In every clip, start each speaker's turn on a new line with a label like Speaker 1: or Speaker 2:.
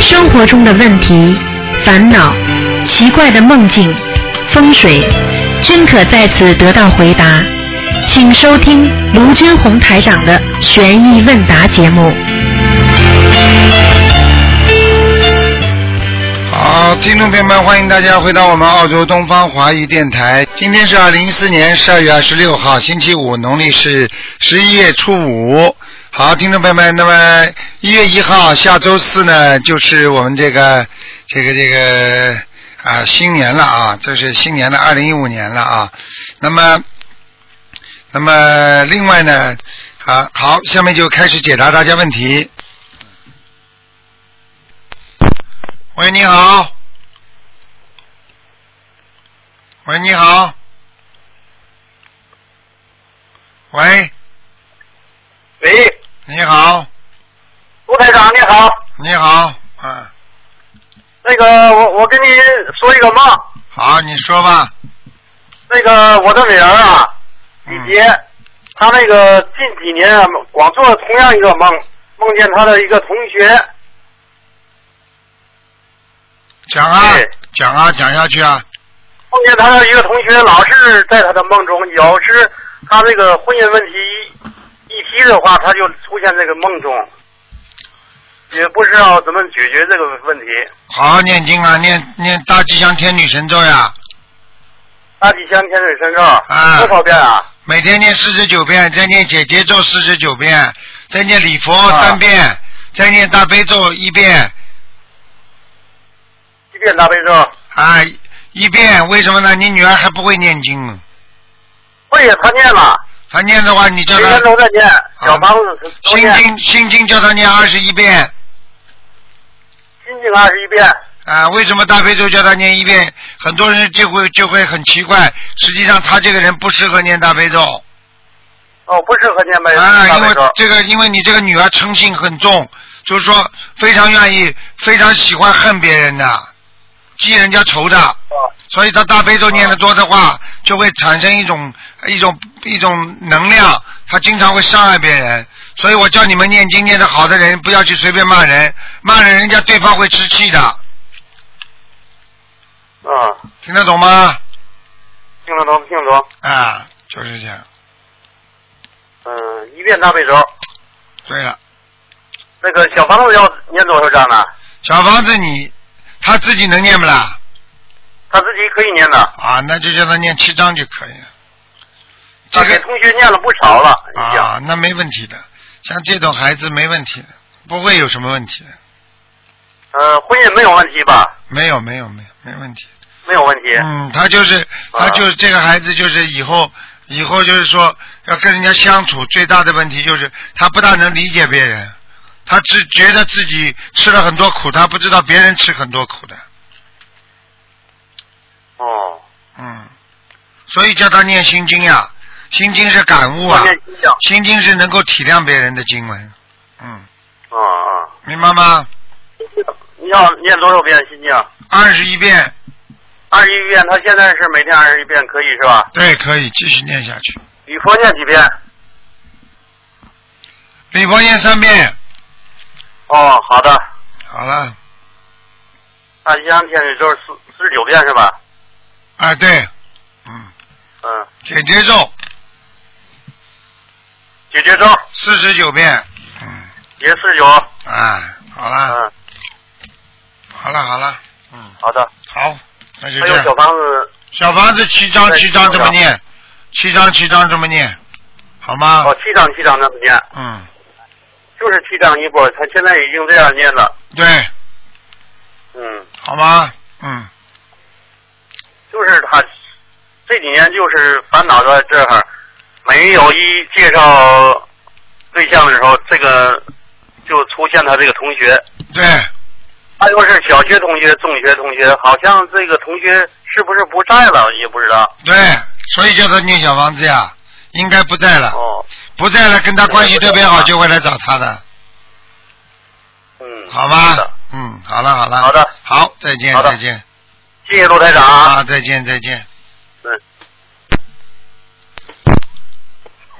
Speaker 1: 生活中的问题、烦恼、奇怪的梦境、风水，均可在此得到回答。请收听卢军红台长的《悬疑问答》节目。
Speaker 2: 好，听众朋友们，欢迎大家回到我们澳洲东方华语电台。今天是二零一四年十二月二十六号，星期五，农历是十一月初五。好，听众朋友们，那么一月一号，下周四呢，就是我们这个这个这个啊新年了啊，这是新年的二零一五年了啊。那么，那么另外呢，啊好，下面就开始解答大家问题。喂，你好。喂，你好。喂，
Speaker 3: 喂，
Speaker 2: 你好，
Speaker 3: 卢台长你好，
Speaker 2: 你好，嗯，
Speaker 3: 那个我我跟你说一个梦，
Speaker 2: 好，你说吧。
Speaker 3: 那个我的女儿啊，李杰，
Speaker 2: 嗯
Speaker 3: 她那个近几年啊，光做同样一个梦，梦见她的一个同学，
Speaker 2: 讲啊
Speaker 3: 对，
Speaker 2: 讲啊，讲下去啊。
Speaker 3: 梦见她的一个同学老是在她的梦中，有时她这个婚姻问题一一提的话，她就出现这个梦中，也不知道怎么解决这个问题。
Speaker 2: 好好念经啊，念念大吉祥天女神咒呀，
Speaker 3: 大吉祥天水神咒
Speaker 2: 啊
Speaker 3: 多少遍啊？
Speaker 2: 每天念四十九遍，再念姐姐咒四十九遍，再念礼佛
Speaker 3: 啊
Speaker 2: 三遍，再念大悲咒一遍，
Speaker 3: 一遍大悲咒。
Speaker 2: 啊，一遍。为什么呢？你女儿还不会念经呢，
Speaker 3: 会呀，她念了，
Speaker 2: 她念的话，你叫
Speaker 3: 每
Speaker 2: 她啊
Speaker 3: 天都在念，小房子都
Speaker 2: 心
Speaker 3: 念，
Speaker 2: 经心经叫她念二十一遍，
Speaker 3: 心经二十一遍。
Speaker 2: 啊，为什么大悲咒叫她念一遍？很多人就会就会很奇怪，实际上她这个人不适合念大悲咒。
Speaker 3: 哦，不适合念呗，
Speaker 2: 啊，
Speaker 3: 大
Speaker 2: 因
Speaker 3: 悲
Speaker 2: 为
Speaker 3: 咒。
Speaker 2: 这个，因为你这个女儿诚信很重，就是说非常愿意、非常喜欢恨别人的，记人家仇的，
Speaker 3: 哦
Speaker 2: 所以她大悲咒念得多的话，就会产生一种一种一种能量，她经常会伤害别人。所以我叫你们念经念得好的人，不要去随便骂人，骂了人家对方会吃气的，
Speaker 3: 嗯，
Speaker 2: 听得懂吗？
Speaker 3: 听得懂，听得懂。
Speaker 2: 啊，就是这样。
Speaker 3: 嗯，一遍大悲咒。
Speaker 2: 对了。
Speaker 3: 那个小房子要念多少章呢？
Speaker 2: 小房子你他自己能念不啦？
Speaker 3: 他自己可以念的，
Speaker 2: 啊，那就叫他念七章就可以了。这
Speaker 3: 他给
Speaker 2: 个
Speaker 3: 同学念了不少了，已经。
Speaker 2: 啊，那没问题的，像这种孩子没问题的，不会有什么问题的，
Speaker 3: 呃，婚姻没有问题吧？
Speaker 2: 没有没有没有没问题。
Speaker 3: 没有问题。
Speaker 2: 嗯，他就是他
Speaker 3: 啊
Speaker 2: 就是这个孩子就是以后以后就是说要跟人家相处最大的问题就是他不大能理解别人，他只觉得自己吃了很多苦，他不知道别人吃很多苦的，
Speaker 3: 哦，
Speaker 2: 嗯，所以叫他念心经呀，心经是感悟
Speaker 3: 他
Speaker 2: 啊，
Speaker 3: 念心经。
Speaker 2: 心经是能够体谅别人的经文，嗯，
Speaker 3: 啊啊。
Speaker 2: 明白吗？
Speaker 3: 你要念多少遍心经？
Speaker 2: 二十一遍，
Speaker 3: 二十一遍，他现在是每天二十一遍，可以是吧？
Speaker 2: 对，可以继续念下去。
Speaker 3: 礼佛念几遍？
Speaker 2: 礼佛念三遍，
Speaker 3: 哦，好的。
Speaker 2: 好了，
Speaker 3: 大吉祥天水咒四四十九遍是吧？
Speaker 2: 啊对，嗯，
Speaker 3: 嗯，
Speaker 2: 解结咒
Speaker 3: 解决咒
Speaker 2: 四十九遍，嗯，
Speaker 3: 也四十九。
Speaker 2: 啊，好了，
Speaker 3: 嗯，
Speaker 2: 好了，好了，嗯，
Speaker 3: 好的。
Speaker 2: 好，那就
Speaker 3: 还
Speaker 2: 这
Speaker 3: 有
Speaker 2: 样
Speaker 3: 小。房子，
Speaker 2: 小房子七张
Speaker 3: 对
Speaker 2: 七张这么
Speaker 3: 小房
Speaker 2: 念，七张七张这么念，好吗
Speaker 3: 哦？，七张七张那么念，
Speaker 2: 嗯，
Speaker 3: 就是七张一波，他现在已经这样念了。
Speaker 2: 对，
Speaker 3: 嗯，
Speaker 2: 好吗？嗯，
Speaker 3: 就是他这几年就是烦恼在这儿，没有一介绍对象的时候，这个就出现他这个同学，
Speaker 2: 对，
Speaker 3: 他又是小学同学、中学同学，好像这个同学是不是不在了也不知道。
Speaker 2: 对，所以叫他念小房子呀，应该不在了，
Speaker 3: 哦，
Speaker 2: 不在了，跟他关系特别好，就会来找他的。
Speaker 3: 嗯，
Speaker 2: 好吗
Speaker 3: 是的，？
Speaker 2: 嗯，好了好了。
Speaker 3: 好的。
Speaker 2: 好，再见
Speaker 3: 好的
Speaker 2: 再见
Speaker 3: 谢谢卢台长啊。
Speaker 2: 啊，再见再见。
Speaker 3: 嗯。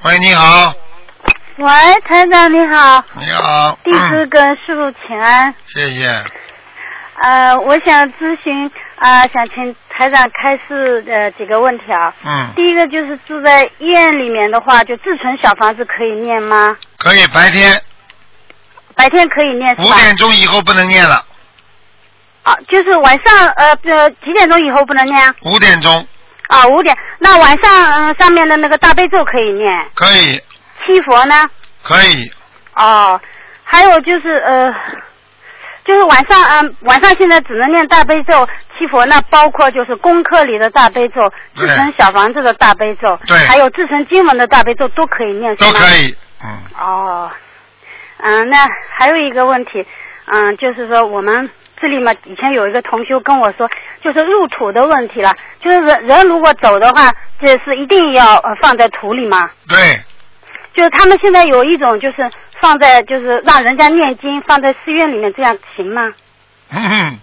Speaker 2: 喂，你好，
Speaker 4: 喂，台长你好，
Speaker 2: 你好。
Speaker 4: 弟子
Speaker 2: 嗯，啊
Speaker 4: 跟师傅请安。
Speaker 2: 谢谢。
Speaker 4: 呃，我想咨询啊、呃想请台长开示呃几个问题啊。
Speaker 2: 嗯，
Speaker 4: 第一个就是住在医院里面的话，就自存小房子可以念吗？
Speaker 2: 可以，白天
Speaker 4: 白天可以念是
Speaker 2: 五
Speaker 4: 吧？
Speaker 2: 点钟以后不能念了，
Speaker 4: 啊，就是晚上呃呃几点钟以后不能念啊？
Speaker 2: 五点钟
Speaker 4: 啊，五点。那晚上嗯、呃上面的那个大悲咒可以念，
Speaker 2: 可以，
Speaker 4: 七佛呢？
Speaker 2: 可以，
Speaker 4: 哦，还有就是呃，就是晚上嗯、晚上现在只能念大悲咒、七佛，那包括就是功课里的大悲咒、
Speaker 2: 对
Speaker 4: 自成小房子的大悲咒，
Speaker 2: 对
Speaker 4: 还有自成经文的大悲咒都可以念，
Speaker 2: 都可
Speaker 4: 以。
Speaker 2: 以，嗯，
Speaker 4: 哦，嗯，那还有一个问题，嗯，就是说我们。这里嘛，以前有一个同修跟我说，就是入土的问题了，就是人人如果走的话，这是一定要呃放在土里嘛。
Speaker 2: 对，
Speaker 4: 就是他们现在有一种就是放在就是让人家念经放在寺院里面，这样行吗？
Speaker 2: 嗯哼，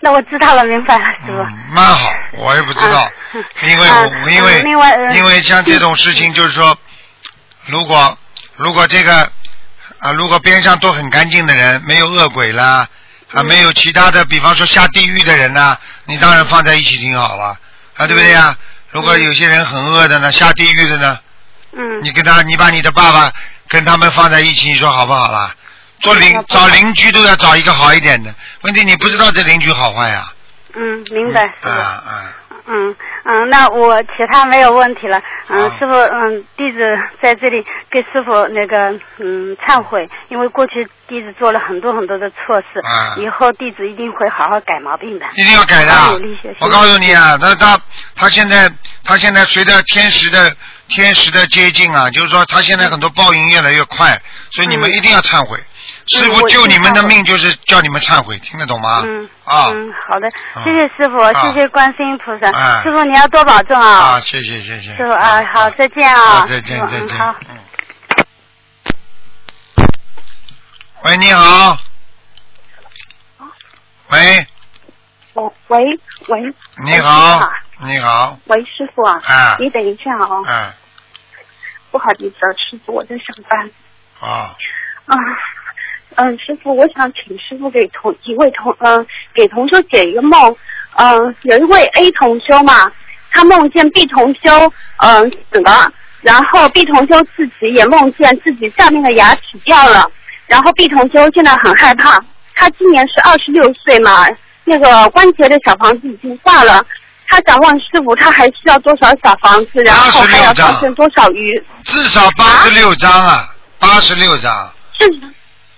Speaker 4: 那我知道了，明白了，师傅。
Speaker 2: 嗯，蛮好，我也不知道，
Speaker 4: 嗯
Speaker 2: 因为
Speaker 4: 啊
Speaker 2: 我因为
Speaker 4: 嗯另外呃嗯
Speaker 2: 因为像这种事情，就是说，如果如果这个啊，如果边上都很干净的人，没有恶鬼啦，啊，
Speaker 4: 嗯
Speaker 2: 没有其他的，比方说下地狱的人呐，你当然放在一起挺好了，啊，对不对呀？如果有些人很恶的呢，下地狱的呢，
Speaker 4: 嗯
Speaker 2: 你跟他，你把你的爸爸跟他们放在一起，你说好不好啦？做邻
Speaker 4: 嗯
Speaker 2: 找邻居都要找一个好一点的，问题你不知道这邻居好坏呀、
Speaker 4: 嗯，明白，
Speaker 2: 啊
Speaker 4: 师傅。
Speaker 2: 啊，
Speaker 4: 嗯嗯，那我其他没有问题了。嗯，
Speaker 2: 啊
Speaker 4: 师傅，嗯，弟子在这里给师傅那个嗯忏悔，因为过去弟子做了很多很多的错事，
Speaker 2: 啊
Speaker 4: 以后弟子一定会好好改毛病的。
Speaker 2: 一定要改的啊
Speaker 4: 好努力学习。
Speaker 2: 我告诉你啊，他他他现在他现在随着天时的天时的接近啊，就是说他现在很多报应越来越快，所以你们
Speaker 4: 嗯
Speaker 2: 一定要忏悔。师
Speaker 4: 我
Speaker 2: 傅
Speaker 4: 一
Speaker 2: 救
Speaker 4: 定
Speaker 2: 你们的
Speaker 4: 忏悔
Speaker 2: 命就是叫你们忏悔，听得懂吗？
Speaker 4: 嗯
Speaker 2: 啊
Speaker 4: 嗯，好的，
Speaker 2: 啊
Speaker 4: 谢谢师傅，
Speaker 2: 啊
Speaker 4: 谢谢观世音菩萨，
Speaker 2: 哎
Speaker 4: 师傅你要多保重啊，
Speaker 2: 啊，谢谢谢谢。
Speaker 4: 师傅啊，好，再见啊，
Speaker 2: 好，再见
Speaker 4: 师傅
Speaker 2: 再见
Speaker 4: 嗯，好。。
Speaker 2: 嗯。喂，你好。喂，
Speaker 5: 哦，喂喂，
Speaker 2: 你好，你好，
Speaker 5: 喂，师傅啊，
Speaker 2: 啊
Speaker 5: 你等一下哦，
Speaker 2: 嗯，
Speaker 5: 不好意思啊，师傅，我在上班
Speaker 2: 好，
Speaker 5: 啊。嗯，师傅，我想请师傅给同一位同嗯、给同修解一个梦。嗯、有一位 A 同修嘛，他梦见 B 同修嗯、死了，然后 B 同修自己也梦见自己下面的牙齿掉了，然后 B 同修现在很害怕。他今年是二十六岁嘛，那个关节的小房子已经化了。他想问师傅，他还需要多少小房子，然后还要
Speaker 2: 26张
Speaker 5: 放生多少鱼？
Speaker 2: 至少八十六张啊，八十六张，
Speaker 5: 至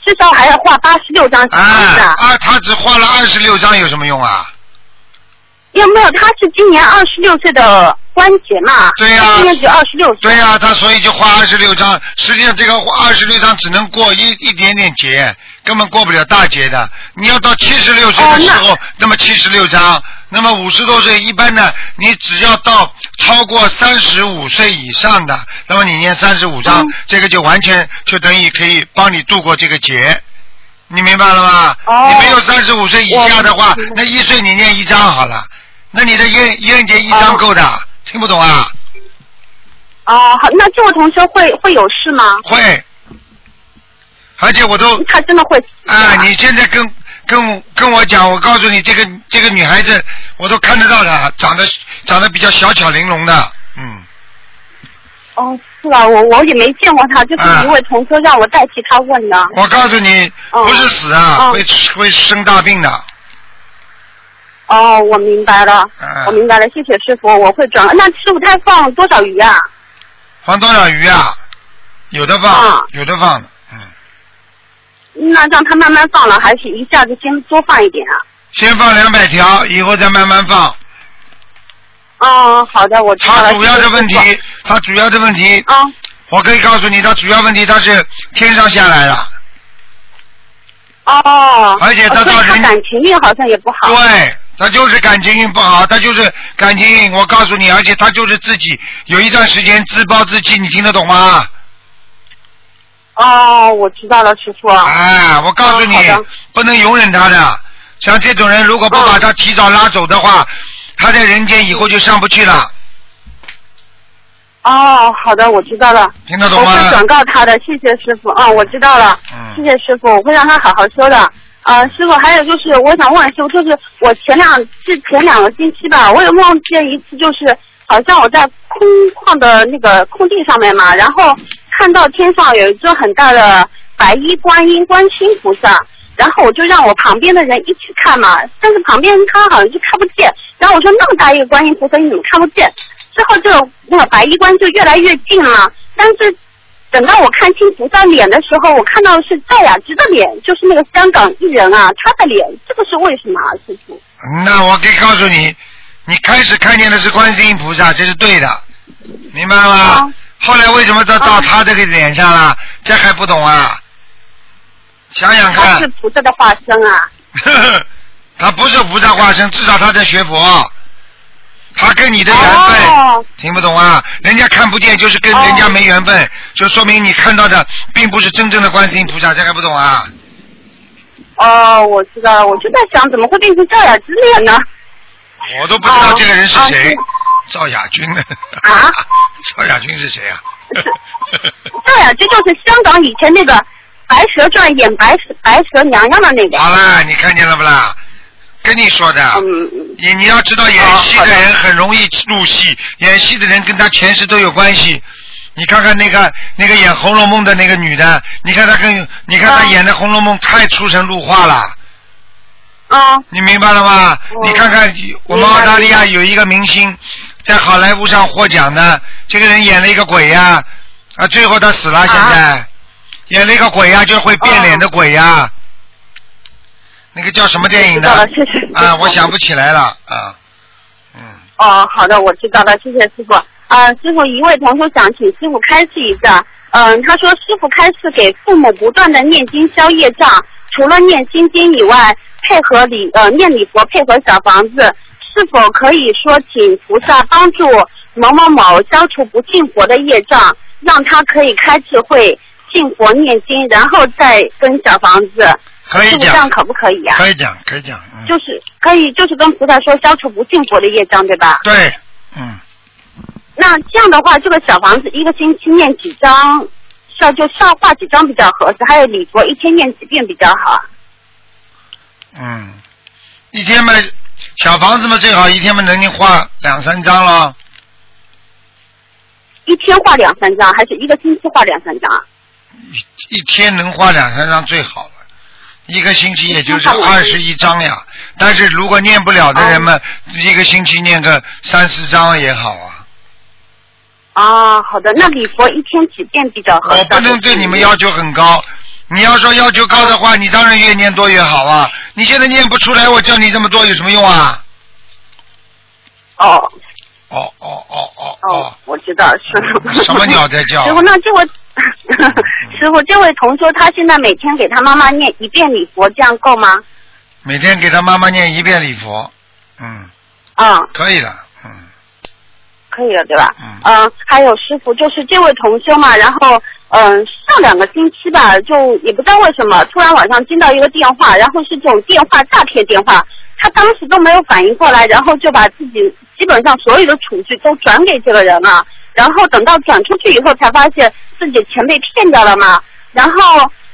Speaker 5: 至少还要画八十六张小
Speaker 2: 啊
Speaker 5: 房子啊！
Speaker 2: 啊，他只画了二十六张有什么用啊？
Speaker 5: 有没有？他是今年二十六岁的关节嘛？
Speaker 2: 对呀
Speaker 5: 他今年只有二十六岁。
Speaker 2: 对呀、他所以就画二十六张，实际上这个二十六张只能过一一点点节，根本过不了大节的。你要到七十六岁
Speaker 5: 哦
Speaker 2: 的时候，那么七十六张，那么五十多岁一般呢，你只要到超过三十五岁以上的，那么你念三十五
Speaker 5: 嗯
Speaker 2: 张，这个就完全就等于可以帮你度过这个节。你明白了吗？
Speaker 5: 哦
Speaker 2: 你没有三十五岁以下的话
Speaker 5: 我明白，
Speaker 2: 那一岁你念一张好了，那你的冤冤结一张
Speaker 5: 哦
Speaker 2: 够的，听不懂啊？
Speaker 5: 哦，好，那这位同学会会有事吗？
Speaker 2: 会，而且我都
Speaker 5: 他真的会。
Speaker 2: 啊，你现在跟跟跟我讲，我告诉你，这个这个女孩子，我都看得到她，长得长得比较小巧玲珑的，嗯，
Speaker 5: 哦，是啊，我我也没见过他，就是一位同学让我代替他问的。
Speaker 2: 我告诉你，
Speaker 5: 哦
Speaker 2: 不是死啊，
Speaker 5: 哦
Speaker 2: 会会生大病的，
Speaker 5: 哦，我明白了，
Speaker 2: 嗯
Speaker 5: 我明白了，谢谢师傅，我会转。那师傅他放多少鱼啊？
Speaker 2: 放多少鱼啊？有的放
Speaker 5: 啊，
Speaker 2: 有的放的，嗯，
Speaker 5: 那让他慢慢放了，还是一下子先多放一点啊？
Speaker 2: 先放两百条，以后再慢慢放。
Speaker 5: 哦，好的，我知道了。
Speaker 2: 它主要的问题
Speaker 5: 谢谢师，
Speaker 2: 它主要的问题
Speaker 5: 傅，啊，
Speaker 2: 我可以告诉你，它主要问题它是天上下来的。
Speaker 5: 哦，
Speaker 2: 而且他
Speaker 5: 哦所以
Speaker 2: 到
Speaker 5: 他
Speaker 2: 人
Speaker 5: 感情运好像也不好。
Speaker 2: 对，他就是感情运不好，他就是感情运。我告诉你，而且他就是自己有一段时间自暴自弃，你听得懂吗？
Speaker 5: 哦，我知道了，师傅。
Speaker 2: 哎，我告诉你
Speaker 5: 哦好的，
Speaker 2: 不能容忍他的。像这种人，如果不把他提早拉走的话，他在人间以后就上不去了，
Speaker 5: 哦，好的，我知道了。
Speaker 2: 听得
Speaker 5: 我
Speaker 2: 懂吗
Speaker 5: 会？转告他的，谢谢师傅。哦，我知道了，
Speaker 2: 嗯
Speaker 5: 谢谢师傅，我会让他好好修的。呃，师傅，还有就是我想问师傅，就是我前两是前两个星期吧，我有梦见一次，就是好像我在空旷的那个空地上面嘛，然后看到天上有一尊很大的白衣观音观世音菩萨，然后我就让我旁边的人一起看嘛，但是旁边他好像就看不见，然后我说那么大一个观音菩萨你怎么看不见？之后就那个白衣观就越来越近了，但是等到我看清菩萨脸的时候，我看到的是赵雅芝的脸，就是那个香港艺人啊，她的脸，这个是为什么啊，师傅？
Speaker 2: 那我可以告诉你，你开始看见的是观世音菩萨，这是对的，明白吗？
Speaker 5: 哦
Speaker 2: 后来为什么到到
Speaker 5: 哦
Speaker 2: 他这个脸上了？这还不懂啊？想想
Speaker 5: 她
Speaker 2: 看
Speaker 5: 是，菩萨的化身啊。
Speaker 2: 他不是菩萨化身，至少他在学佛，他跟你的缘分。
Speaker 5: 哦
Speaker 2: 听不懂啊？人家看不见，就是跟人家没缘分，就说明你看到的并不是真正的观世音菩萨，这还不懂啊？
Speaker 5: 哦，我知道了，我就在想怎么会变成赵雅芝脸呢？
Speaker 2: 我都不知道这个人是谁，
Speaker 5: 哦
Speaker 2: 赵雅君呢？
Speaker 5: 啊？
Speaker 2: 赵雅君是谁啊？
Speaker 5: 赵雅芝就是香港以前那个《白蛇传》演白蛇白蛇娘娘的那个。啊
Speaker 2: 好啦，你看见了不啦？跟你说的，
Speaker 5: 嗯，嗯
Speaker 2: 你你要知道，演戏的人很容易入戏，演戏的人跟他前世都有关系。你看看那个那个演《红楼梦》的那个女的，你看她跟你看她
Speaker 5: 嗯
Speaker 2: 演的《红楼梦》太出神入化了。
Speaker 5: 啊
Speaker 2: 你明白了吗？
Speaker 5: 嗯
Speaker 2: 你看看我们
Speaker 5: 明白
Speaker 2: 澳大利亚有一个明星，在好莱坞上获奖的，这个人演了一个鬼呀、啊，最后他死了，现在、
Speaker 5: 啊
Speaker 2: 演了一个鬼呀、就会变脸的鬼呀、那个叫什么电影
Speaker 5: 哦知道
Speaker 2: 的
Speaker 5: 了？谢谢
Speaker 2: 啊，我想不起来了啊，嗯，
Speaker 5: 哦，好的，我知道了，谢谢师傅。啊，师傅，一位同学想请师傅开示一下。嗯、他说师傅开示给父母不断的念经消业障，除了念心经以外，配合礼呃念礼佛配合小房子，是否可以说请菩萨帮助某某某消除不敬佛的业障，让他可以开智慧敬佛念经，然后再跟小房子，
Speaker 2: 可以
Speaker 5: 师傅这
Speaker 2: 讲
Speaker 5: 样，可不可以啊？
Speaker 2: 可以讲，可以讲，嗯，
Speaker 5: 就是可以，就是跟菩萨说消除不敬佛的业障，对吧？
Speaker 2: 对，嗯，
Speaker 5: 那这样的话，这个小房子一个星期念几张，少就少画几张比较合适。还有礼佛一天念几遍比较好。
Speaker 2: 嗯，一天嘛，小房子嘛最好一天嘛能画两三张了，
Speaker 5: 一天画两三张，还是一个星期画两三张？
Speaker 2: 一天能画两三张最好了，一个星期也就是二十一张呀。但是如果念不了的
Speaker 5: 哦
Speaker 2: 人们，一个星期念个三四张也好啊。
Speaker 5: 啊，好的，那礼佛一天几遍比较合适？
Speaker 2: 我呃不能对你们要求很高，你要说要求高的话，你当然越念多越好啊。你现在念不出来，我叫你这么多有什么用啊？
Speaker 5: 哦
Speaker 2: 哦哦哦哦
Speaker 5: 哦
Speaker 2: 哦，，
Speaker 5: 我知道师傅。
Speaker 2: 什么鸟在 叫
Speaker 5: 师？傅，那这位师傅，这位同修他现在每天给他妈妈念一遍礼佛，这样够吗？
Speaker 2: 每天给他妈妈念一遍礼佛，嗯，
Speaker 5: 啊、
Speaker 2: 可以了，嗯。
Speaker 5: 可以了，对吧？
Speaker 2: 嗯
Speaker 5: 嗯、还有师傅，就是这位同修嘛，然后嗯、上两个星期吧，就也不知道为什么，突然晚上接到一个电话，然后是这种电话诈骗电话，他当时都没有反应过来，然后就把自己基本上所有的储蓄都转给这个人了，然后等到转出去以后，才发现自己钱被骗掉了嘛，然后。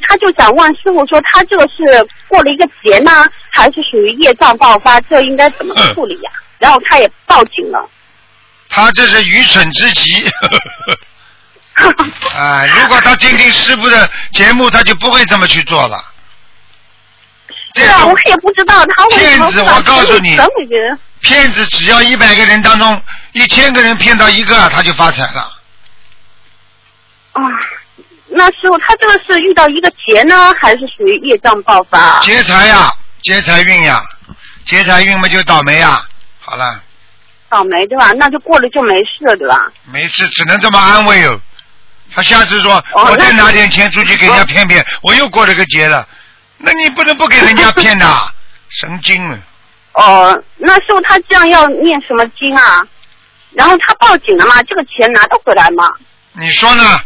Speaker 5: 他就想问师傅说，他这个是过了一个劫呢，还是属于业障爆发？这应该怎么处理呀、然后他也报警了。
Speaker 2: 他这是愚蠢之极。 啊，如果他听听师傅的节目，他就不会这么去做了。这
Speaker 5: 是啊，
Speaker 2: 种
Speaker 5: 我也不知道他为什么
Speaker 2: 骗子嗯我告诉你
Speaker 5: 整理人
Speaker 2: 骗子只要一百个人当中，一千个人骗到一个，他就发财了。
Speaker 5: 啊。那师傅，他这个是遇到一个劫呢，还是属于业障爆发？
Speaker 2: 劫财呀，劫财运呀，劫财运嘛就倒霉呀。好了，
Speaker 5: 倒霉对吧？那就过了就没事了对吧？
Speaker 2: 没事，只能这么安慰哦。他下次说，
Speaker 5: 哦
Speaker 2: 我再
Speaker 5: 那哦
Speaker 2: 拿点钱出去给人家骗骗，我又过了个劫了。那你不能不给人家骗 呐，神经了。
Speaker 5: 哦，那师傅他这样要念什么经啊？然后他报警了嘛？这个钱拿得回来吗？
Speaker 2: 你说呢？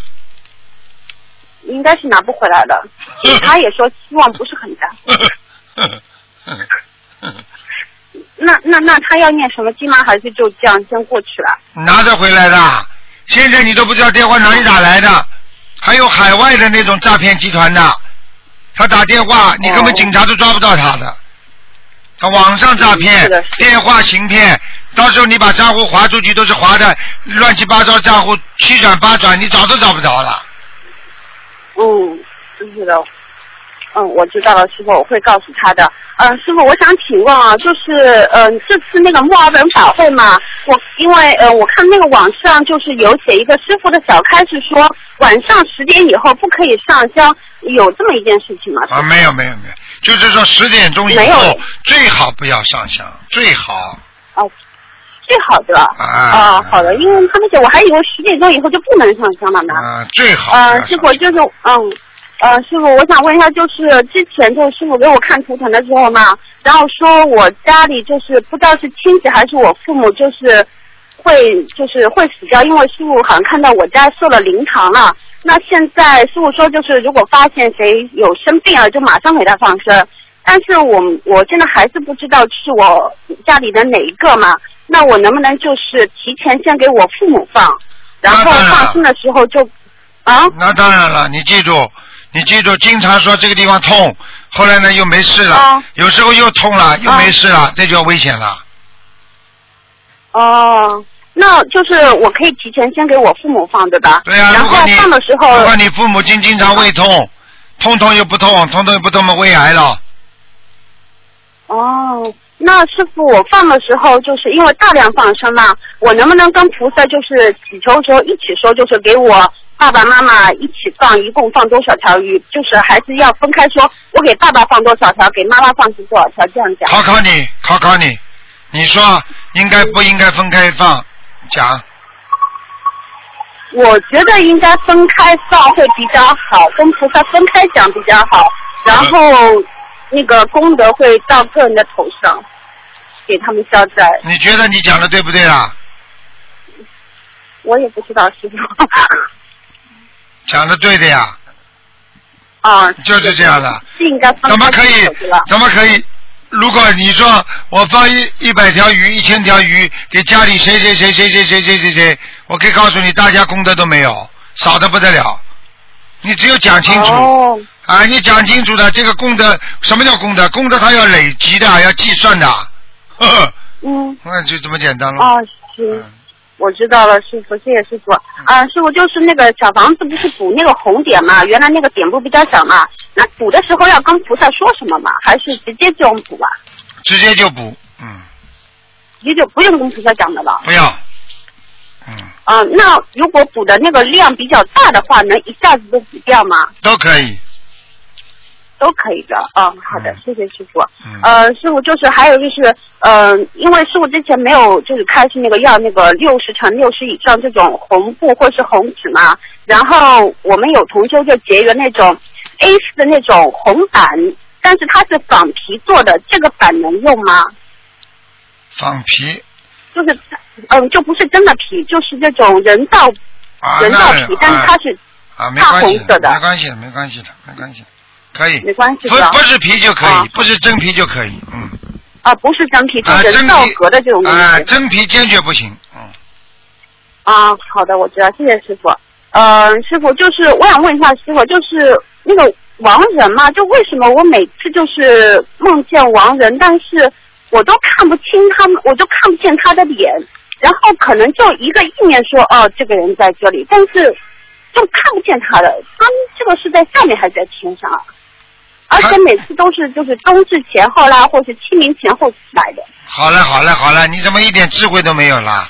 Speaker 5: 应该是拿不回来的。他也说希望不是很大。那那那他要念什么经吗？还是就这样先过去了？
Speaker 2: 拿着回来的，现在你都不知道电话哪里打来的，还有海外的那种诈骗集团的，他打电话，你
Speaker 5: 哦
Speaker 2: 根本警察都抓不到他的。他网上诈骗
Speaker 5: 是的是、的
Speaker 2: 电话行骗，到时候你把账户划出去，都是划的乱七八糟账户，七转八转，你找都找不着了。
Speaker 5: 嗯，是的。嗯，我知道了，师傅，我会告诉他的。嗯，师傅，我想请问啊，就是嗯、这次那个墨尔本法会嘛，我因为呃，我看那个网上就是有写一个师傅的小开示说，晚上十点以后不可以上香，有这么一件事情吗？
Speaker 2: 啊，没有没有没有，就是说十点钟以
Speaker 5: 没
Speaker 2: 后
Speaker 5: 有
Speaker 2: 最好不要上香，最好。
Speaker 5: 哦，最好的。
Speaker 2: 啊
Speaker 5: 啊，好的，因为他们写，我还以为十点钟以后就不能上香了呢。
Speaker 2: 啊，最好。
Speaker 5: 呃，师傅就是嗯，呃，师傅，我想问一下，就是之前就是师傅给我看图腾的时候嘛，然后说我家里就是不知道是亲戚还是我父母，就是会就是会死掉，因为师傅好像看到我家设了灵堂了。那现在师傅说，就是如果发现谁有生病了，就马上给他放生。但是我我现在还是不知道是我家里的哪一个嘛，那我能不能就是提前先给我父母放，然
Speaker 2: 那
Speaker 5: 后
Speaker 2: 当然了
Speaker 5: 放生的时候就啊？
Speaker 2: 那当然了，你记住，你记住，经常说这个地方痛，后来呢又没事了，
Speaker 5: 啊
Speaker 2: 有时候又痛了，又没事了，这就要危险了。
Speaker 5: 哦，那就是我可以提前先给我父母放，对吧？
Speaker 2: 对呀、
Speaker 5: 然
Speaker 2: 如
Speaker 5: 后
Speaker 2: 果你
Speaker 5: 放的时候，
Speaker 2: 如果你父母亲经常胃痛，痛痛又不痛，痛痛又不痛嘛，胃癌了。
Speaker 5: 哦，那师傅，我放的时候就是因为大量放生嘛，我能不能跟菩萨就是祈求的时候一起说，就是给我爸爸妈妈一起放，一共放多少条鱼？就是还是要分开说，我给爸爸放多少条，给妈妈放是多少条，这样讲。
Speaker 2: 考考你，考考你，你说应该不应该分开放？讲，
Speaker 5: 我觉得应该分开放会比较好，跟菩萨分开讲比较好，然后
Speaker 2: 嗯
Speaker 5: 那个功德会到个人的头上，给他们消灾。
Speaker 2: 你觉得你讲的对不对啦？
Speaker 5: 我也不知道师傅。
Speaker 2: 讲的对的呀，
Speaker 5: 啊，
Speaker 2: 就是这样的。
Speaker 5: 是应该分开
Speaker 2: 怎么可以
Speaker 5: 手机了？
Speaker 2: 怎么可以？如果你说我放一一百条鱼、一千条鱼给家里谁谁谁谁谁谁谁谁谁，我可以告诉你，大家功德都没有，少的不得了。你只有讲清楚、
Speaker 5: 哦，
Speaker 2: 啊！你讲清楚的，这个功德什么叫功德？功德它要累积的，要计算的。 呵呵，
Speaker 5: 嗯，
Speaker 2: 那就这么简单了。
Speaker 5: 哦，行，
Speaker 2: 嗯
Speaker 5: 我知道了，师傅，谢谢师傅。啊，师傅就是那个小房子不是补那个红点嘛，原来那个点不比较小嘛，那补的时候要跟菩萨说什么嘛，还是直接就补啊？
Speaker 2: 直接就补，嗯，
Speaker 5: 直接就不用跟菩萨讲的了。
Speaker 2: 不要，嗯，
Speaker 5: 嗯、那如果补的那个量比较大的话，能一下子都补掉吗？
Speaker 2: 都可以。
Speaker 5: 都可以的。嗯，好的
Speaker 2: 嗯，
Speaker 5: 谢谢师傅。
Speaker 2: 嗯
Speaker 5: 呃，师傅就是还有就是，嗯、因为师傅之前没有就是开出那个要那个六十乘六十以上这种红布或是红纸嘛，然后我们有同修就结缘那种 A 4的那种红板，但是它是仿皮做的，这个板能用吗？
Speaker 2: 放皮
Speaker 5: 就是，嗯、就不是真的皮，就是这种人造、
Speaker 2: 啊，
Speaker 5: 人造
Speaker 2: 那
Speaker 5: 皮，但是它是、
Speaker 2: 啊，没关系
Speaker 5: 大红色的
Speaker 2: 没关系的，没关系的，没关系的，可以。
Speaker 5: 没关系
Speaker 2: 不
Speaker 5: 的
Speaker 2: 不是皮就可以，
Speaker 5: 啊
Speaker 2: 不是真皮就可以，嗯。
Speaker 5: 啊，不是真皮，就
Speaker 2: 啊，
Speaker 5: 是
Speaker 2: 真
Speaker 5: 人造革的这种
Speaker 2: 皮
Speaker 5: 东西。
Speaker 2: 啊，真皮坚决不行，嗯。
Speaker 5: 啊，好的，我知道，谢谢师傅。呃，师傅，就是我想问一下师傅，就是那个亡人嘛，就为什么我每次就是梦见亡人，但是我都看不清他们，我都看不见他的脸，然后可能就一个意念说，哦，这个人在这里，但是就看不见他的，他们这个是在下面还是在天上啊？而且
Speaker 2: 他
Speaker 5: 每次都是就是冬至前后啦，或是清明前后来的。
Speaker 2: 好了好了好了，你怎么一点智慧都没有啦？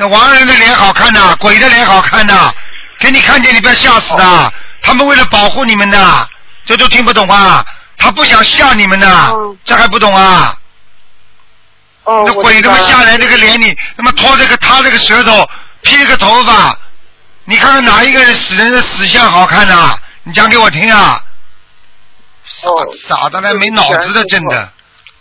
Speaker 2: 那亡人的脸好看呐、鬼的脸好看呐、给你看见你不要吓死的，他们为了保护你们的，这都听不懂啊？他不想吓你们的
Speaker 5: 哦，
Speaker 2: 这还不懂啊？
Speaker 5: 哦，
Speaker 2: 那
Speaker 5: 我
Speaker 2: 鬼
Speaker 5: 知
Speaker 2: 他
Speaker 5: 道
Speaker 2: 妈
Speaker 5: 了
Speaker 2: 下来，那个脸你他妈拖这个塌这个舌头，披这个头发，你看看哪一个人死人的死相好看呐、你讲给我听啊！傻
Speaker 5: 哦
Speaker 2: 傻的嘞，没脑子的，真的。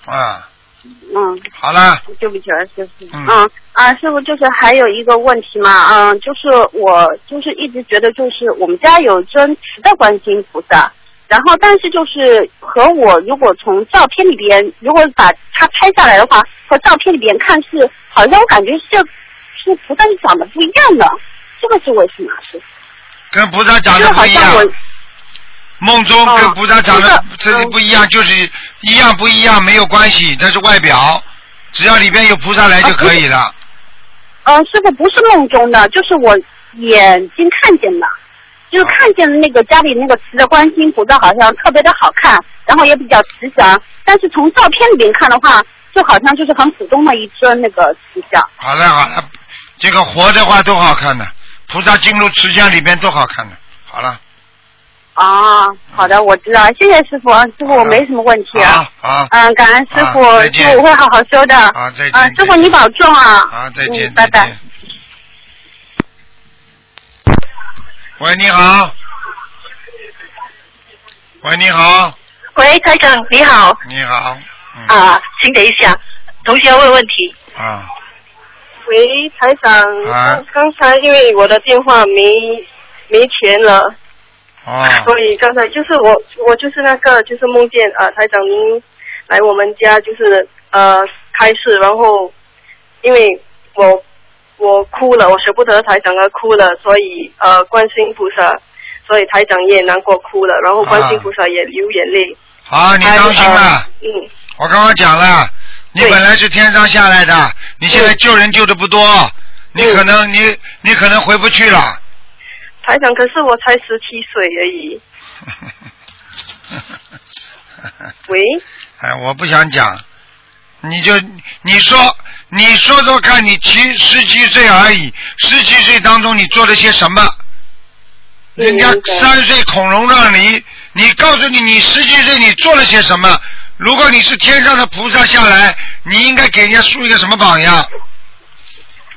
Speaker 2: 啊，
Speaker 5: 嗯。
Speaker 2: 好了，
Speaker 5: 对不起啊，师傅。
Speaker 2: 嗯
Speaker 5: 嗯啊，师傅就是还有一个问题嘛，嗯，就是我就是一直觉得就是我们家有尊慈的观世音菩萨，然后但是就是和我如果从照片里边，如果把它拍下来的话，和照片里边看是好像我感觉这这菩萨是长得不一样的，这个是为什么啊？师傅
Speaker 2: 跟菩萨长得
Speaker 5: 就
Speaker 2: 不
Speaker 5: 好
Speaker 2: 一
Speaker 5: 像
Speaker 2: 样
Speaker 5: 我，
Speaker 2: 梦中跟菩萨长得
Speaker 5: 嗯
Speaker 2: 这里不一样，就是一样不一样没有关系，那是外表，只要里边有菩萨来就可以
Speaker 5: 啊
Speaker 2: 了。
Speaker 5: 嗯，师傅不是梦中的，就是我眼睛看见的，就是看见那个家里那个瓷的观世音菩萨好像特别的好看，然后也比较慈祥，但是从照片里面看的话，就好像就是很普通的一尊那个慈祥。
Speaker 2: 好了好了，这个活的话都好看的，菩萨进入池江里边都好看的。好了，
Speaker 5: 啊，好的，我知道，谢谢师傅，啊师傅我没什么问题啊。
Speaker 2: 好好
Speaker 5: 嗯，感恩师傅
Speaker 2: 啊，再
Speaker 5: 师
Speaker 2: 见
Speaker 5: 傅我会好好修的。
Speaker 2: 好再见
Speaker 5: 啊，师傅
Speaker 2: 再见
Speaker 5: 你保重啊。
Speaker 2: 好，再见，
Speaker 5: 嗯，拜
Speaker 2: 再
Speaker 5: 拜
Speaker 2: 见。。喂，你好。喂，你好，
Speaker 6: 喂，台长你好
Speaker 2: 你好，嗯
Speaker 6: 啊，请等一下，同学要问问题。
Speaker 2: 啊，
Speaker 7: 喂，台长，
Speaker 2: 啊
Speaker 7: 刚才因为我的电话没没钱了，
Speaker 2: 哦，
Speaker 7: 所以刚才就是我我就是那个就是梦见啊、呃台长您来我们家就是呃开始，然后因为我我哭了，我舍不得台长而哭了，所以呃观世音菩萨，所以台长也难过哭了，然后观世音菩萨也流眼泪。
Speaker 2: 好，啊你当心
Speaker 7: 还
Speaker 2: 了，
Speaker 7: 有呃嗯，
Speaker 2: 我刚刚讲了，你
Speaker 7: 对
Speaker 2: 本来是天上下来的，你现在
Speaker 7: 嗯
Speaker 2: 救人救的不多，你
Speaker 7: 嗯
Speaker 2: 可能你你可能回不去了。
Speaker 7: 台长，可是我才十七岁而已。喂，
Speaker 2: 哎，我不想讲，你就你说你说说看，你七十七岁而已，十七岁当中你做了些什么？
Speaker 7: 嗯
Speaker 2: 人家
Speaker 7: 明白
Speaker 2: 三岁孔融让梨，你告诉你你十七岁你做了些什么？如果你是天上的菩萨下来，你应该给人家树一个什么榜样？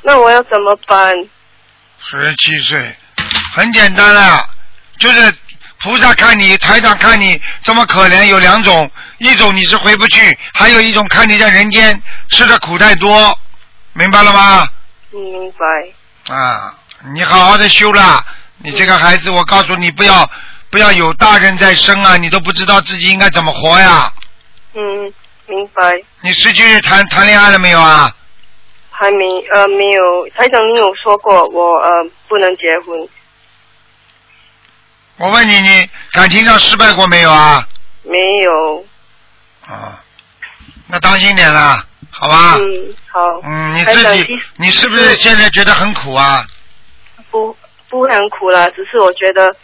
Speaker 7: 那我要怎么办？
Speaker 2: 十七岁，很简单啊，就是菩萨看你，台长看你这么可怜，有两种，一种你是回不去，还有一种看你在人间吃的苦太多，明白了吗？
Speaker 7: 嗯，明白。
Speaker 2: 啊，你好好的修啦，你这个孩子，我告诉你，不要不要有大人在身啊，你都不知道自己应该怎么活呀。
Speaker 7: 嗯，明白。
Speaker 2: 你十七岁谈谈恋爱了没有啊？
Speaker 7: 还没呃没有，台长你有说过我呃不能结婚，
Speaker 2: 我问你，你感情上失败过没有啊？
Speaker 7: 没有。
Speaker 2: 啊，那当心点啦，好吧？
Speaker 7: 嗯，好。
Speaker 2: 嗯，你
Speaker 7: 台
Speaker 2: 自
Speaker 7: 长
Speaker 2: 己
Speaker 7: 其实，
Speaker 2: 你是不
Speaker 7: 嗯
Speaker 2: 是现在觉得很苦啊？
Speaker 7: 不不会很苦啦？只是我觉得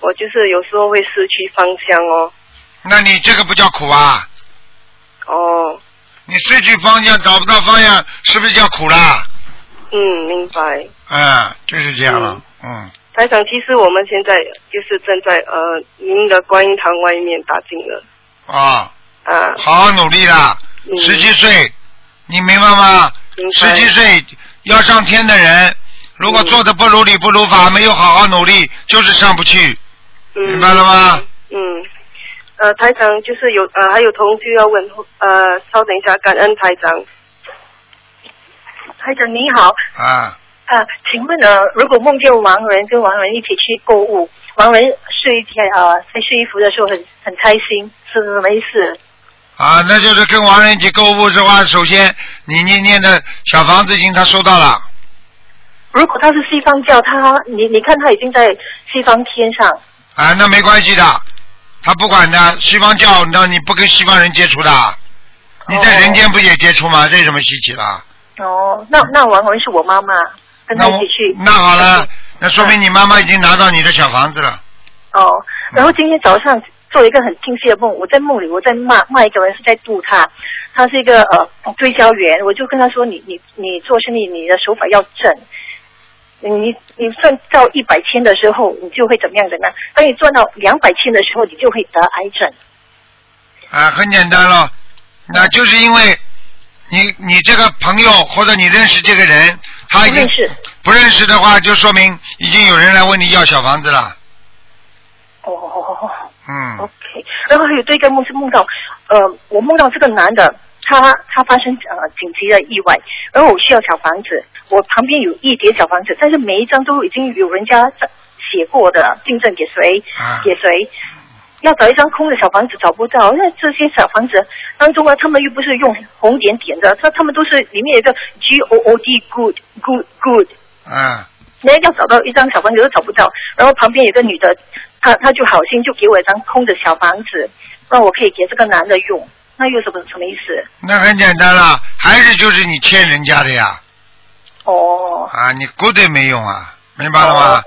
Speaker 7: 我就是有时候会失去方向哦。
Speaker 2: 那你这个不叫苦啊？
Speaker 7: 哦，
Speaker 2: 你失去方向，找不到方向，是不是叫苦啦？
Speaker 7: 嗯，明白。
Speaker 2: 嗯，就是这样了。嗯，
Speaker 7: 台长，其实我们现在就是正在呃您的观音堂外面打进了
Speaker 2: 啊，
Speaker 7: 啊。
Speaker 2: 好好努力啦。
Speaker 7: 嗯
Speaker 2: 十七岁，你明白吗？
Speaker 7: 明
Speaker 2: 十
Speaker 7: 白
Speaker 2: 七岁要上天的人，如果
Speaker 7: 嗯
Speaker 2: 做的不如理不如法，没有好好努力，就是上不去。
Speaker 7: 嗯
Speaker 2: 明白了吗？
Speaker 7: 嗯，呃，台长就是有呃，还有同事要问呃，稍等一下，感恩台长。
Speaker 6: 台长你好
Speaker 2: 啊，
Speaker 6: 啊，请问呢，如果梦见王仁跟王仁一起去购物，王仁试一天啊，在试衣服的时候很很开心，是没事。
Speaker 2: 啊，那就是跟王人一起购物的话，首先你念念的小房子已经他收到了。
Speaker 6: 如果他是西方教，他你你看他已经在西方天上，
Speaker 2: 啊，那没关系的，他不管的。西方教，那你不跟西方人接触的，你在人间不也接触吗？这有什么稀奇了？
Speaker 6: 哦，那那王文是我妈妈，跟她
Speaker 2: 那
Speaker 6: 一
Speaker 2: 我
Speaker 6: 起去。
Speaker 2: 那好了，那说明
Speaker 6: 嗯
Speaker 2: 你妈妈已经拿到你的小房子了。
Speaker 6: 哦，然后今天早上做了一个很清晰的梦，我在梦里我在骂骂一个人是在度他，他是一个呃推销员，我就跟他说你你你做生意你的手法要正。你你赚到一百千的时候，你就会怎么样的呢？当你赚到两百千的时候，你就会得癌症。
Speaker 2: 啊，很简单了，那就是因为你你这个朋友或者你认识这个人，他已经
Speaker 6: 不认识
Speaker 2: 不认识的话，就说明已经有人来问你要小房子了。
Speaker 6: 哦，
Speaker 2: 嗯
Speaker 6: OK，然后还有这个梦是梦到，呃，我梦到这个男的，他他发生呃紧急的意外，然后我需要小房子，我旁边有一叠小房子，但是每一张都已经有人家写过的订正给谁
Speaker 2: 啊
Speaker 6: 给谁，要找一张空的小房子找不到，那这些小房子当中啊，他们又不是用红点点的，他他们都是里面有一个 G O O D good good good，
Speaker 2: 嗯，
Speaker 6: 那要找到一张小房子都找不到，然后旁边有个女的，他他就好心就给我一张空的小房子，让我可以给这个男的用，那又什么什么意思？
Speaker 2: 那很简单了，还是就是你欠人家的呀，
Speaker 6: 哦，
Speaker 2: 啊，你勾兑没用啊，明白了吗？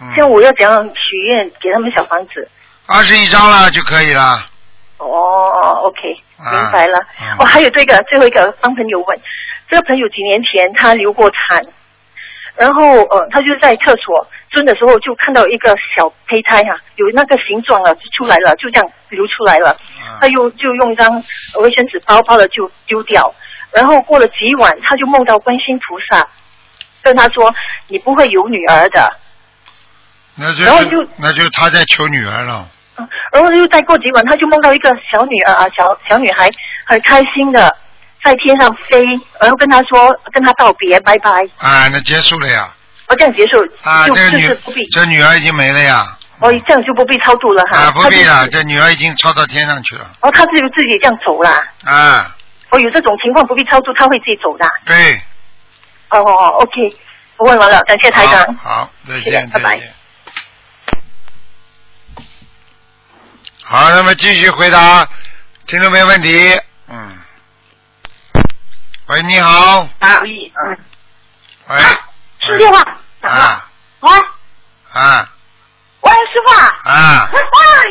Speaker 2: 嗯
Speaker 6: 像
Speaker 2: 嗯，
Speaker 6: 我要怎样许愿给他们小房子？
Speaker 2: 二十一张了就可以了。
Speaker 6: 哦，OK，
Speaker 2: 啊
Speaker 6: 明白了。
Speaker 2: 嗯
Speaker 6: 哦，还有这个最后一个帮朋友问，这个朋友几年前他流过产，然后呃，他就在厕所蹲的时候就看到一个小胚胎哈、有那个形状啊了，就出来了，就这样流出来了。
Speaker 2: 啊
Speaker 6: 他用就用一张卫生纸包包了就丢掉，然后过了几晚，他就梦到观世音菩萨跟他说：“你不会有女儿的。”
Speaker 2: 那就
Speaker 6: 然后
Speaker 2: 是
Speaker 6: 就
Speaker 2: 那就他在求女儿了，
Speaker 6: 嗯然后又再过几晚，他就梦到一个小女儿啊，小小女孩很开心的在天上飞，然后跟他说跟他道别，拜拜。
Speaker 2: 啊，那结束了呀，
Speaker 6: 哦，这样结束，
Speaker 2: 啊，
Speaker 6: 就
Speaker 2: 这个
Speaker 6: 就
Speaker 2: 女
Speaker 6: 是不必，
Speaker 2: 这女儿已经没了呀，
Speaker 6: 哦，这样就不必超度了哈。
Speaker 2: 啊，不必
Speaker 6: 他
Speaker 2: 了，
Speaker 6: 就
Speaker 2: 这女儿已经超到天上去了，
Speaker 6: 哦，他就自己这样走啦。
Speaker 2: 啊，
Speaker 6: 哦，有这种情况不必超度，他会自己走的。
Speaker 2: 对，
Speaker 6: 哦哦哦，OK，我问完了，感谢台长。
Speaker 2: 好，好再
Speaker 6: 谢谢
Speaker 2: 见，
Speaker 6: 拜
Speaker 2: 再
Speaker 6: 拜
Speaker 2: 见。好，那么继续回答听众朋友问题。嗯。喂，你好。啊
Speaker 8: 啊，
Speaker 2: 嗯喂。
Speaker 8: 是电话。
Speaker 2: 喂。啊
Speaker 8: 喂，
Speaker 2: 啊
Speaker 8: 喂，师傅啊，
Speaker 2: 啊
Speaker 8: 哇，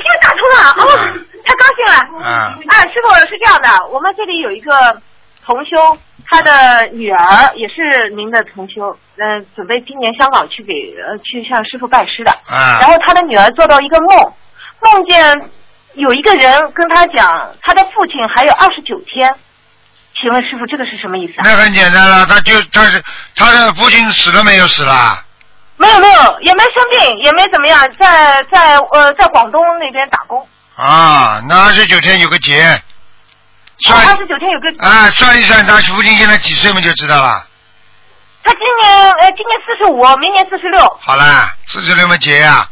Speaker 8: 又打通了，哦
Speaker 2: 嗯，
Speaker 8: 太高兴了。
Speaker 2: 啊！
Speaker 8: 哎，师傅是这样的，我们这里有一个同修，他的女儿也是您的同修，嗯、准备今年香港去给呃去向师傅拜师的。
Speaker 2: 啊
Speaker 8: 然后他的女儿做到一个梦，梦见有一个人跟他讲，他的父亲还有二十九天。请问师傅，这个是什么意思啊？
Speaker 2: 那很简单了，他就他是他的父亲死了没有死啦？
Speaker 8: 没有没有，也没生病，也没怎么样，在在呃在广东那边打工。
Speaker 2: 啊，那二十九天有个节，
Speaker 8: 二
Speaker 2: 算
Speaker 8: 十九天有个，
Speaker 2: 啊算一算，他父亲现在几岁嘛就知道了。
Speaker 8: 他今年呃今年四十五，明年四十六。
Speaker 2: 好啦，四十六嘛啊节呀、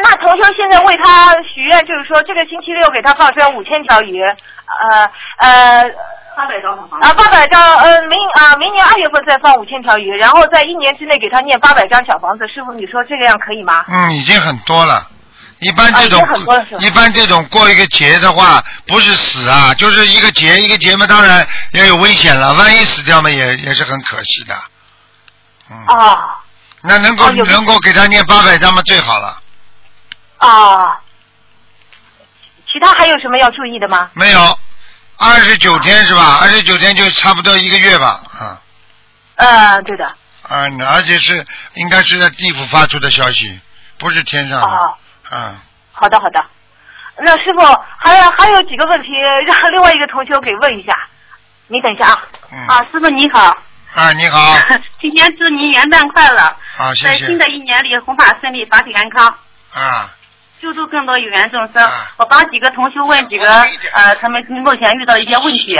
Speaker 8: 那同修现在为他许愿，就是说这个星期六给他放生五千条鱼，呃呃。八百张啊，八百张，呃，明啊、明年二月份再放五千条鱼，然后在一年之内给他念八百张小房子。师傅，你说这个样可以吗？
Speaker 2: 嗯，已经很多了。一般这种、
Speaker 8: 啊已经很多了是吧
Speaker 2: 一般这种过一个节的话，不是死啊，就是一个节一个节嘛，当然也有危险了。万一死掉嘛，也也是很可惜的。嗯，
Speaker 8: 啊
Speaker 2: 那能够、
Speaker 8: 哦有
Speaker 2: 能够给他念八百章嘛，最好了。
Speaker 8: 啊，其他还有什么要注意的吗？
Speaker 2: 没有，二十九天是吧？二十九天就差不多一个月吧。啊
Speaker 8: 呃，对的。
Speaker 2: 嗯，而且是应该是在地府发出的消息，不是天上的。
Speaker 8: 哦，
Speaker 2: 嗯，
Speaker 8: 好的好的。那师傅还有还有几个问题，让另外一个同学给问一下。你等一下啊。
Speaker 2: 嗯
Speaker 9: 啊，师傅你好，
Speaker 2: 啊，你 好，
Speaker 9: 提前祝您元旦快乐，
Speaker 2: 好，谢
Speaker 9: 在
Speaker 2: 谢。
Speaker 9: 新的一年里弘法顺利，法体安康，
Speaker 2: 啊，
Speaker 9: 救助更多有缘众生
Speaker 2: 啊。
Speaker 9: 我帮几个同修问几个呃，他们目前遇到一些问题，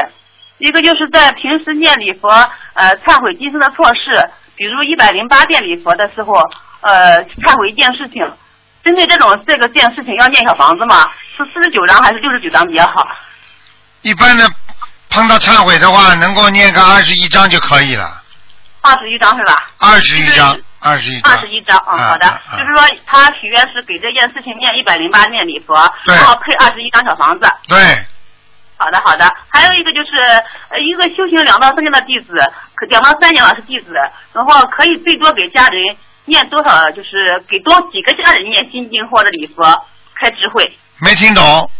Speaker 9: 一个就是在平时念礼佛呃忏悔今生的错事，比如一百零八遍礼佛的时候，呃忏悔一件事情，针对这种这个这件事情要念小房子吗？是四十九张还是六十九张比较好？
Speaker 2: 一般的碰到忏悔的话，能够念个二十一章就可以了。
Speaker 9: 二十一张是吧？
Speaker 2: 二十一章
Speaker 9: 就是，
Speaker 2: 二十一章，
Speaker 9: 嗯二十一张啊，好的，
Speaker 2: 啊啊
Speaker 9: 就是说他许愿是给这件事情念一百零八念礼佛，
Speaker 2: 对
Speaker 9: 然后配二十一张小房子。
Speaker 2: 对，
Speaker 9: 好的，好的。还有一个就是，呃，一个修行两到三年的弟子，可两到三年老师弟子，然后可以最多给家人念多少，就是给多几个家人念心经或者礼佛开智慧。啊
Speaker 2: 没听懂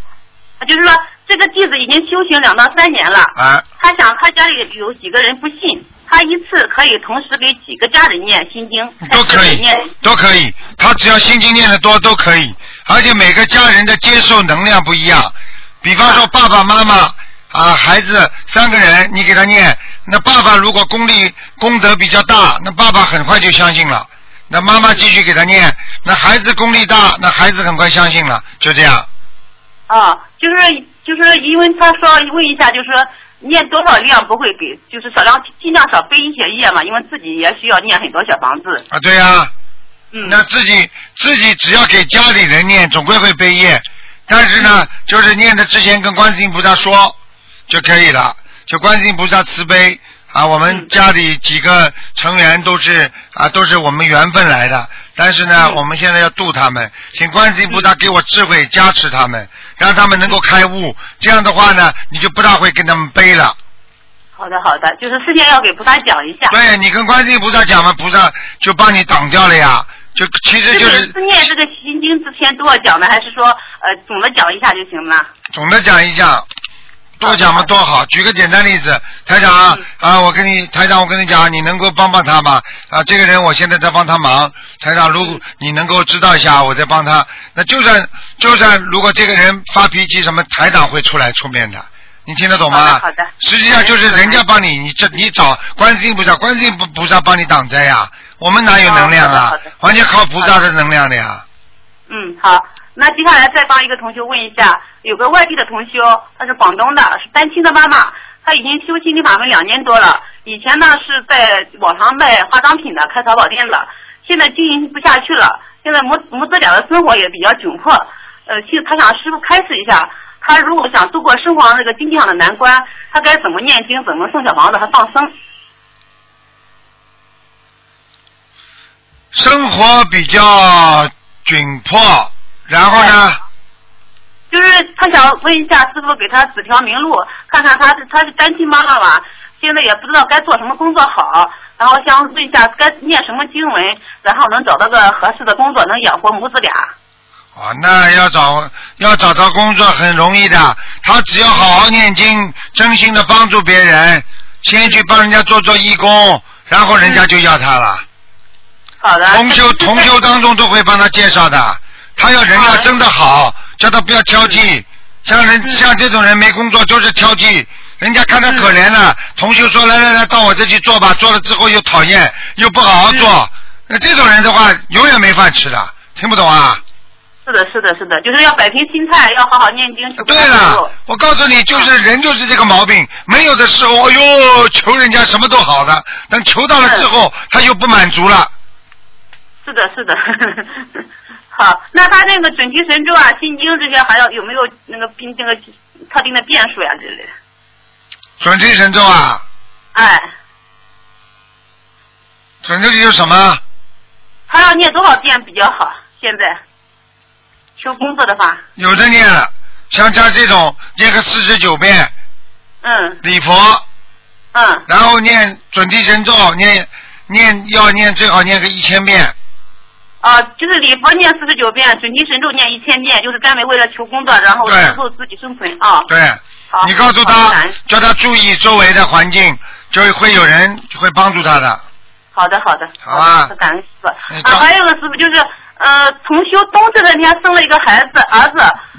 Speaker 9: 就是说，这个弟子已经修行两到三年了，
Speaker 2: 啊？
Speaker 9: 他想他家里有几个人不信，他一次可以同时给几个家人念心经，
Speaker 2: 都可
Speaker 9: 开智慧
Speaker 2: 以
Speaker 9: 念，
Speaker 2: 都可以。他只要心经念的多都可以，而且每个家人的接受能量不一样。比方说爸爸妈妈啊，孩子三个人，你给他念，那爸爸如果功力功德比较大，那爸爸很快就相信了。那妈妈继续给他念，那孩子功力大，那孩子很快相信了，就这样。
Speaker 9: 啊，就是就是因为他说问一下，就是说念多少量不会给，就是少量尽量少背一些页嘛，因为自己也需要念很多小房子。
Speaker 2: 啊，对呀、
Speaker 9: 嗯，
Speaker 2: 那自己自己只要给家里人念，总归会背业。但是呢，就是念的之前跟观世音菩萨说就可以了，就观世音菩萨慈悲啊，我们家里几个成员都是啊，都是我们缘分来的。但是呢，我们现在要度他们，请观世音菩萨给我智慧加持他们，让他们能够开悟。这样的话呢，你就不大会跟他们背了。
Speaker 9: 好的，好的，就是事先要给菩萨讲一下。
Speaker 2: 对你跟观世音菩萨讲嘛，菩萨就帮你挡掉了呀。就其实就是是
Speaker 9: 不是念这个心经之前都要讲呢，还是说呃总的讲一下就行了？
Speaker 2: 总的讲一讲，多讲嘛多好。举个简单例子，台长啊，
Speaker 9: 嗯
Speaker 2: 啊我跟你台长，我跟你讲，啊你能够帮帮他吗？啊，这个人我现在在帮他忙，台长，如果你能够知道一下，我在帮他。那就算就算如果这个人发脾气什么，台长会出来出面的。你听得懂吗？
Speaker 9: 好的好嗯的
Speaker 2: 实际上就是人家帮你，你这你找观世音菩萨，观世音菩菩萨帮你挡灾呀。我们哪有能量
Speaker 9: 哦好
Speaker 2: 啊
Speaker 9: 的好的？
Speaker 2: 完全靠菩萨的能量的呀。
Speaker 9: 嗯，好。那接下来再帮一个同学问一下，有个外地的同修，他是广东的，是单亲的妈妈，她已经修心灵法门两年多了，以前呢是在网上卖化妆品的，开淘宝店的，现在经营不下去了，现在母母子俩的生活也比较窘迫，呃，其实他想师傅开示一下，他如果想度过生活上这个经济上的难关，他该怎么念经，怎么送小房子和放生？
Speaker 2: 生活比较窘迫，然后呢？
Speaker 9: 就是他想问一下师傅给他指条明路，看看他是他是单亲妈妈吧，现在也不知道该做什么工作好，然后想问一下该念什么经文，然后能找到个合适的工作，能养活母子俩。
Speaker 2: 啊，那要找要找到工作很容易的，他只要好好念经，真心的帮助别人，先去帮人家做做义工，然后人家就要他了。
Speaker 9: 好的。
Speaker 2: 同修同修当中都会帮他介绍的，他要人要真的嗯好，叫他不要挑剔。像人像这种人没工作就是挑剔，人家看他可怜了，同修说来来来到我这去做吧，做了之后又讨厌，又不好好做，那这种人的话永远没饭吃的，听不懂啊？
Speaker 9: 是的，是的，是的，就是要摆平心态，要好好念经。
Speaker 2: 对了，我告诉你，就是人就是这个毛病，没有的时候，哎呦，求人家什么都好的，等求到了之后，他又不满足了。
Speaker 9: 是的，是的。 好，那他那个准提神咒啊、心经这些，还要有没有那个并那个特定的变数呀、之类的？
Speaker 2: 准提神咒啊，
Speaker 9: 哎，
Speaker 2: 准提神咒什么？
Speaker 9: 他要念多少遍比较好？现在求工作的话，
Speaker 2: 有的念了，像他这种念个四十九遍
Speaker 9: 嗯
Speaker 2: 礼佛，
Speaker 9: 嗯，
Speaker 2: 然后念准提神咒，念念要念最好念个一千遍。
Speaker 9: 啊，就是礼佛念四十九遍，准提神咒念一千遍，就是专门为了求工作，然后
Speaker 2: 对
Speaker 9: 之后自己生存啊。
Speaker 2: 对，
Speaker 9: 好
Speaker 2: 你告诉
Speaker 9: 好的
Speaker 2: 他
Speaker 9: 感恩，
Speaker 2: 叫他注意周围的环境，就会有人会帮助他 的。
Speaker 9: 好的，好的，
Speaker 2: 好吧
Speaker 9: 的感恩师傅。
Speaker 2: 哎
Speaker 9: 啊，
Speaker 2: 张
Speaker 9: 还有个师傅就是，呃，同修冬至那天生了一个孩子儿子，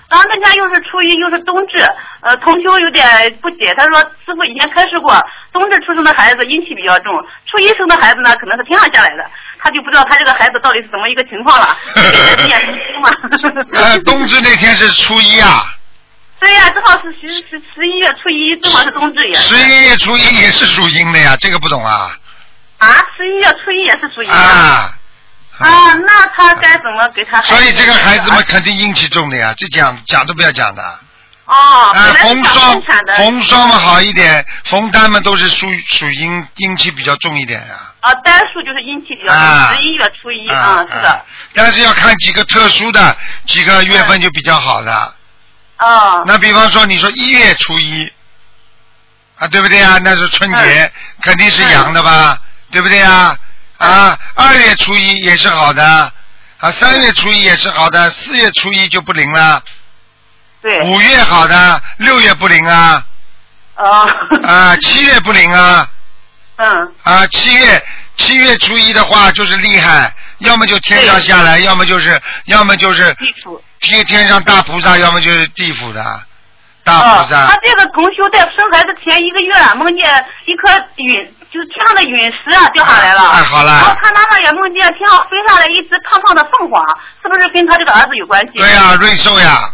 Speaker 9: 然后那天又是初一又是冬至，呃，同修有点不解，他说师傅以前开示过，冬至出生的孩子阴气比较重，初一生的孩子呢可能是天上下来的，他就不知道他这个孩子到底是怎么一个情况了，就给他念 童书嘛。
Speaker 2: 呃，冬至那天是初一啊。
Speaker 9: 对呀、正好是十十十一月初一，正好是冬至也
Speaker 2: 十一月初一也是属阴的呀，这个不懂啊
Speaker 9: 啊，十一月初一也是属阴的嗯
Speaker 2: 啊！
Speaker 9: 啊，那他该怎么给他孩子？
Speaker 2: 所以这个孩子们肯定阴气重的呀，这讲讲都不要讲的。
Speaker 9: 哦，
Speaker 2: 啊，
Speaker 9: 本来是
Speaker 2: 红
Speaker 9: 想
Speaker 2: 双
Speaker 9: 生产的，
Speaker 2: 红双嘛好一点，红单嘛都是属属阴，阴气比较重一点呀。
Speaker 9: 啊，单数就是阴气比较
Speaker 2: 啊
Speaker 9: 重，十一月初一啊，是的
Speaker 2: 啊，但是要看几个特殊的几个月
Speaker 9: 嗯
Speaker 2: 份就比较好的。
Speaker 9: 啊，
Speaker 2: 那比方说你说一月初一，啊对不对啊？那是春
Speaker 9: 嗯
Speaker 2: 节，肯定是阳的吧？对不对啊？啊，二月初一也是好的，啊三月初一也是好的，四月初一就不灵了，
Speaker 9: 对，
Speaker 2: 五月好的，六月不灵啊，
Speaker 9: 啊，
Speaker 2: 啊七月不灵啊，
Speaker 9: 嗯，
Speaker 2: 啊七月七月初一的话就是厉害，要么就天上下来，要么就是要么就是
Speaker 9: 地府。
Speaker 2: 天天上大菩萨，要么就是地府的大
Speaker 9: 啊，
Speaker 2: 菩萨。
Speaker 9: 他这个同修在生孩子前一个月啊梦见一颗陨，就是天上的陨石啊掉下来了。
Speaker 2: 哎好了
Speaker 9: 然后他妈妈也梦见天上飞上来一只胖胖的凤凰，是不是跟他这个儿子有关系？
Speaker 2: 对呀、瑞兽呀、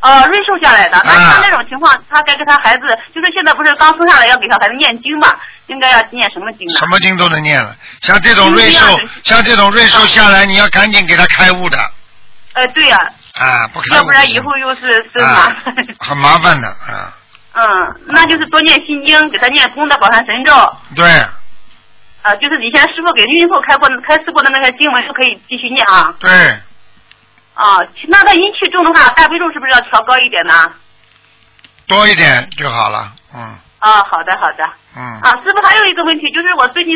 Speaker 9: 呃，瑞兽下来的，那
Speaker 2: 啊
Speaker 9: 像这种情况，他该给他孩子，就是现在不是刚生下来要给他孩子念经嘛？应该要念什么经啊呢
Speaker 2: 什？么经都能念了。像这种瑞兽
Speaker 9: 嗯对，
Speaker 2: 像这种瑞兽下来，你要赶紧给他开悟的
Speaker 9: 呃，对呀、
Speaker 2: 啊，不开悟
Speaker 9: 要不然以后又是真麻
Speaker 2: 啊
Speaker 9: 烦。
Speaker 2: 很麻烦的啊。
Speaker 9: 嗯，那就是多念心经，给他念功德宝山神咒，
Speaker 2: 对，
Speaker 9: 啊、呃，就是以前师傅给孕妇开过开示过的那个经文，就可以继续念啊。
Speaker 2: 对，
Speaker 9: 啊，那他阴气重的话，大悲咒是不是要调高一点呢？
Speaker 2: 多一点就好了。嗯
Speaker 9: 啊，好的好的。
Speaker 2: 嗯
Speaker 9: 啊，师傅还有一个问题，就是我最近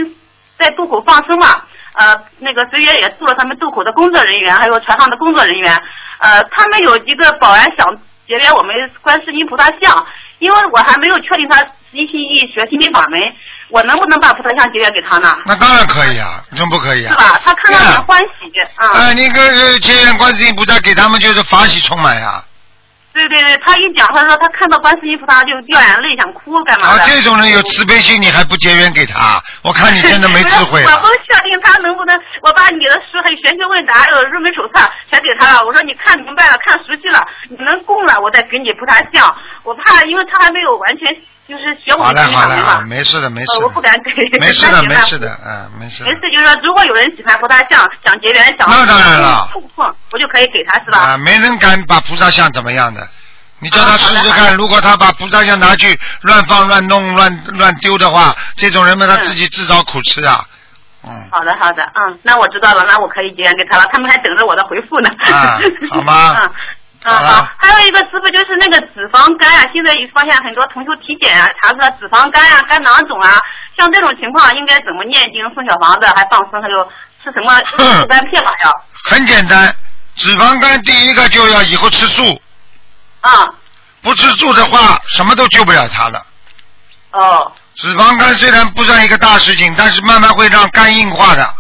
Speaker 9: 在渡口放生嘛，呃，那个随缘也做了他们渡口的工作人员，还有船上的工作人员，呃，他们有一个保安想结缘我们观世音菩萨像，因为我还没有确定他一心一意学心灵法门，我能不能把菩萨像结缘给他呢？
Speaker 2: 那当然可以啊，怎么不可以
Speaker 9: 是
Speaker 2: 啊？
Speaker 9: 吧？他看到很欢喜啊。
Speaker 2: 哎，那个结缘观世音菩萨给他们就是法喜充满呀。
Speaker 9: 对对对，他一讲，他说他看到观世音菩萨就掉眼泪，想哭干嘛
Speaker 2: 啊
Speaker 9: 的？，
Speaker 2: 这种人有慈悲心，你还不结缘给他？我看你真的没智慧
Speaker 9: 我
Speaker 2: 了
Speaker 9: 不。确定他能不能，我把你的书还有玄学问答还有入门手册全给他了。我说你看明白了，看熟悉了，你能供了，我再给你菩萨像。我怕，因为他还没有完全就是学我
Speaker 2: 好
Speaker 9: 们
Speaker 2: 了
Speaker 9: 的
Speaker 2: 好
Speaker 9: 法
Speaker 2: 了
Speaker 9: 门
Speaker 2: 啊，
Speaker 9: 嘛，
Speaker 2: 没事的没事
Speaker 9: 呃，我不
Speaker 2: 的，
Speaker 9: 敢给。
Speaker 2: 没事的没事
Speaker 9: 的。
Speaker 2: 的，嗯，没事
Speaker 9: 没
Speaker 2: 的。
Speaker 9: 事，就是说，如果有人喜欢菩萨像，想结缘，想
Speaker 2: 那当然了
Speaker 9: 碰碰，我就可以给他，是吧？
Speaker 2: 啊，没人敢把菩萨像怎么样的。你叫他
Speaker 9: 啊
Speaker 2: 试
Speaker 9: 好的
Speaker 2: 试
Speaker 9: 好
Speaker 2: 看，如果他把菩萨像拿去乱放、乱弄、乱乱丢的话，这种人们
Speaker 9: 嗯
Speaker 2: 他自己自找苦吃啊。嗯
Speaker 9: 好的，好的，嗯，那我知道了，那我可以结缘给他了，他们还等着我的回复呢。
Speaker 2: 啊好吗
Speaker 9: 嗯。嗯，
Speaker 2: 好了
Speaker 9: 好。还有一个师傅就是那个脂肪肝啊，现在也发现很多同修体检啊，查出来脂肪肝啊、肝囊肿啊，像这种情况应该怎么念经、送小房子，还放生，还有吃 什么护肝片吧要？
Speaker 2: 很简单，脂肪肝第一个就要以后吃素，
Speaker 9: 啊，
Speaker 2: 不吃素的话，什么都救不了他了。
Speaker 9: 哦，
Speaker 2: 脂肪肝虽然不算一个大事情，但是慢慢会让肝硬化的，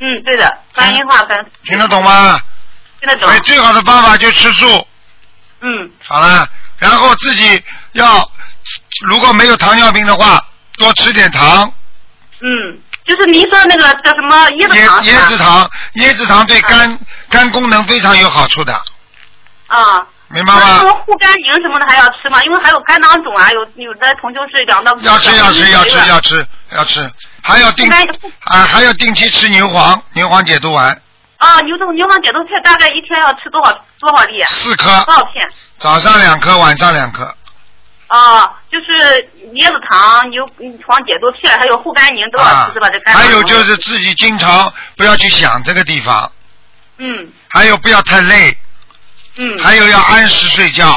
Speaker 9: 嗯，对的，肝硬化肝，
Speaker 2: 听得懂吗？
Speaker 9: 听得懂
Speaker 2: 所以？最好的方法就吃素。
Speaker 9: 嗯，
Speaker 2: 好了，然后自己要如果没有糖尿病的话，多吃点糖，
Speaker 9: 嗯，就是您说的那个叫什么啊椰子
Speaker 2: 椰
Speaker 9: 糖是吧
Speaker 2: 椰子糖，椰子糖对肝肝功能非常有好处的，
Speaker 9: 啊。
Speaker 2: 明白
Speaker 9: 那
Speaker 2: 吗？
Speaker 9: 说护肝灵什么的还要吃吗？因为还有肝囊肿啊，有有的同修是两到
Speaker 2: 要吃要吃要吃要吃要吃，还要定
Speaker 9: 应该
Speaker 2: 啊还要定期吃牛黄，牛黄解毒丸
Speaker 9: 啊，牛头牛黄解毒片大概一天要吃多少多少粒啊？
Speaker 2: 四颗
Speaker 9: 多，少片？
Speaker 2: 早上两颗，晚上两颗
Speaker 9: 啊，就是椰子糖、牛嗯黄解毒片，还有护肝宁都要
Speaker 2: 啊
Speaker 9: 吃是吧？这，肝囊
Speaker 2: 还
Speaker 9: 肿
Speaker 2: 有就是自己经常不要去想这个地方，
Speaker 9: 嗯
Speaker 2: 还有不要太累，
Speaker 9: 嗯，
Speaker 2: 还有要按时睡觉，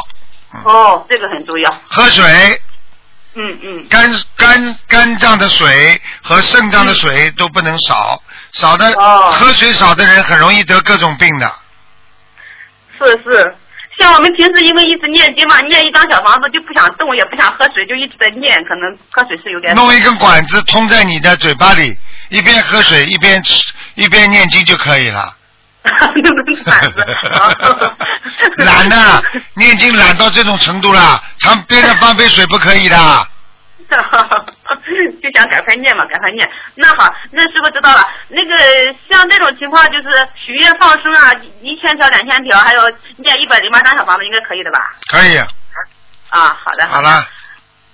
Speaker 9: 哦，这个很重要。
Speaker 2: 喝水。
Speaker 9: 嗯嗯
Speaker 2: 肝肝肝脏的水和肾脏的水都不能少，少的、
Speaker 9: 哦
Speaker 2: 喝水少的人很容易得各种病的。
Speaker 9: 是是。像我们平时因为一直念经嘛，念一张小房子就不想动，也不想喝水，就一直在念，可能喝水是有点。
Speaker 2: 弄一根管子通在你的嘴巴里，一边喝水一边吃一边念经就可以了。
Speaker 9: 那么懒子，哦
Speaker 2: 懒的，念经懒到这种程度了，常边上放杯水不可以的。
Speaker 9: 就想赶快念嘛，赶快念。那好，那师傅知道了。那个像这种情况，就是许愿放生啊，一千条、两千条，还有念一百零八张小房子，应该可以的吧？
Speaker 2: 可以，
Speaker 9: 啊，好的，
Speaker 2: 好
Speaker 9: 的。
Speaker 2: 了，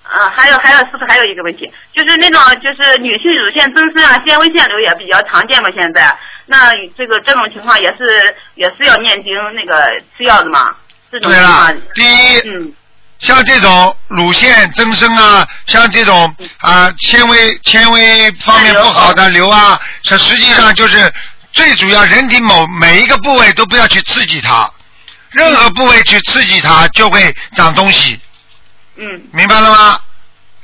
Speaker 9: 啊，还有还有，是不是还有一个问题？就是那种就是女性乳腺增生啊、纤维腺瘤也比较常见嘛，现在。那这个这种情况也是也是要念经那个吃药的嘛？这种
Speaker 2: 对
Speaker 9: 情
Speaker 2: 了
Speaker 9: 况，，
Speaker 2: 第一，
Speaker 9: 嗯
Speaker 2: 像这种乳腺增生啊，像这种啊纤维纤维方面不好的瘤啊，这实际上就是最主要，人体某每一个部位都不要去刺激它，任何部位去刺激它就会长东西，
Speaker 9: 嗯，
Speaker 2: 明白了吗？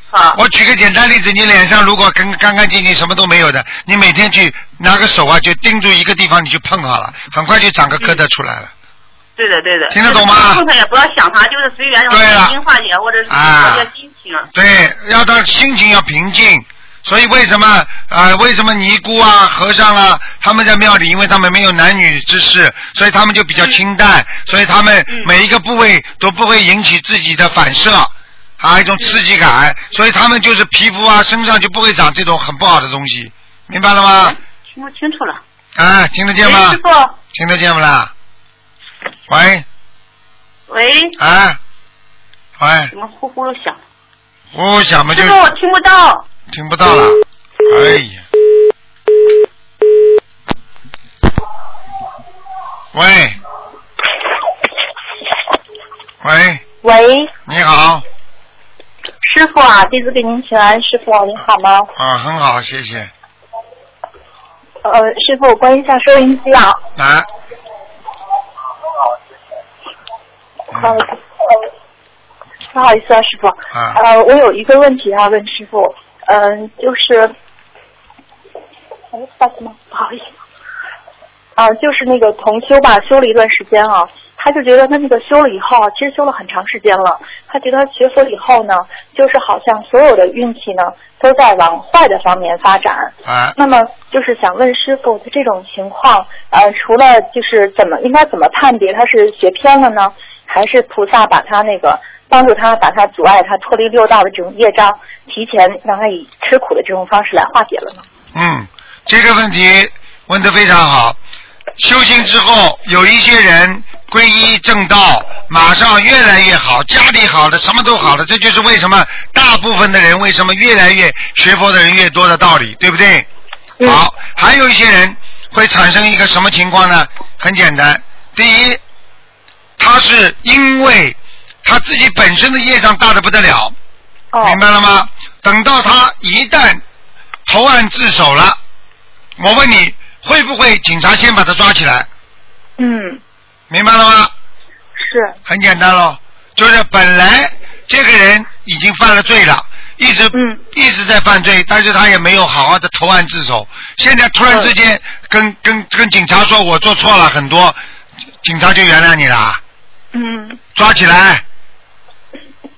Speaker 9: 好。
Speaker 2: 我举个简单例子，你脸上如果干干干净净什么都没有的，你每天去拿个手啊，就盯住一个地方，你去碰它了，很快就长个疙瘩出来了。
Speaker 9: 对的，对的。
Speaker 2: 听得懂吗
Speaker 9: 就是碰它也不要想它，就是随缘，然后
Speaker 2: 对了
Speaker 9: 心化解或者是
Speaker 2: 啊
Speaker 9: 调节心情。
Speaker 2: 对，要他心情要平静。所以为什么啊、呃为什么尼姑啊、和尚啊，他们在庙里，因为他们没有男女之事，所以他们就比较清淡，所以他们
Speaker 9: 嗯
Speaker 2: 每一个部位都不会引起自己的反射啊，一种刺激
Speaker 9: 嗯
Speaker 2: 感，所以他们就是皮肤啊、身上就不会长这种很不好的东西，明白了吗？
Speaker 9: 听不清楚了。
Speaker 2: 啊，听得见吗
Speaker 9: 喂，师？傅，
Speaker 2: 听得见不啦？喂，
Speaker 9: 喂，
Speaker 2: 啊，喂，
Speaker 9: 怎么呼呼的响？
Speaker 2: 我想嘛就
Speaker 9: 师傅，我听不到。
Speaker 2: 听不到了，哎呀！喂，喂，
Speaker 8: 喂，
Speaker 2: 你好，
Speaker 8: 师傅啊，弟子给您请安，师傅您好吗？
Speaker 2: 啊，很好，谢谢。
Speaker 10: 呃，师傅，我关一下收音机啊。
Speaker 2: 啊，
Speaker 10: 呃，不好意思啊，师傅。
Speaker 2: 啊
Speaker 10: 呃，我有一个问题啊，问师傅。嗯、就是，哎，大姐吗？不好意思。啊、就是那个同修吧，修了一段时间啊，他就觉得他那个修了以后啊，其实修了很长时间了，他觉得他学佛以后呢，就是好像所有的运气呢都在往坏的方面发展。
Speaker 2: 啊，
Speaker 10: 那么就是想问师傅，他这种情况，呃，除了就是怎么应该怎么判别他是学偏了呢，还是菩萨把他那个帮助他把他阻碍他脱离六道的这种业障，提前让他以吃苦的这种方式来化解了呢？
Speaker 2: 嗯，这个问题问得非常好。修行之后，有一些人皈依正道，马上越来越好，家里好了，什么都好了，这就是为什么大部分的人为什么越来越学佛的人越多的道理，对不对？好，还有一些人会产生一个什么情况呢？很简单，第一，他是因为他自己本身的业障大的不得了，明白了吗？等到他一旦投案自首了，我问你，会不会警察先把他抓起来？
Speaker 10: 嗯，
Speaker 2: 明白了吗？
Speaker 10: 是。
Speaker 2: 很简单喽，就是本来这个人已经犯了罪了，一直、一直在犯罪，但是他也没有好好的投案自首。现在突然之间跟、跟跟警察说我做错了很多，警察就原谅你了，
Speaker 10: 嗯
Speaker 2: 抓起来，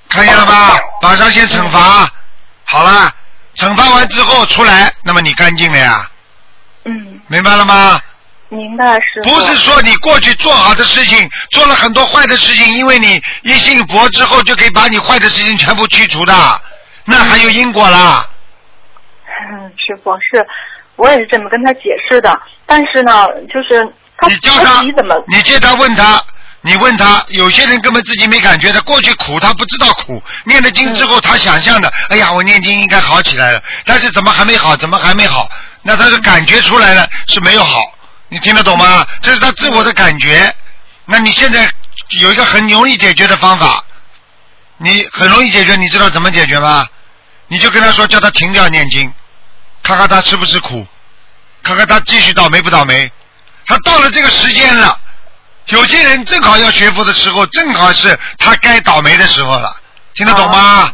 Speaker 2: 看见了吧？马上先惩罚，好了，惩罚完之后出来，那么你干净了呀，
Speaker 10: 嗯，
Speaker 2: 明白了吗？
Speaker 10: 明白师傅。
Speaker 2: 不是说你过去做好的事情，做了很多坏的事情，因为你一信佛之后就可以把你坏的事情全部去除的，那还有因果啦。
Speaker 10: 嗯师傅是，我也是这么跟他解释的，但是呢，就是他
Speaker 2: 你教他
Speaker 10: 自己怎么
Speaker 2: 你接他问他，你问他，有些人根本自己没感觉的，过去苦他不知道苦，念了经之后
Speaker 10: 嗯
Speaker 2: 他想象的，哎呀，我念经应该好起来了，但是怎么还没好，怎么还没好？那他是感觉出来了是没有好，你听得懂吗？这是他自我的感觉。那你现在有一个很容易解决的方法，你很容易解决，你知道怎么解决吗？你就跟他说，叫他停掉念经，看看他吃不吃苦，看看他继续倒霉不倒霉。他到了这个时间了，有些人正好要学佛的时候，正好是他该倒霉的时候了，听得懂吗？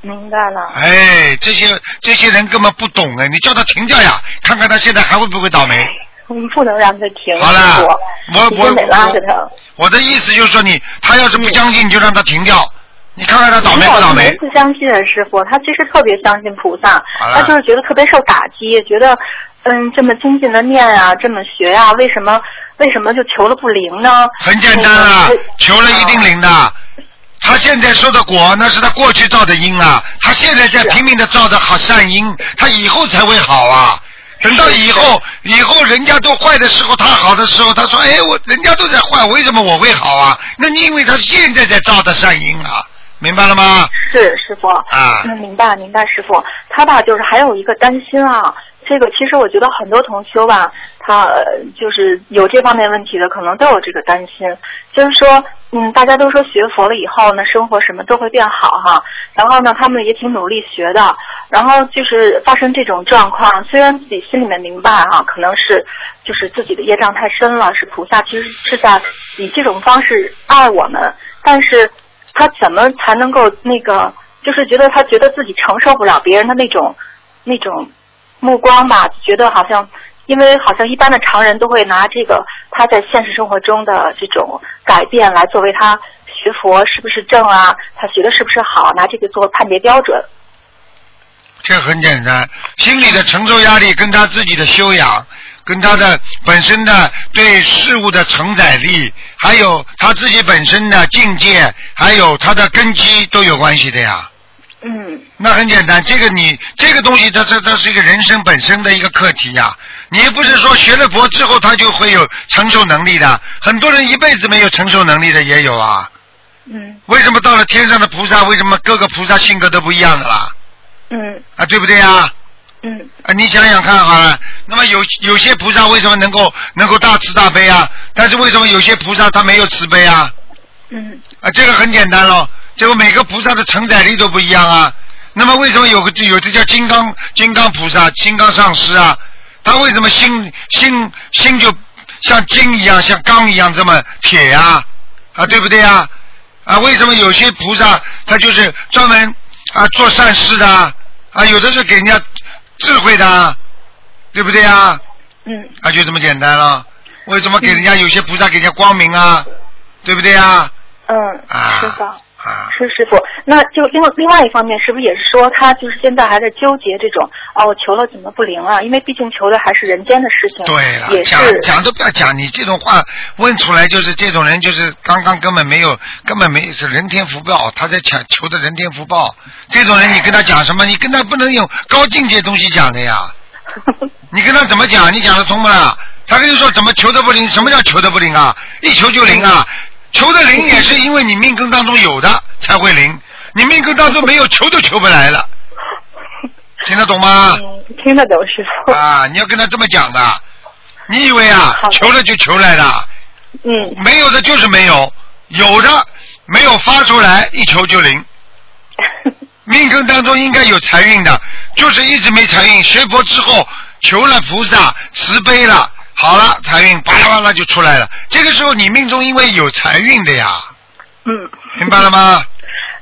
Speaker 10: 明白了？
Speaker 2: 哎，这些这些人根本不懂哎，你叫他停掉呀，看看他现在还会不会倒霉。
Speaker 10: 我们嗯不能让他停。
Speaker 2: 好
Speaker 10: 师
Speaker 2: 了
Speaker 10: 傅，
Speaker 2: 我
Speaker 10: 你
Speaker 2: 我
Speaker 10: 真得拉着他。嗯
Speaker 2: 我的意思就是说你，他要是不相信，你就让他停掉，你看看他倒霉不倒霉。
Speaker 10: 不相信啊师傅，他其实特别相信菩萨，
Speaker 2: 好了
Speaker 10: 他就是觉得特别受打击，觉得嗯，这么精进的念啊，这么学啊，为什么为什么就求了不灵呢？
Speaker 2: 很简单啊，
Speaker 10: 嗯
Speaker 2: 求了一定灵的。他现在收的果，那是他过去造的因啊。他现在在拼命的造的好善因，他以后才会好啊。等到以后，以后人家都坏的时候，他好的时候，他说：“哎，我人家都在坏，为什么我会好啊？”那你因为他现在在造的善因啊，明白了吗？
Speaker 10: 是师傅
Speaker 2: 啊
Speaker 10: 嗯，明白明白，师傅，他吧就是还有一个担心啊，这个其实我觉得很多同修吧，他呃就是有这方面问题的，可能都有这个担心，就是说，嗯，大家都说学佛了以后呢，生活什么都会变好哈，然后呢，他们也挺努力学的，然后就是发生这种状况，虽然自己心里面明白啊，可能是就是自己的业障太深了，是菩萨其实是在以这种方式爱我们，但是他怎么才能够那个，就是觉得他觉得自己承受不了别人的那种那种目光吧，觉得好像。因为好像一般的常人都会拿这个他在现实生活中的这种改变来作为他学佛是不是正啊，他学的是不是好，拿这个做判别标准。
Speaker 2: 这很简单，心理的承受压力跟他自己的修养，跟他的本身的对事物的承载力，还有他自己本身的境界，还有他的根基都有关系的呀。
Speaker 10: 嗯，
Speaker 2: 那很简单，这个你这个东西它，它它是一个人生本身的一个课题呀、你又不是说学了佛之后，他就会有承受能力的。很多人一辈子没有承受能力的也有啊。
Speaker 10: 嗯
Speaker 2: 为什么到了天上的菩萨，为什么各个菩萨性格都不一样的啦？
Speaker 10: 嗯
Speaker 2: 啊，对不对啊？
Speaker 10: 嗯
Speaker 2: 啊，你想想看好了，那么有有些菩萨为什么能够能够大慈大悲啊？但是为什么有些菩萨他没有慈悲啊？
Speaker 10: 嗯
Speaker 2: 啊，这个很简单咯，这个每个菩萨的承载力都不一样啊。那么为什么有个有的叫金刚金刚菩萨、金刚上师啊？他为什么心心心就像金一样，像钢一样这么铁呀、啊？对不对呀、啊？为什么有些菩萨他就是专门啊做善事的啊？啊有的是给人家智慧的啊，对不对呀？
Speaker 10: 嗯。
Speaker 2: 啊，就这么简单了。为什么给人家有些菩萨给人家光明啊？对不对呀？
Speaker 10: 嗯，
Speaker 2: 啊
Speaker 10: 知道。
Speaker 2: 啊，
Speaker 10: 是师傅，那就另另外一方面，是不是也是说他就是现在还在纠结这种哦，我求了怎么不灵啊？因为毕竟求的还是人间的事情，
Speaker 2: 对了，
Speaker 10: 也是
Speaker 2: 讲讲都不要讲，你这种话问出来就是这种人，就是刚刚根本没有，根本没是人天福报，他在抢求的人天福报。这种人你跟他讲什么？你跟他不能用高境界东西讲的 呀。你跟他怎么讲？你讲得通不啦？他跟你说怎么求的不灵？什么叫求的不灵啊？一求就灵
Speaker 10: 嗯
Speaker 2: 啊！求的灵也是因为你命根当中有的才会灵，你命根当中没有，求都求不来 了。听得懂吗？
Speaker 10: 嗯听得懂师傅。
Speaker 2: 啊，你要跟他这么讲的，你以为啊，求了就求来了，
Speaker 10: 嗯，
Speaker 2: 没有的就是没有，有的没有发出来，一求就灵。命根当中应该有财运的，就是一直没财运。学佛之后求了菩萨慈悲了，好了，财运巴拉巴拉就出来了。这个时候你命中因为有财运的呀，
Speaker 10: 嗯，
Speaker 2: 明白了吗？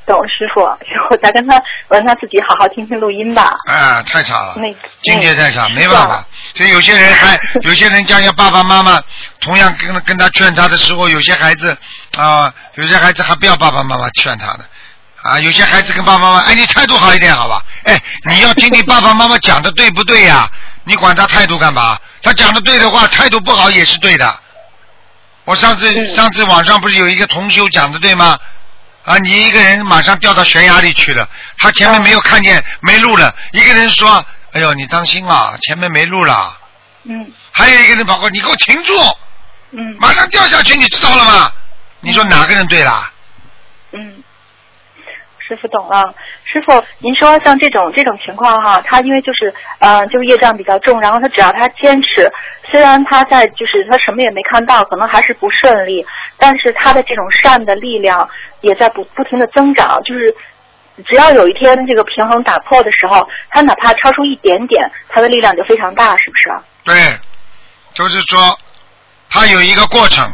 Speaker 10: 懂师傅，我再跟他，我让他自己好好听听录音吧。
Speaker 2: 啊，太差了。
Speaker 10: 那个
Speaker 2: 境界太差，
Speaker 10: 嗯
Speaker 2: 没办法。所以有些人还，有些人家家爸爸妈妈同样跟跟他劝他的时候，有些孩子啊、有些孩子还不要爸爸妈妈劝他的。啊，有些孩子跟爸爸妈妈，哎，你态度好一点，好吧？哎，你要听听爸爸妈妈讲的对不对呀、你管他态度干嘛？他讲的对的话，态度不好也是对的。我上次、上次网上不是有一个同修讲的对吗？啊，你一个人马上掉到悬崖里去了，他前面没有看见没路了，一个人说：“哎呦，你当心啊，前面没路了。”
Speaker 10: 嗯
Speaker 2: 还有一个人跑过来，你给我停住，
Speaker 10: 嗯
Speaker 2: 马上掉下去，你知道了吗？你说哪个人对啦？
Speaker 10: 嗯，师傅懂了。师傅，您说像这种这种情况哈，他因为就是呃，就是业障比较重，然后他只要他坚持，虽然他在就是他什么也没看到，可能还是不顺利，但是他的这种善的力量也在不不停的增长，就是。只要有一天这个平衡打破的时候，他哪怕超出一点点，他的力量就非常大，是不啊是？
Speaker 2: 对，就是说，他有一个过程，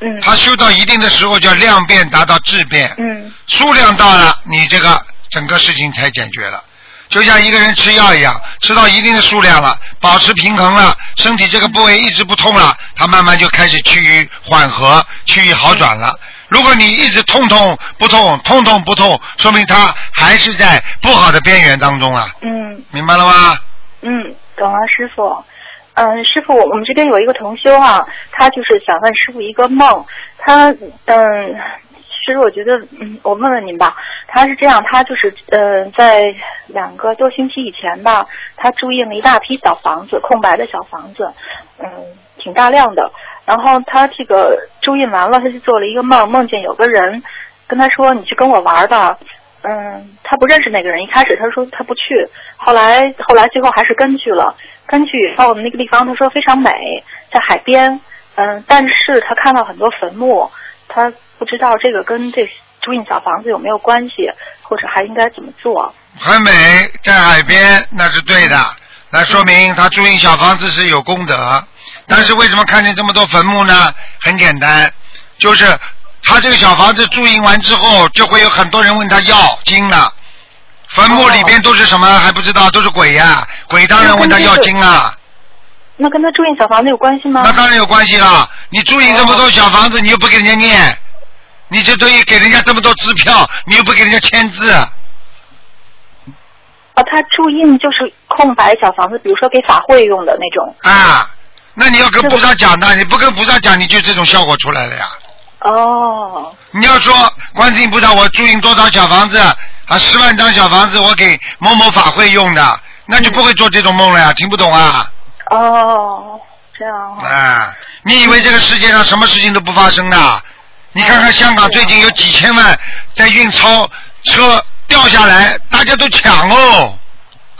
Speaker 10: 嗯
Speaker 2: 他修到一定的时候叫量变达到质变，
Speaker 10: 嗯
Speaker 2: 数量到了，你这个整个事情才解决了。就像一个人吃药一样，吃到一定的数量了，保持平衡了，身体这个部位一直不痛了，它慢慢就开始趋于缓和，趋于好转了。如果你一直痛痛不痛，痛痛不痛，说明它还是在不好的边缘当中啊，
Speaker 10: 嗯。
Speaker 2: 明白了吗？
Speaker 10: 嗯，懂了，师傅。嗯，师傅，我我们这边有一个同修啊，他就是想问师傅一个梦。他嗯，其实我觉得，嗯，我问问您吧。他是这样，他就是呃，在两个多星期以前吧，他住进了一大批小房子，空白的小房子，嗯，挺大量的。然后他这个住进完了，他就做了一个梦，梦见有个人跟他说：“你去跟我玩吧。”嗯，他不认识那个人，一开始他说他不去，后来后来最后还是跟去了，跟去以后那个地方他说非常美，在海边，嗯，但是他看到很多坟墓，他不知道这个跟这租赁小房子有没有关系，或者还应该怎么做？
Speaker 2: 很美，在海边那是对的，那说明他住进小房子是有功德。但是为什么看见这么多坟墓呢？很简单，就是他这个小房子住进完之后，就会有很多人问他要经了。坟墓里边都是什么还不知道，都是鬼呀、鬼当然问他要经啊，
Speaker 10: 那跟他住赁小房子有关系吗？
Speaker 2: 那当然有关系了。你住进这么多小房子，你又不给人家念，你这等于给人家这么多支票，你又不给人家签字。
Speaker 10: 哦，他住印就是空白小房子，比如说给法会用的那种。
Speaker 2: 啊，那你要跟菩萨讲的，你不跟菩萨讲，你就这种效果出来了呀。
Speaker 10: 哦，
Speaker 2: 你要说观世音菩萨，我住进多少小房子啊？十万张小房子，我给某某法会用的，那就不会做这种梦了呀。听不懂啊？
Speaker 10: 哦，这样啊。
Speaker 2: 啊，你以为这个世界上什么事情都不发生的？你看看香港最近有几千万在运钞车掉下来，大家都抢哦。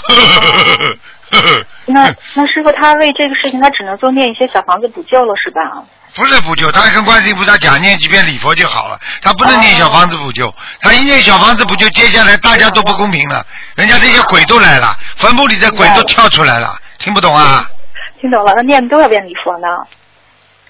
Speaker 2: 呵呵呵呵呵呵。
Speaker 10: 那那师傅他为这个事情，他只能做念一些小房子补救了，是吧？
Speaker 2: 不是补救，他跟观世音菩萨讲念几遍礼佛就好了，他不能念小房子补救，他一念小房子补救，接下来大家都不公平了，人家这些鬼都来了，坟墓里的鬼都跳出来了，听不懂啊？
Speaker 10: 听懂了，要念多少遍礼佛呢？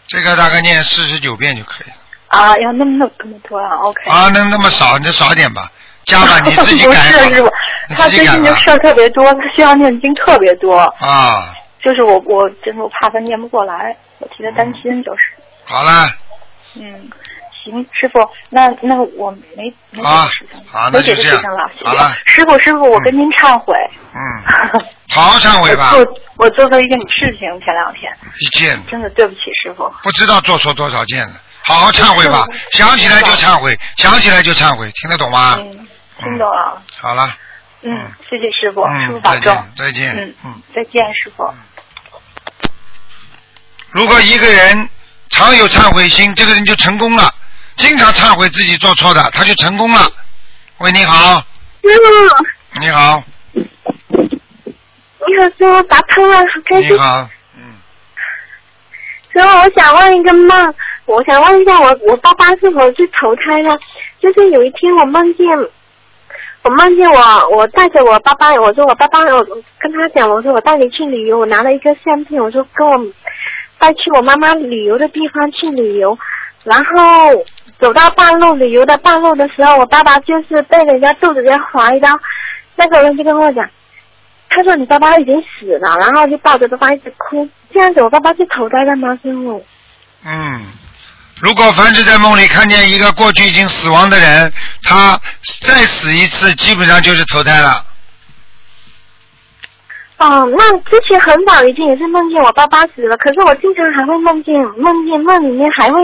Speaker 2: 这个大概念四十九遍就可以了。
Speaker 10: 啊，要那么那么那么多啊？OK。
Speaker 2: 啊，能那么少你就少点吧，加吧，你自己
Speaker 10: 不
Speaker 2: 改
Speaker 10: 是师
Speaker 2: 吧。
Speaker 10: 傅，
Speaker 2: 你
Speaker 10: 他
Speaker 2: 自己
Speaker 10: 最
Speaker 2: 改
Speaker 10: 近
Speaker 2: 吧
Speaker 10: 的事儿特别多，他需要念经特别多，
Speaker 2: 啊，
Speaker 10: 就是我我真是我怕他念不过来，我替他担心就是。
Speaker 2: 好了，
Speaker 10: 嗯，行，师傅，那那我没没
Speaker 2: 啊
Speaker 10: 解释上，
Speaker 2: 好，那
Speaker 10: 没
Speaker 2: 就
Speaker 10: 解释
Speaker 2: 这
Speaker 10: 事
Speaker 2: 样
Speaker 10: 情了，，谢
Speaker 2: 好
Speaker 10: 谢
Speaker 2: 了，
Speaker 10: 师傅，师傅，我跟您忏悔，
Speaker 2: 嗯，好好忏悔吧
Speaker 10: 我，做我做错一件事情，前两天
Speaker 2: 一件
Speaker 10: 真的对不起师傅。
Speaker 2: 不知道做错多少件了，好好忏悔
Speaker 10: 嗯
Speaker 2: 吧，想起来就忏悔，想起来就忏悔，听得懂吗？
Speaker 10: 嗯，听懂了。
Speaker 2: 好了，
Speaker 10: 嗯
Speaker 2: 嗯，
Speaker 10: 谢谢师傅，师傅
Speaker 2: 嗯，
Speaker 10: 保
Speaker 2: 再
Speaker 10: 重。
Speaker 2: 见，再见
Speaker 10: 嗯，
Speaker 2: 嗯。
Speaker 10: 再见，师傅。
Speaker 2: 如果一个人常有忏悔心，这个人就成功了。经常忏悔自己做错的，他就成功了。喂，你好，
Speaker 8: 师傅，
Speaker 2: 你好，
Speaker 8: 你好，师傅，打通了，好开
Speaker 2: 你
Speaker 8: 心。
Speaker 2: 好，嗯
Speaker 8: 师傅，我想问一个梦，我想问一下我我爸爸是否是投胎了？就是有一天我梦见，我梦见我我带着我爸爸，我说我爸爸，我跟他讲，我说我带你去旅游，我拿了一个相片，我说跟我带去我妈妈旅游的地方去旅游，然后走到半路旅游的半路的时候，我爸爸就是被人家肚子给划一刀，那个人就跟我讲，他说你爸爸已经死了，然后就抱着爸爸一直哭，这样子我爸爸是投胎了吗？师傅？
Speaker 2: 嗯。如果凡是在梦里看见一个过去已经死亡的人，他再死一次，基本上就是投胎了。
Speaker 8: 哦，那之前很早以前也是梦见我爸爸死了，可是我经常还会梦见，梦见梦里面还会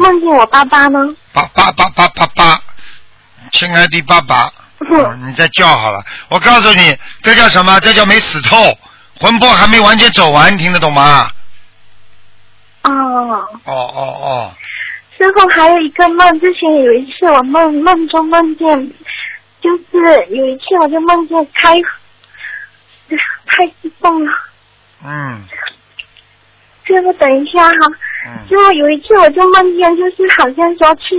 Speaker 8: 梦见我爸爸呢。
Speaker 2: 八八八八八八，亲爱的爸爸，嗯你再叫好了。我告诉你，这叫什么？这叫没死透，魂魄还没完全走完，你听得懂吗？
Speaker 8: 哦，
Speaker 2: 哦哦哦。
Speaker 8: 师傅还有一个梦，之前有一次我梦梦中梦见，就是有一次我就梦见开，太激动了。
Speaker 2: 嗯
Speaker 8: 师傅等一下哈、
Speaker 2: 嗯
Speaker 8: 师傅有一次我就梦见，就是好像说去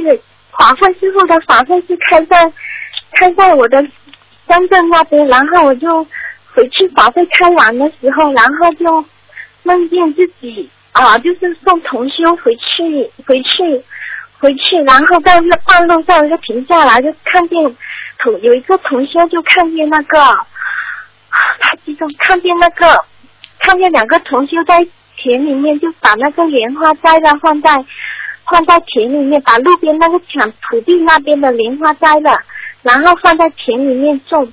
Speaker 8: 法会师傅的法会是开在开在我的乡镇那边，然后我就回去法会开完的时候，然后就梦见自己啊，就是送同修回去回去回去，然后在那半路上就停下来，就看见同有一个同修就看见那个，啊太激动，看见那个看见两个同修在田里面，就把那个莲花摘了放在放在田里面，把路边那个抢土地那边的莲花摘了，然后放在田里面种。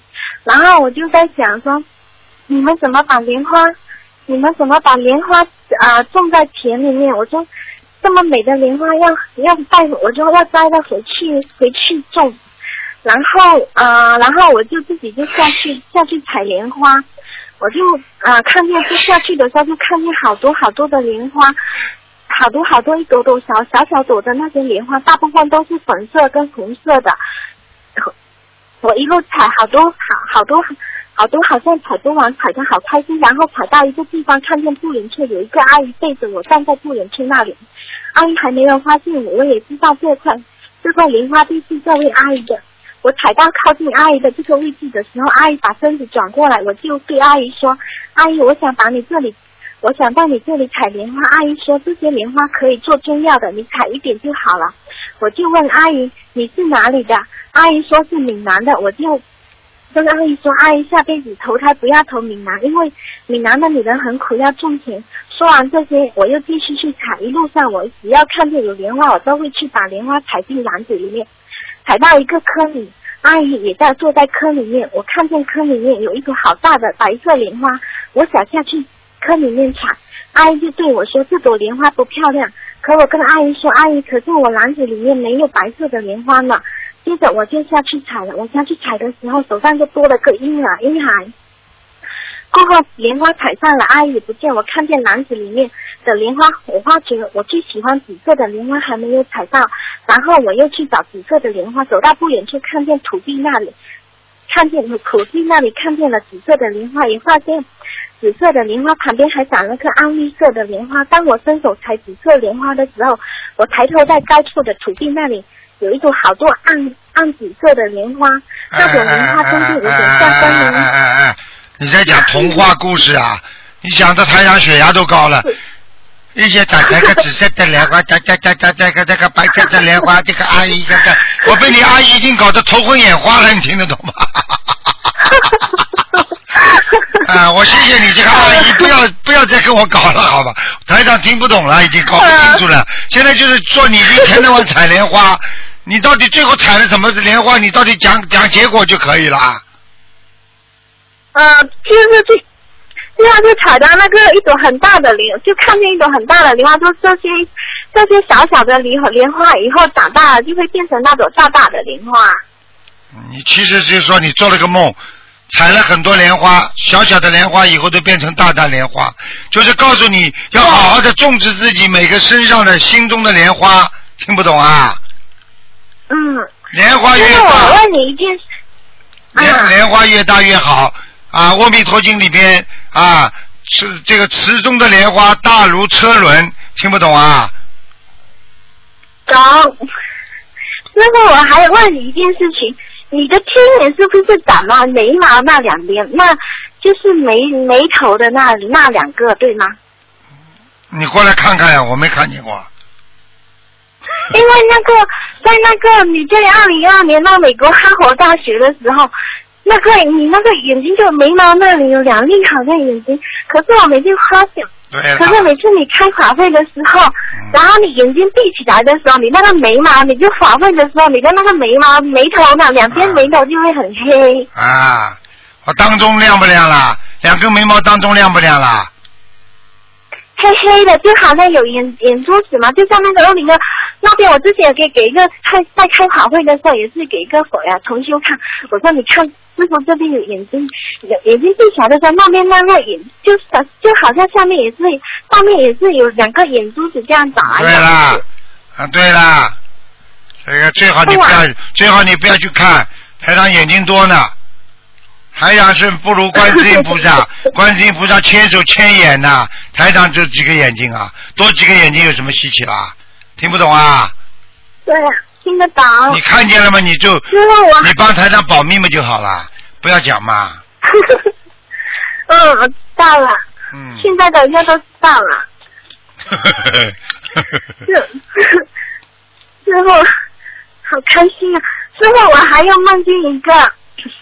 Speaker 8: 然后我就在想说，你们怎么把莲花，你们怎么把莲花啊、呃种在田里面？我说这么美的莲花要要带，我说要摘了回去回去种。然后啊、呃然后我就自己就下去下去采莲花。我就啊、呃看见就下去的时候，就看见好多好多的莲花，好多好多一朵朵小小小朵的那些莲花，大部分都是粉色跟红色的。我一路采好多好好多好多，好像采不完，采的好开心。然后采到一个地方，看见不远处有一个阿姨背着我站在不远处那里，阿姨还没有发现我，我也知道这块这块莲花地是这位阿姨的。我踩到靠近阿姨的这个位置的时候，阿姨把身子转过来，我就对阿姨说：“阿姨，我想把你这里，我想到你这里采莲花。”阿姨说：“这些莲花可以做中药的，你采一点就好了。”我就问阿姨：“你是哪里的？”阿姨说是闽南的，我就跟阿姨说：“阿姨，下辈子投胎不要投闽南，因为闽南的女人很苦，要种田。”说完这些，我又继续去采。一路上，我只要看见有莲花，我都会去把莲花采进篮子里面。踩到一个坑里，阿姨也在坐在坑里面。我看见坑里面有一朵好大的白色莲花，我想下去坑里面采。阿姨就对我说：“这朵莲花不漂亮。”可我跟阿姨说：“阿姨，可是我篮子里面没有白色的莲花呢。”接着我就下去采了。我下去采的时候，手上就多了个婴儿婴孩。过后莲花采上了，阿姨也不见。我看见篮子里面的莲花，我发觉我最喜欢紫色的莲花还没有采到，然后我又去找紫色的莲花，走到不远处看见土地那里，看见土地那里看见了紫色的莲花，也发现紫色的莲花旁边还长了棵暗绿色的莲花。当我伸手采紫色莲花的时候，我抬头在高处的土地那里有一朵好多暗暗紫色的莲花，
Speaker 2: 哎
Speaker 8: 那朵莲花中间有点像森林。
Speaker 2: 哎哎哎哎哎！你在讲童话故事啊？你想这台长血压都高了。一些打这个紫色的莲花，打打打打这个这个白色的莲花，这个阿姨这个， 我被你阿姨已经搞得头昏眼花了，你听得懂吗？ 啊，我谢谢你这个阿姨，不要不要再跟我搞了，好吧？台长听不懂了，已经搞不清楚了。现在就是说你一天到晚采莲花，你到底最后采了什么莲花？你到底讲讲结果就可以了啊。
Speaker 8: 呃，就是这，对啊，就采到那个一朵很大的莲，就看见一朵很大的莲花，说这些这些小小的莲莲花以后长大了就会变成那朵大大的莲花。
Speaker 2: 你其实就是说你做了个梦，采了很多莲花，小小的莲花以后都变成大大莲花，就是告诉你要好好的种植自己每个身上的心中的莲花，听不懂啊？
Speaker 8: 嗯。
Speaker 2: 莲花
Speaker 8: 就
Speaker 2: 越
Speaker 8: 是
Speaker 2: 大
Speaker 8: 我问你一件啊事，
Speaker 2: 莲莲花越大越好啊！《阿弥陀经》里边啊，是这个池中的莲花大如车轮，听不懂啊？
Speaker 8: 懂。师傅，我还问你一件事情，你的天眼是不是长了眉毛那两边，那就是眉眉头的那那两个，对吗？
Speaker 2: 你过来看看呀，我没看见过。
Speaker 8: 因为那个在那个你在二零二年到美国哈佛大学的时候，那个你那个眼睛就眉毛那里有两粒好像眼睛，可是我每次发现，
Speaker 2: 对
Speaker 8: 可是
Speaker 2: 了，
Speaker 8: 每次你开法会的时候，然后你眼睛闭起来的时候，你那个眉毛，你就法会的时候，你的那个眉毛眉头那两边眉头就会很黑。
Speaker 2: 啊，我当中亮不亮啦？两根眉毛当中亮不亮啦？
Speaker 8: 黑黑的，就好像有眼眼珠子嘛，就像那个欧林的那边，我之前也给给一个开在开法会的时候，也是给一个佛呀同修看，我说你看师傅这边有眼睛，眼眼睛闭起来的时候，那边那个眼就像就好像下面也是上面也是有两个眼珠子这样长
Speaker 2: 对
Speaker 8: 来的，
Speaker 2: 啦，啊对啦，这个最好你不
Speaker 8: 啊
Speaker 2: 要，最好你不要去看，台长眼睛多呢，台长是不如观世音菩 萨，观世音菩萨千手千眼呐、台长就几个眼睛啊，多几个眼睛有什么稀奇啦？听不懂啊？
Speaker 8: 对啊，听得懂。
Speaker 2: 你看见了吗？你就
Speaker 8: 师傅我
Speaker 2: 你帮台长保密嘛就好啦，不要讲嘛。
Speaker 8: 嗯，我知道了，
Speaker 2: 嗯，
Speaker 8: 现在的人家都知道了。师 师傅，好开心啊！师傅，我还要梦见一个，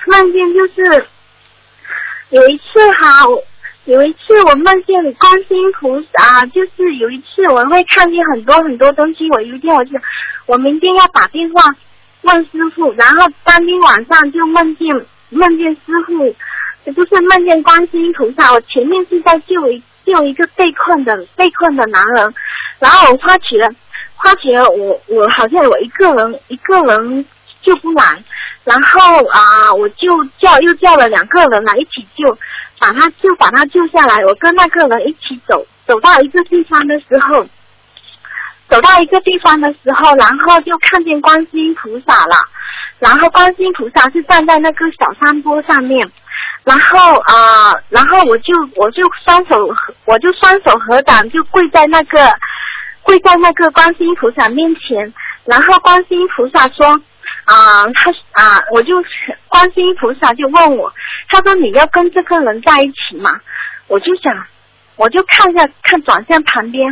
Speaker 8: 梦见就是有一次哈，我有一次我梦见观世音菩萨，就是有一次我会看见很多很多东西。我有一天我就，我明天要打电话问师傅，然后当天晚上就梦见梦见师傅。就是梦见观世音菩萨，我前面是在救一救一个被困的被困的男人，然后我发觉发觉我我好像我一个人一个人救不来，然后啊、我就叫又叫了两个人来一起救，把他就把他救下来，我跟那个人一起走走到一个地方的时候。走到一个地方的时候，然后就看见观世音菩萨了。然后观世音菩萨是站在那个小山坡上面，然后啊、呃然后我就我就双手合我就双手合掌，就跪在那个跪在那个观世音菩萨面前，然后观世音菩萨说啊、他啊、我就观世音菩萨就问我，他说你要跟这个人在一起嘛？我就想，我就看一下看转向旁边，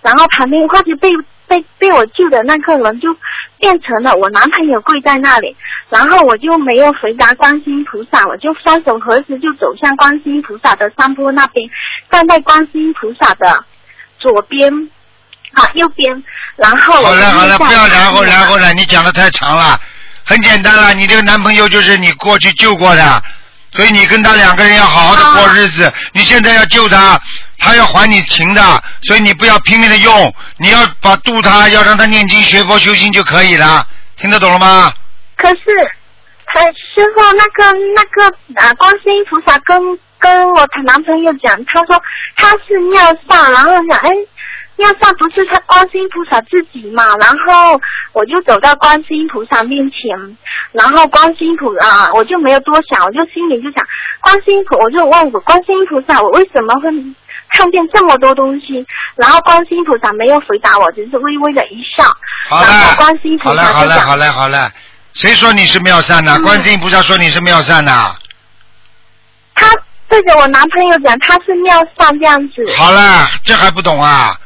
Speaker 8: 然后旁边或者被被被我救的那个人就变成了我男朋友跪在那里，然后我就没有回答观世音菩萨，我就双手合十就走向观世音菩萨的山坡那边，站在观世音菩萨的左边啊右边，然后我
Speaker 2: 好了好了，
Speaker 8: 就
Speaker 2: 不要
Speaker 8: 向
Speaker 2: 然后
Speaker 8: 前
Speaker 2: 然后了，你讲的太长了。很简单了，你这个男朋友就是你过去救过的，所以你跟他两个人要好好的过日子。你现在要救他，他要还你情的，所以你不要拼命的用，你要把渡他，要让他念经学佛修心就可以了。听得懂了吗？
Speaker 8: 可是，他师傅那个那个啊，观世音菩萨跟跟我男朋友讲，他说他是尿上，然后想哎，尿上不是他观世音菩萨自己嘛？然后我就走到观世音菩萨面前，然后观世音菩啊，我就没有多想，我就心里就想，观世音菩，我就问我观世音菩萨，我为什么会看见这么多东西？然后观世音菩萨没有回答我，只是微微的一笑。
Speaker 2: 好
Speaker 8: 然后
Speaker 2: 了
Speaker 8: 观世音，菩
Speaker 2: 好
Speaker 8: 萨
Speaker 2: 了，好
Speaker 8: 就
Speaker 2: 了，
Speaker 8: 讲
Speaker 2: 好了，好了。嗯谁说你是妙善呢、观世音菩萨说你是妙善呢、
Speaker 8: 对着我男朋友讲，他是妙善这样子。
Speaker 2: 好了，这还不懂啊？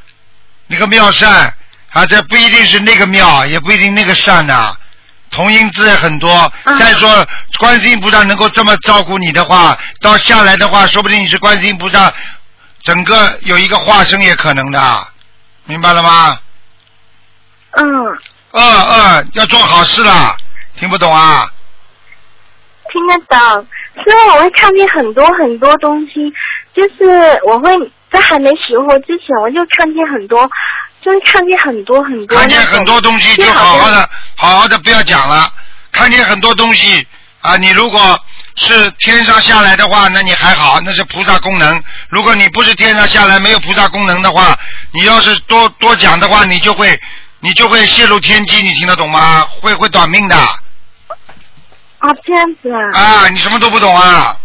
Speaker 2: 那个妙善啊，这不一定是那个妙，也不一定那个善呐、同音字很多。再说，观世音菩萨能够这么照顾你的话，到下来的话，说不定你是观世音菩萨整个有一个化身也可能的，啊明白了吗？
Speaker 8: 嗯，
Speaker 2: 二二要做好事啦，听不懂啊？
Speaker 8: 听得懂。师傅，我会看见很多很多东西，就是我会在还没学佛之前，我就看见很多，就是看见很多很多。
Speaker 2: 看见很多东西就好好的，好好的不要讲了。看见很多东西啊，你如果是天上下来的话，那你还好，那是菩萨功能。如果你不是天上下来，没有菩萨功能的话，你要是多多讲的话，你就会你就会泄露天机，你听得懂吗？会会短命的
Speaker 8: 啊，这样子啊。
Speaker 2: 啊！你什么都不懂啊！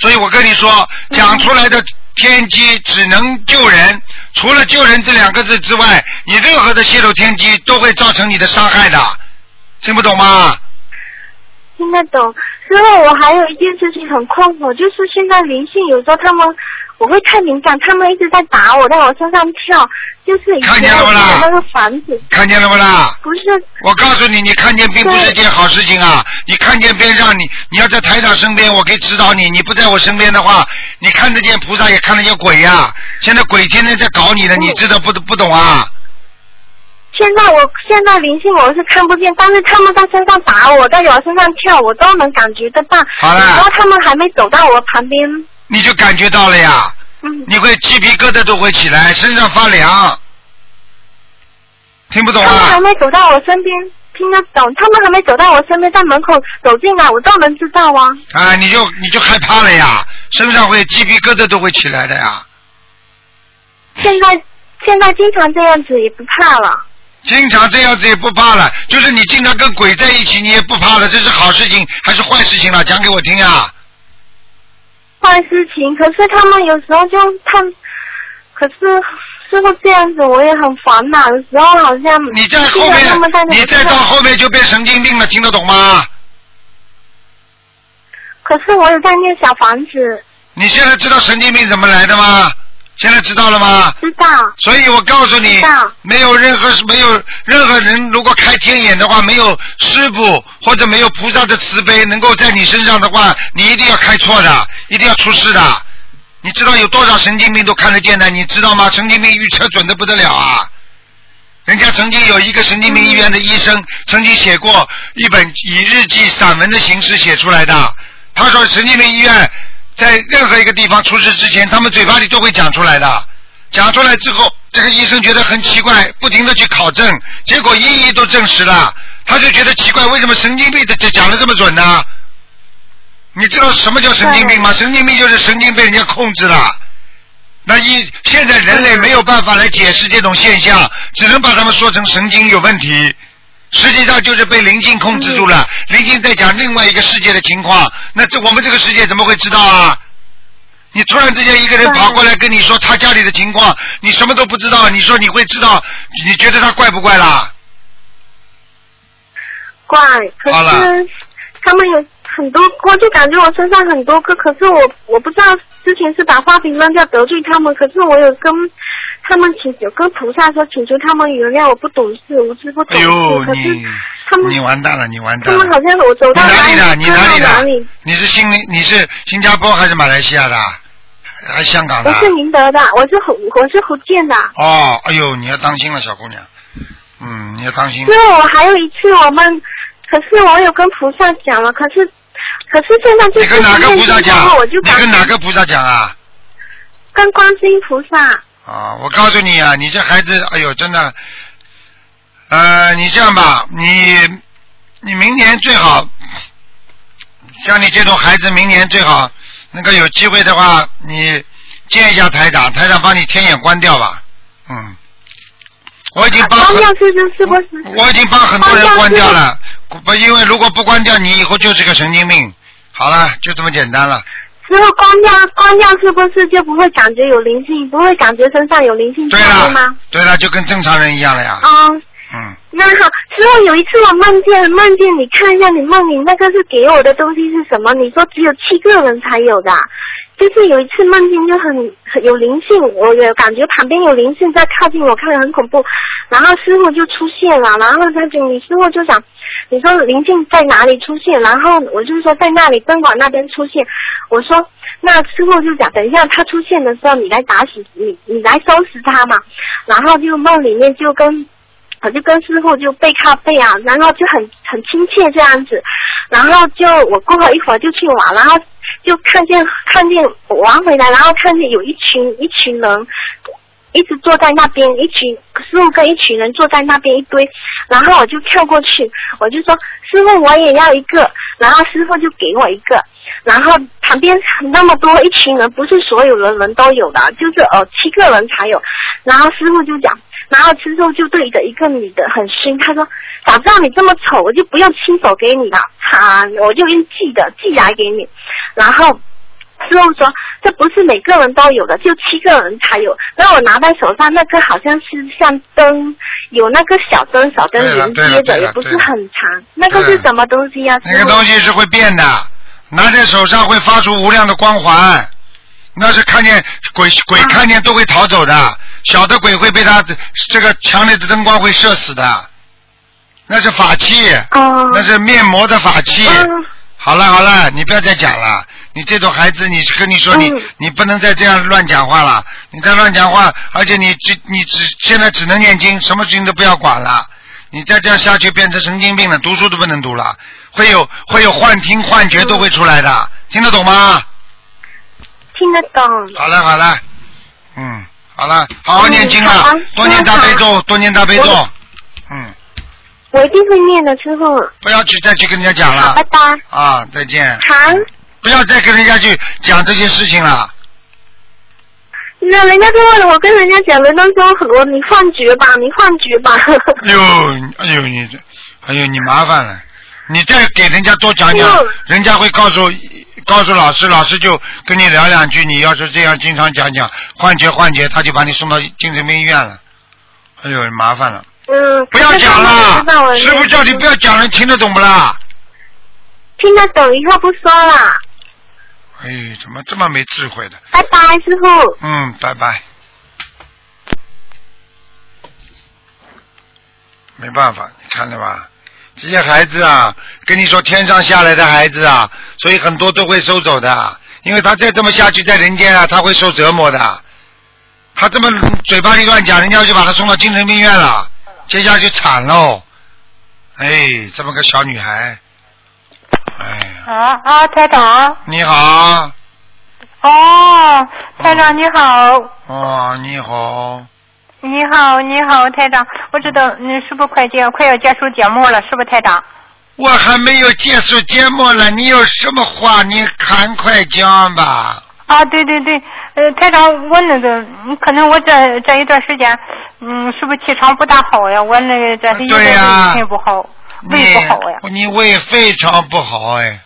Speaker 2: 所以我跟你说，
Speaker 8: 嗯
Speaker 2: 讲出来的天机只能救人，除了救人这两个字之外，你任何的泄露天机都会造成你的伤害的，听不懂吗？
Speaker 8: 听得懂。师傅，我还有一件事情很困惑，就是现在灵性有时候他们，我会看灵感，他们一直在打我，在我身上跳，就是以前我的那个房子，
Speaker 2: 看见了不啦？
Speaker 8: 不是
Speaker 2: 我告诉你，你看见并不是件好事情啊！你看见边上，你你要在台长身边，我可以指导你；你不在我身边的话，你看得见菩萨，也看得见鬼呀、现在鬼天天在搞你呢，
Speaker 8: 嗯
Speaker 2: 你知道不不懂啊？
Speaker 8: 现在我现在灵性我是看不见，但是他们在身上打我，在我身上跳，我都能感觉得到。
Speaker 2: 好了
Speaker 8: 然后他们还没走到我旁边，
Speaker 2: 你就感觉到了呀，
Speaker 8: 嗯，
Speaker 2: 你会鸡皮疙瘩都会起来，身上发凉。听不懂
Speaker 8: 他们
Speaker 2: 啊
Speaker 8: 还？没走到我身边，听得懂？他们还没走到我身边，在门口走进来，我都能知道啊。
Speaker 2: 啊，你就你就害怕了呀，身上会鸡皮疙瘩都会起来的呀。
Speaker 8: 现在现在经常这样子也不怕了。
Speaker 2: 经常这样子也不怕了，就是你经常跟鬼在一起，你也不怕了，这是好事情还是坏事情了？讲给我听啊呀！
Speaker 8: 坏事情，可是他们有时候就他，可是师傅这样子，我也很烦恼。有时候好像
Speaker 2: 你在后面
Speaker 8: 经常他们在，那
Speaker 2: 你再到
Speaker 8: 边
Speaker 2: 后面就变神经病了，听得懂吗？
Speaker 8: 可是我有在念小房子，
Speaker 2: 你现在知道神经病怎么来的吗？现在知道了吗？
Speaker 8: 知道
Speaker 2: 所以我告诉你
Speaker 8: 知道，
Speaker 2: 没有任何没有任何人，如果开天眼的话，没有师傅或者没有菩萨的慈悲能够在你身上的话，你一定要开错的，一定要出事的。你知道有多少神经病都看得见的，你知道吗？神经病预测准的不得了啊！人家曾经有一个神经病医院的医生，曾经写过一本以日记散文的形式写出来的。他说，神经病医院在任何一个地方出事之前，他们嘴巴里都会讲出来的。讲出来之后，这个医生觉得很奇怪，不停的去考证，结果一一都证实了。他就觉得奇怪，为什么神经病的讲讲的这么准呢？你知道什么叫神经病吗？神经病就是神经被人家控制了。那一现在人类没有办法来解释这种现象，只能把他们说成神经有问题。实际上就是被灵性控制住了，灵性在讲另外一个世界的情况，那这我们这个世界怎么会知道啊？你突然之间一个人跑过来跟你说他家里的情况，你什么都不知道，你说你会知道？你觉得他怪不怪啦？
Speaker 8: 怪，可
Speaker 2: 好了
Speaker 8: 是他们有很多我就感觉我身上很多个，可是我我不知道之前是把花瓶扔掉得罪他们，可是我有跟他们请有跟菩萨说，请求他们原谅我不懂事，无知不懂
Speaker 2: 哎
Speaker 8: 事，
Speaker 2: 呦，
Speaker 8: 可是
Speaker 2: 你
Speaker 8: 他们
Speaker 2: 你完蛋了，你完
Speaker 8: 他
Speaker 2: 蛋
Speaker 8: 们好
Speaker 2: 了！
Speaker 8: 像我走
Speaker 2: 你
Speaker 8: 到
Speaker 2: 哪里
Speaker 8: 里
Speaker 2: 的？你哪里
Speaker 8: 看到哪
Speaker 2: 的？你是新你是新加坡还是马来西亚的？还是香港的？
Speaker 8: 我是宁德的，我是福我是福建的。
Speaker 2: 哦，哎呦，你要当心了，小姑娘。嗯，你要当心
Speaker 8: 因。为我还有一次我们，可是我有跟菩萨讲了，可是可是现在就
Speaker 2: 你
Speaker 8: 是
Speaker 2: 跟哪个菩萨
Speaker 8: 之
Speaker 2: 讲
Speaker 8: 后我？就
Speaker 2: 你
Speaker 8: 感
Speaker 2: 跟哪个菩萨讲啊？
Speaker 8: 跟观世音菩萨，
Speaker 2: 啊，我告诉你啊，你这孩子，哎呦，真的，呃，你这样吧，你你明年最好，像你这种孩子，明年最好能够有机会的话，你见一下台长，台长帮你天眼关掉吧。嗯，我已经帮
Speaker 8: 关
Speaker 2: 很
Speaker 8: 掉是不是不是？
Speaker 2: 我已经帮很多人关掉了，不，因为如果不关掉，你以后就是个神经病。好了，就这么简单了。
Speaker 8: 之后关掉关掉是不是就不会感觉有灵性，不会感觉身上有灵性
Speaker 2: 对
Speaker 8: 作用
Speaker 2: 了
Speaker 8: 吗？，
Speaker 2: 对了，就跟正常人一样了呀。
Speaker 8: 啊、
Speaker 2: 嗯，
Speaker 8: 那好，之后有一次我梦见梦见你看一下你梦里那个是给我的东西是什么？你说只有七个人才有的，就是有一次梦见就很很有灵性，我也感觉旁边有灵性在靠近我，看着很恐怖。然后师傅就出现了，然后他就你师傅就想，你说灵性在哪里出现？然后我就说在那里灯管那边出现。我说那师傅就讲，等一下他出现的时候，你来打死你，你来收拾他嘛。然后就梦里面就跟我就跟师傅就背靠背啊，然后就很很亲切这样子，然后就我过了一会儿就去玩，然后就看见看见我玩回来，然后看见有一群一群人。一直坐在那边，一群师傅跟一群人坐在那边一堆，然后我就跳过去，我就说师傅我也要一个，然后师傅就给我一个，然后旁边那么多一群人，不是所有的人都有的，就是呃七个人才有，然后师傅就讲，然后师傅就对着一个女的很凶，他说早知道你这么丑，我就不用亲手给你了，啊，我就用寄的寄来给你，然后。师傅说，这不是每个人都有的，就七个人才有。然后我拿在手上那个好像是像灯，有那个小灯小灯
Speaker 2: 对了
Speaker 8: 连
Speaker 2: 对了
Speaker 8: 接着，
Speaker 2: 对了
Speaker 8: 也不
Speaker 2: 对
Speaker 8: 是
Speaker 2: 了
Speaker 8: 很长。那个是什么东西呀、师
Speaker 2: 那个
Speaker 8: 傅
Speaker 2: 东西是会变的，拿在手上会发出无量的光环，那是看见鬼鬼看见都会逃走的，小的鬼会被它这个强烈的灯光会射死的，那是法器，那是面膜的法器。好了好了，你不要再讲了。你这种孩子，你跟你说你、你不能再这样乱讲话了。你再乱讲话，而且你只你只现在只能念经，什么事情都不要管了。你再这样下去，变成神经病了，读书都不能读了，会有会有幻听幻觉都会出来的，听得懂吗？
Speaker 8: 听得懂？
Speaker 2: 好了好了，嗯，好了，好好念经啊，
Speaker 8: 嗯好
Speaker 2: 多念大悲咒，多念大悲咒
Speaker 8: 我，
Speaker 2: 嗯，
Speaker 8: 我一定会念的，师傅。
Speaker 2: 不要去再去跟人家讲了
Speaker 8: 好，拜拜。
Speaker 2: 啊，再见，
Speaker 8: 好，
Speaker 2: 不要再跟人家去讲这些事情了，
Speaker 8: 那人家就问了，我跟人家讲，人家说我你幻觉吧，你幻觉吧。
Speaker 2: 哎呦，哎呦你这，哎呦你麻烦了，你再给人家多讲讲
Speaker 8: 嗯，
Speaker 2: 人家会告诉告诉老师，老师就跟你聊两句，你要是这样经常讲讲幻觉幻觉，他就把你送到精神病医院了，哎呦麻烦了。
Speaker 8: 嗯，
Speaker 2: 不要讲
Speaker 8: 知道
Speaker 2: 了，
Speaker 8: 了
Speaker 2: 师傅叫你不要讲了，你听得懂不啦？
Speaker 8: 听得懂，以后不说了。
Speaker 2: 哎，怎么这么没智慧的？
Speaker 8: 拜拜，师傅。
Speaker 2: 嗯，拜拜。没办法，你看了吧？这些孩子啊，跟你说天上下来的孩子啊，所以很多都会收走的，因为他再这么下去，在人间啊，他会受折磨的。他这么嘴巴里乱讲，人家就把他送到精神病院了，接下来就惨喽。哎，这么个小女孩，
Speaker 11: 啊啊，台长，
Speaker 2: 你好，
Speaker 11: 哦，台长你好，
Speaker 2: 哦，你好，
Speaker 11: 你好，你好，台长，我知道你是不是快结快要结束节目了，是不是台长？
Speaker 2: 我还没有结束节目了，你有什么话你赶快讲吧。
Speaker 11: 啊，对对对，呃，台长，我那个，嗯可能我这这一段时间，嗯，是不是气场不大好呀？我那个这是一
Speaker 2: 对呀
Speaker 11: 个胃不好，
Speaker 2: 你
Speaker 11: 胃不好呀。
Speaker 2: 你胃非常不好哎，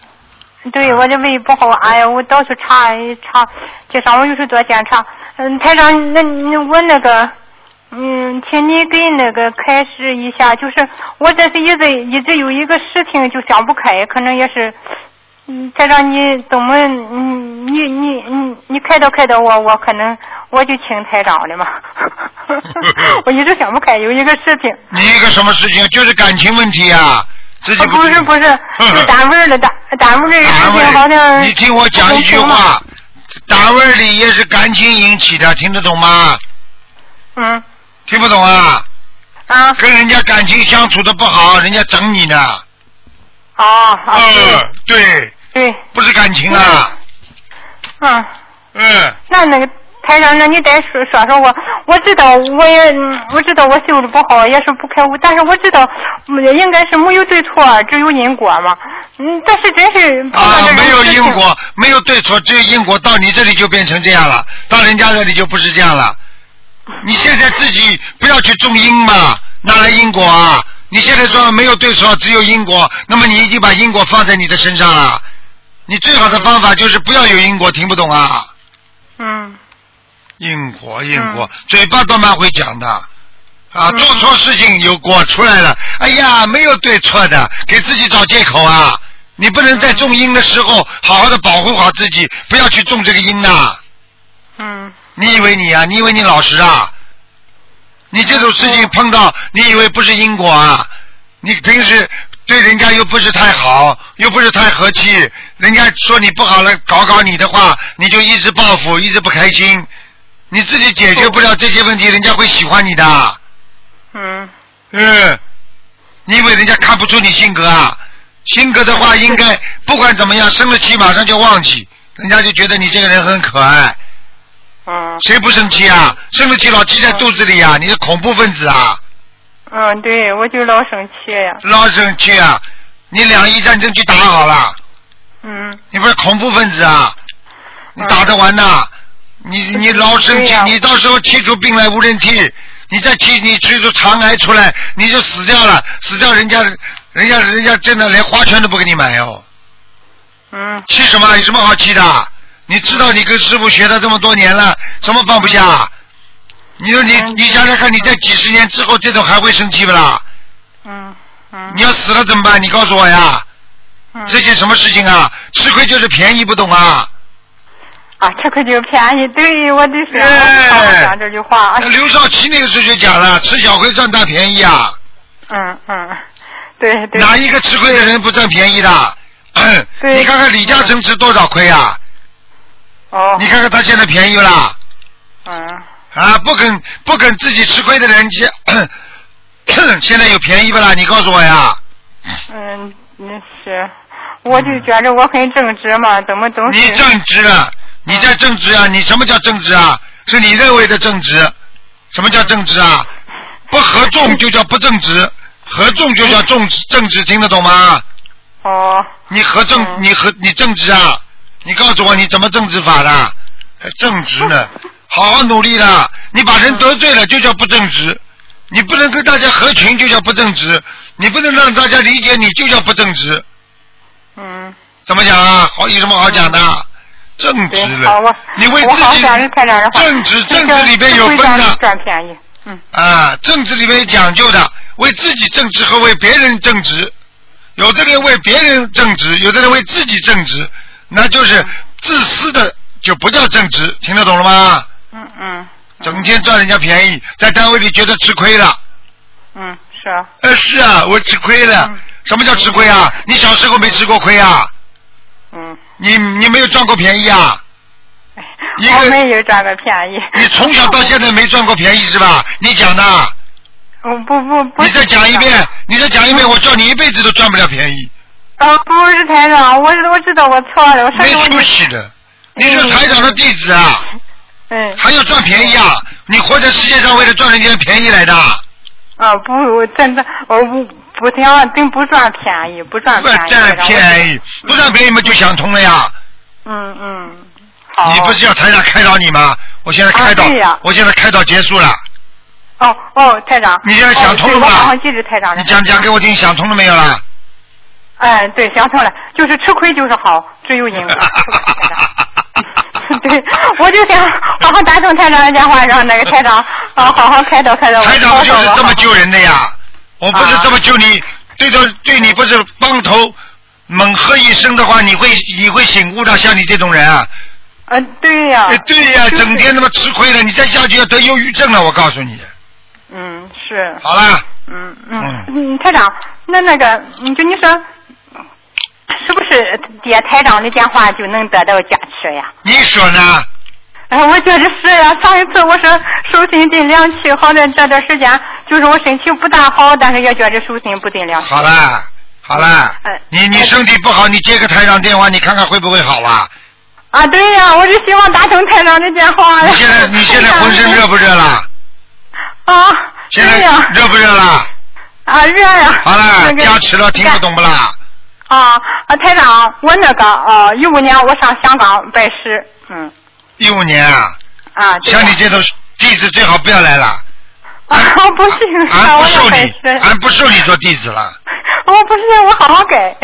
Speaker 11: 对，我这胃不好，哎呀，我到处哎查查，就上我有时候做检查。嗯，台长，那那我那个，嗯，请你给那个开示一下，就是我这是一直一直有一个事情就想不开，可能也是，嗯，台长你怎么，嗯，你你你你开导开导我，我可能我就请台长了嘛。 我一直想不开，有一个事情，
Speaker 2: 你一个什么事情？就是感情问题啊，自己
Speaker 11: 啊不
Speaker 2: 知
Speaker 11: 是不是，是单位儿的单单位儿的事情，好像
Speaker 2: 你听我讲一句
Speaker 11: 不公平啊嘛
Speaker 2: 话，单位里也是感情引起的，听得懂吗？
Speaker 11: 嗯。
Speaker 2: 听不懂啊？
Speaker 11: 啊。
Speaker 2: 跟人家感情相处的不好，人家整你呢。
Speaker 11: 啊
Speaker 2: 啊。嗯，对。
Speaker 11: 对。
Speaker 2: 不是感情啊。
Speaker 11: 嗯。
Speaker 2: 嗯。
Speaker 11: 那那个台长，那你得说说说我，我知道我也嗯我知道我修的不好，也是不开悟，但是我知道嗯应该是没有对错，只有因果嘛。嗯，但是真是碰到
Speaker 2: 啊，
Speaker 11: 这种
Speaker 2: 没有
Speaker 11: 事情
Speaker 2: 因果，没有对错，只有因果。到你这里就变成这样了，到人家这里就不是这样了。你现在自己不要去种因嘛，哪来因果啊？你现在说没有对错，只有因果，那么你已经把因果放在你的身上了。你最好的方法就是不要有因果，听不懂啊？
Speaker 11: 嗯
Speaker 2: 因果，因果，嘴巴都蛮会讲的。啊，做错事情有果出来了，哎呀，没有对错的，给自己找借口啊！你不能在种因的时候好好的保护好自己，不要去种这个因呐、
Speaker 11: 嗯
Speaker 2: 你以为你啊？你以为你老实啊？你这种事情碰到，你以为不是因果啊？你平时对人家又不是太好，又不是太和气，人家说你不好了，搞搞你的话，你就一直报复，一直不开心，你自己解决不了这些问题，人家会喜欢你的。
Speaker 11: 嗯
Speaker 2: 嗯，你以为人家看不出你性格啊？性格的话，应该不管怎么样，生了气马上就忘记，人家就觉得你这个人很可爱。
Speaker 11: 嗯
Speaker 2: 谁不生气啊？生了气老记在肚子里啊！你是恐怖分子啊，
Speaker 11: 嗯，对，我就老生气呀、
Speaker 2: 老生气啊！你两伊战争去打好了，
Speaker 11: 嗯
Speaker 2: 你不是恐怖分子啊？你打得完呐？你你老生
Speaker 11: 嗯对
Speaker 2: 气
Speaker 11: 呀，
Speaker 2: 你到时候气出病来无人替，你再气你气出肠癌出来，你就死掉了，死掉人家人家人家真的连花圈都不给你买哦。
Speaker 11: 嗯啊
Speaker 2: 气什么？有什么好气的？你知道你跟师傅学了这么多年了，什么放不下？你说你你想想看，你在几十年之后，这种还会生气不啦？
Speaker 11: 嗯
Speaker 2: 你要死了怎么办？你告诉我呀！
Speaker 11: 嗯
Speaker 2: 这些什么事情啊？吃亏就是便宜，不懂啊？
Speaker 11: 啊，这个就便宜，对我就是哎我
Speaker 2: 哎
Speaker 11: 常常讲这句话。
Speaker 2: 那刘少奇那个时候就讲了，吃小亏占大便宜啊！
Speaker 11: 嗯嗯，对对。
Speaker 2: 哪一个吃亏的人不占便宜的？
Speaker 11: 对
Speaker 2: 你看看李嘉诚吃多少亏啊？
Speaker 11: 哦。
Speaker 2: 你看看他现在便宜不啦？
Speaker 11: 嗯
Speaker 2: 啊，不肯不肯自己吃亏的人，现 现在有便宜不啦？你告诉我呀！
Speaker 11: 嗯，那是，我就觉着我很正直嘛，怎么都是。
Speaker 2: 嗯你正直啊，你在正直啊？你什么叫正直啊？是你认为的正直？什么叫正直啊？不合众就叫不正直，合众就叫正直正直，听得懂吗？
Speaker 11: 哦，
Speaker 2: 你合正，你合你正直啊？你告诉我你怎么正直法的？还正直呢？好好努力的，你把人得罪了就叫不正直，你不能跟大家合群就叫不正直，你不能让大家理解你就叫不正直，
Speaker 11: 嗯，
Speaker 2: 怎么讲啊？好，有什么好讲的？正直
Speaker 11: 对，嗯好，
Speaker 2: 了，
Speaker 11: 我
Speaker 2: 你为自
Speaker 11: 我好
Speaker 2: 己
Speaker 11: 想着台长的话，
Speaker 2: 正直
Speaker 11: 这个
Speaker 2: 正直里边有分的
Speaker 11: 不会让你占便宜，嗯
Speaker 2: 啊，正直里面有讲究的，为自己正直和为别人正直。有的人为别人正直，有的人为自己正直，那
Speaker 11: 嗯
Speaker 2: 就是自私的，就不叫正直，听得懂了吗？
Speaker 11: 嗯嗯
Speaker 2: 整天占人家便宜，在单位里觉得吃亏了。
Speaker 11: 嗯，是啊，
Speaker 2: 呃，是啊，我吃亏了。什么叫吃亏啊？你小时候没吃过亏啊？
Speaker 11: 嗯，
Speaker 2: 你你没有占过便宜啊？一
Speaker 11: 我
Speaker 2: 个
Speaker 11: 们也占个便宜。
Speaker 2: 你从小到现在没占过便宜是吧？你讲的。
Speaker 11: 嗯，不不不
Speaker 2: 你
Speaker 11: 是
Speaker 2: 再讲一遍，你再讲一
Speaker 11: 嗯
Speaker 2: 遍，我叫你一辈子都占不了便宜，
Speaker 11: 啊，不是台长，我我知道我错了，我上
Speaker 2: 没
Speaker 11: 次我
Speaker 2: 出息的。你是台长的弟子啊，
Speaker 11: 嗯
Speaker 2: 还要占便宜啊？你活在世界上为了赚人家便宜来的？
Speaker 11: 啊不，我真的我不不想真不赚便宜，不赚
Speaker 2: 不
Speaker 11: 便宜，
Speaker 2: 占便
Speaker 11: 宜，
Speaker 2: 宜，不占便宜嘛就想通了呀。
Speaker 11: 嗯嗯，
Speaker 2: 你不是要台长开导你吗？我现在开导
Speaker 11: 啊对呀，
Speaker 2: 我现在开导结束了。
Speaker 11: 哦哦，台长，
Speaker 2: 你现在想通了吧
Speaker 11: 哦对我马上记着台长
Speaker 2: 你
Speaker 11: 的。嗯
Speaker 2: 讲讲给我听，想通了没有啦？
Speaker 11: 哎，对，想通了，就是吃亏就是好，只有因果。 对，我就想好好打通台长的电话，让那个台长啊好好开导开导我。
Speaker 2: 台长不就是这么救人的呀？我不是
Speaker 11: 啊
Speaker 2: 这么救你，对着对你不是帮头猛喝一声的话，你会你会醒悟的，像你这种人啊。
Speaker 11: 嗯、对呀、
Speaker 2: 哎，对呀、
Speaker 11: 就是
Speaker 2: 整天他妈吃亏了，你再下去要得忧郁症了，我告诉你。
Speaker 11: 嗯是。
Speaker 2: 好啦，
Speaker 11: 嗯嗯嗯，台长，那那个，嗯就你说，是不是接台长的电话就能得到加持呀？
Speaker 2: 你说呢？
Speaker 11: 哎，我觉得是呀、上一次我说手心尽量去，好在这段时间就是我身体不大好，但是也觉着手心不尽量去。
Speaker 2: 好啦，好啦，
Speaker 11: 哎
Speaker 2: 你你身体不好，你接个台长电话，你看看会不会好啦？
Speaker 11: 啊，对呀、我是希望打通台长的电话。
Speaker 2: 你现 在你现在浑身热不热啦？
Speaker 11: 啊，
Speaker 2: 现在热不热啦？
Speaker 11: 啊，热呀、
Speaker 2: 好啦
Speaker 11: 那，个
Speaker 2: 加持了，听得懂不啦？
Speaker 11: 啊啊，台长，我那个啊，一五年我上香港拜师，嗯
Speaker 2: 一五年啊，
Speaker 11: 啊，对呀
Speaker 2: 像你这种弟子最好不要来了，
Speaker 11: 啊，不是，
Speaker 2: 俺不
Speaker 11: 我要
Speaker 2: 收
Speaker 11: 拜
Speaker 2: 你
Speaker 11: 师，，
Speaker 2: 俺不收你做弟子了。
Speaker 11: 我不是，我好好改，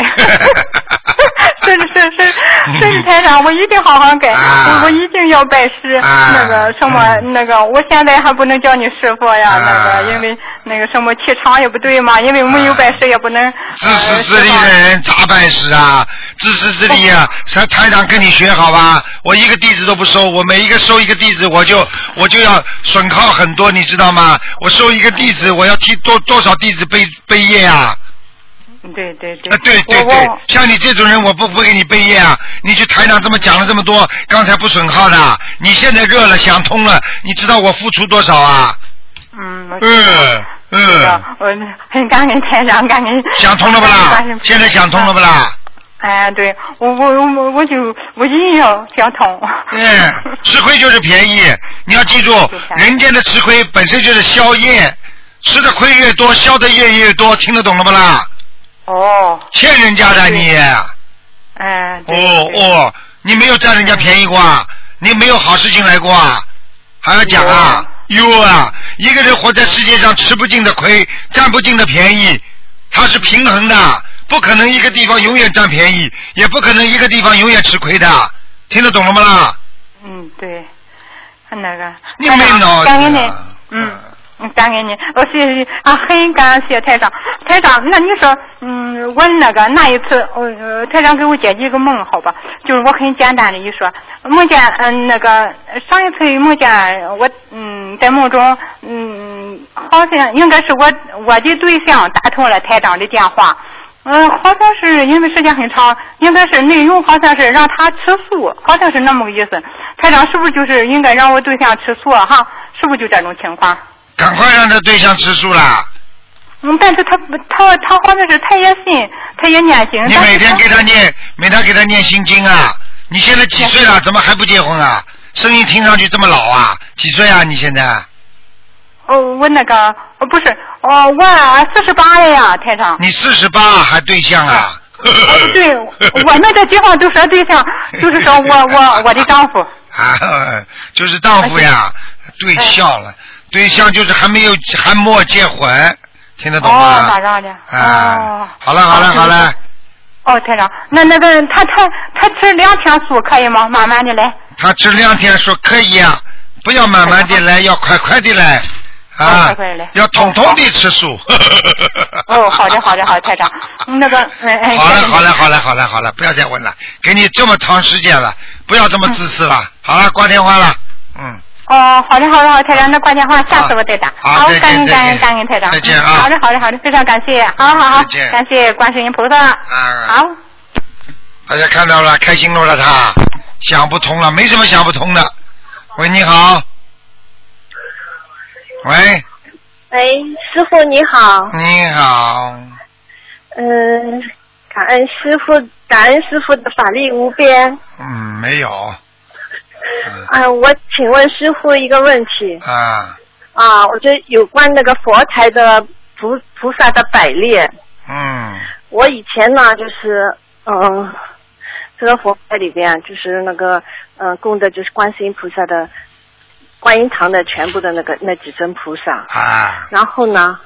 Speaker 11: 是是是是，是台长，我一定好好改，
Speaker 2: 啊
Speaker 11: 我我一定要拜师。
Speaker 2: 啊
Speaker 11: 那个什么，那个我现在还不能叫你师傅呀，
Speaker 2: 啊
Speaker 11: 那个因为那个什么气场也不对嘛，因为没有拜师也不能。
Speaker 2: 啊
Speaker 11: 呃
Speaker 2: 自私自利的人咋办事啊？自私自利 啊！台台长跟你学好吧，我一个弟子都不收，我每一个收一个弟子，我就我就要损耗很多，你知道吗？我收一个弟子，我要替多多少弟子背背业啊？
Speaker 11: 对对对。
Speaker 2: 啊，对对对，像你这种人，我不不给你背业啊！你去台长这么讲了这么多，刚才不损耗的，啊你现在热了，想通了，你知道我付出多少啊？
Speaker 11: 嗯
Speaker 2: 嗯嗯，
Speaker 11: 我很感恩台长，感恩。
Speaker 2: 想通 了不啦？现在想通了不啦？
Speaker 11: 哎，对我我我我就我一定要想通。
Speaker 2: 嗯，吃亏就是便宜，你要记住，人间的吃亏本身就是消业，吃的亏越多，消的业越多，听得懂了不啦？
Speaker 11: 哦。
Speaker 2: 欠人家的你，
Speaker 8: 嗯
Speaker 11: 哎，
Speaker 2: 哦哦，你没有占人家便宜过啊，你没有好事情来过啊，还要讲啊？哟啊，一个人活在世界上，吃不尽的亏，占不尽的便宜，它是平衡的，不可能一个地方永远占便宜，也不可能一个地方永远吃亏的，听得懂了吗啦？
Speaker 11: 嗯，对，那个。
Speaker 2: 你没脑子
Speaker 11: 感
Speaker 2: 啊
Speaker 11: 恩你，嗯。感恩你，我是啊，很感谢台长。台长，那你说，嗯，我那个那一次，我、呃、台长给我解一个梦，好吧？就是我很简单的一说，梦见嗯、那个上一次梦见我嗯在梦中嗯好像应该是我我的对象打通了台长的电话，嗯，好像是因为时间很长，应该是内容好像是让他吃素，好像是那么个意思。台长是不是就是应该让我对象吃素啊哈？是不是就这种情况？
Speaker 2: 赶快让他对象吃素啦！
Speaker 11: 嗯，但是他不他他好像是他也信，他也念经。
Speaker 2: 你
Speaker 11: 但是
Speaker 2: 每天
Speaker 11: 他
Speaker 2: 给他念，每天给他念心经啊！你现在几岁了？怎么还不结婚啊？声音听上去这么老啊！几岁啊？你现在？
Speaker 11: 哦，我那个哦不是哦，我四十八了呀，台 长。
Speaker 2: 你四十八还对象啊？
Speaker 11: 哦对，我们这地方都说对 象，就是说我我我的丈夫。
Speaker 2: 啊， 就是丈夫呀，对象
Speaker 11: 嗯
Speaker 2: 了，对象就是还没有还没结婚，听得懂
Speaker 11: 哦，
Speaker 2: 吗？
Speaker 11: 咋样的？
Speaker 2: 啊，好了好了好了，
Speaker 11: 哦，台长，那那个他他他吃两天素可以吗？慢慢的来。
Speaker 2: 他这两天说可以啊，不要慢慢的来，要快快的来
Speaker 11: 哦
Speaker 2: 啊
Speaker 11: 快快地 来，
Speaker 2: 要统统的吃素。
Speaker 11: 哦，好的，好的，好的，台长，那个，哎哎，
Speaker 2: 好了好了好了好了好了，不要再问了，给你这么长时间了，不要这么自私了。好了，挂电话了，嗯，
Speaker 11: 哦，好的，好的，好的，台长，那挂电话，下次我再打。
Speaker 2: 好啊再见
Speaker 11: 感恩
Speaker 2: 再见
Speaker 11: 感恩感恩台长。
Speaker 2: 再见啊
Speaker 11: 嗯好的，好的，好的，非常感谢，好好好
Speaker 2: 再见，
Speaker 11: 感谢观世音菩萨。
Speaker 2: 啊，
Speaker 11: 好，
Speaker 2: 大家看到了，开心了了他，想不通了，没什么想不通的。喂，你好，喂，
Speaker 6: 喂，哎师傅你好，
Speaker 2: 你好，
Speaker 6: 嗯、感恩师傅，感恩师傅的法力无边。
Speaker 2: 嗯，没有
Speaker 6: 啊、我请问师傅一个问题
Speaker 2: 嗯啊，
Speaker 6: 啊，我觉得有关那个佛台的菩菩萨的摆列，
Speaker 2: 嗯
Speaker 6: 我以前呢就是嗯、呃这个佛台里边就是那个嗯、呃供的就是观世音菩萨的观音堂的全部的那个那几尊菩萨，
Speaker 2: 啊，
Speaker 6: 然后呢，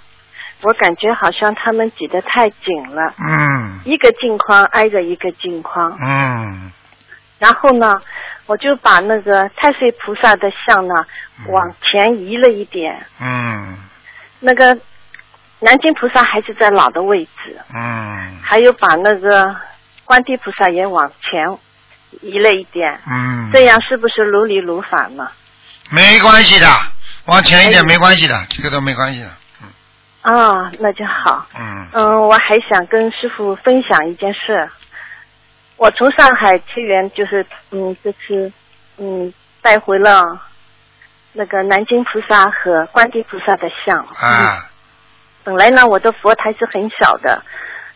Speaker 6: 我感觉好像他们挤得太紧了。
Speaker 2: 嗯
Speaker 6: 一个镜框挨着一个镜框，
Speaker 2: 嗯
Speaker 6: 然后呢，我就把那个太岁菩萨的像呢往前移了一点，
Speaker 2: 嗯
Speaker 6: 那个南京菩萨还是在老的位置，
Speaker 2: 嗯
Speaker 6: 还有把那个观地菩萨也往前移了一点，
Speaker 2: 嗯，
Speaker 6: 这样是不是如理如法呢？
Speaker 2: 没关系的，往前一点没关系的，这个都没关系的，
Speaker 6: 啊、那就好。
Speaker 2: 嗯
Speaker 6: 嗯，我还想跟师傅分享一件事。我从上海结缘，就是嗯，这次嗯带回了那个南京菩萨和观地菩萨的像。
Speaker 2: 啊
Speaker 6: 本来呢，我的佛台是很小的，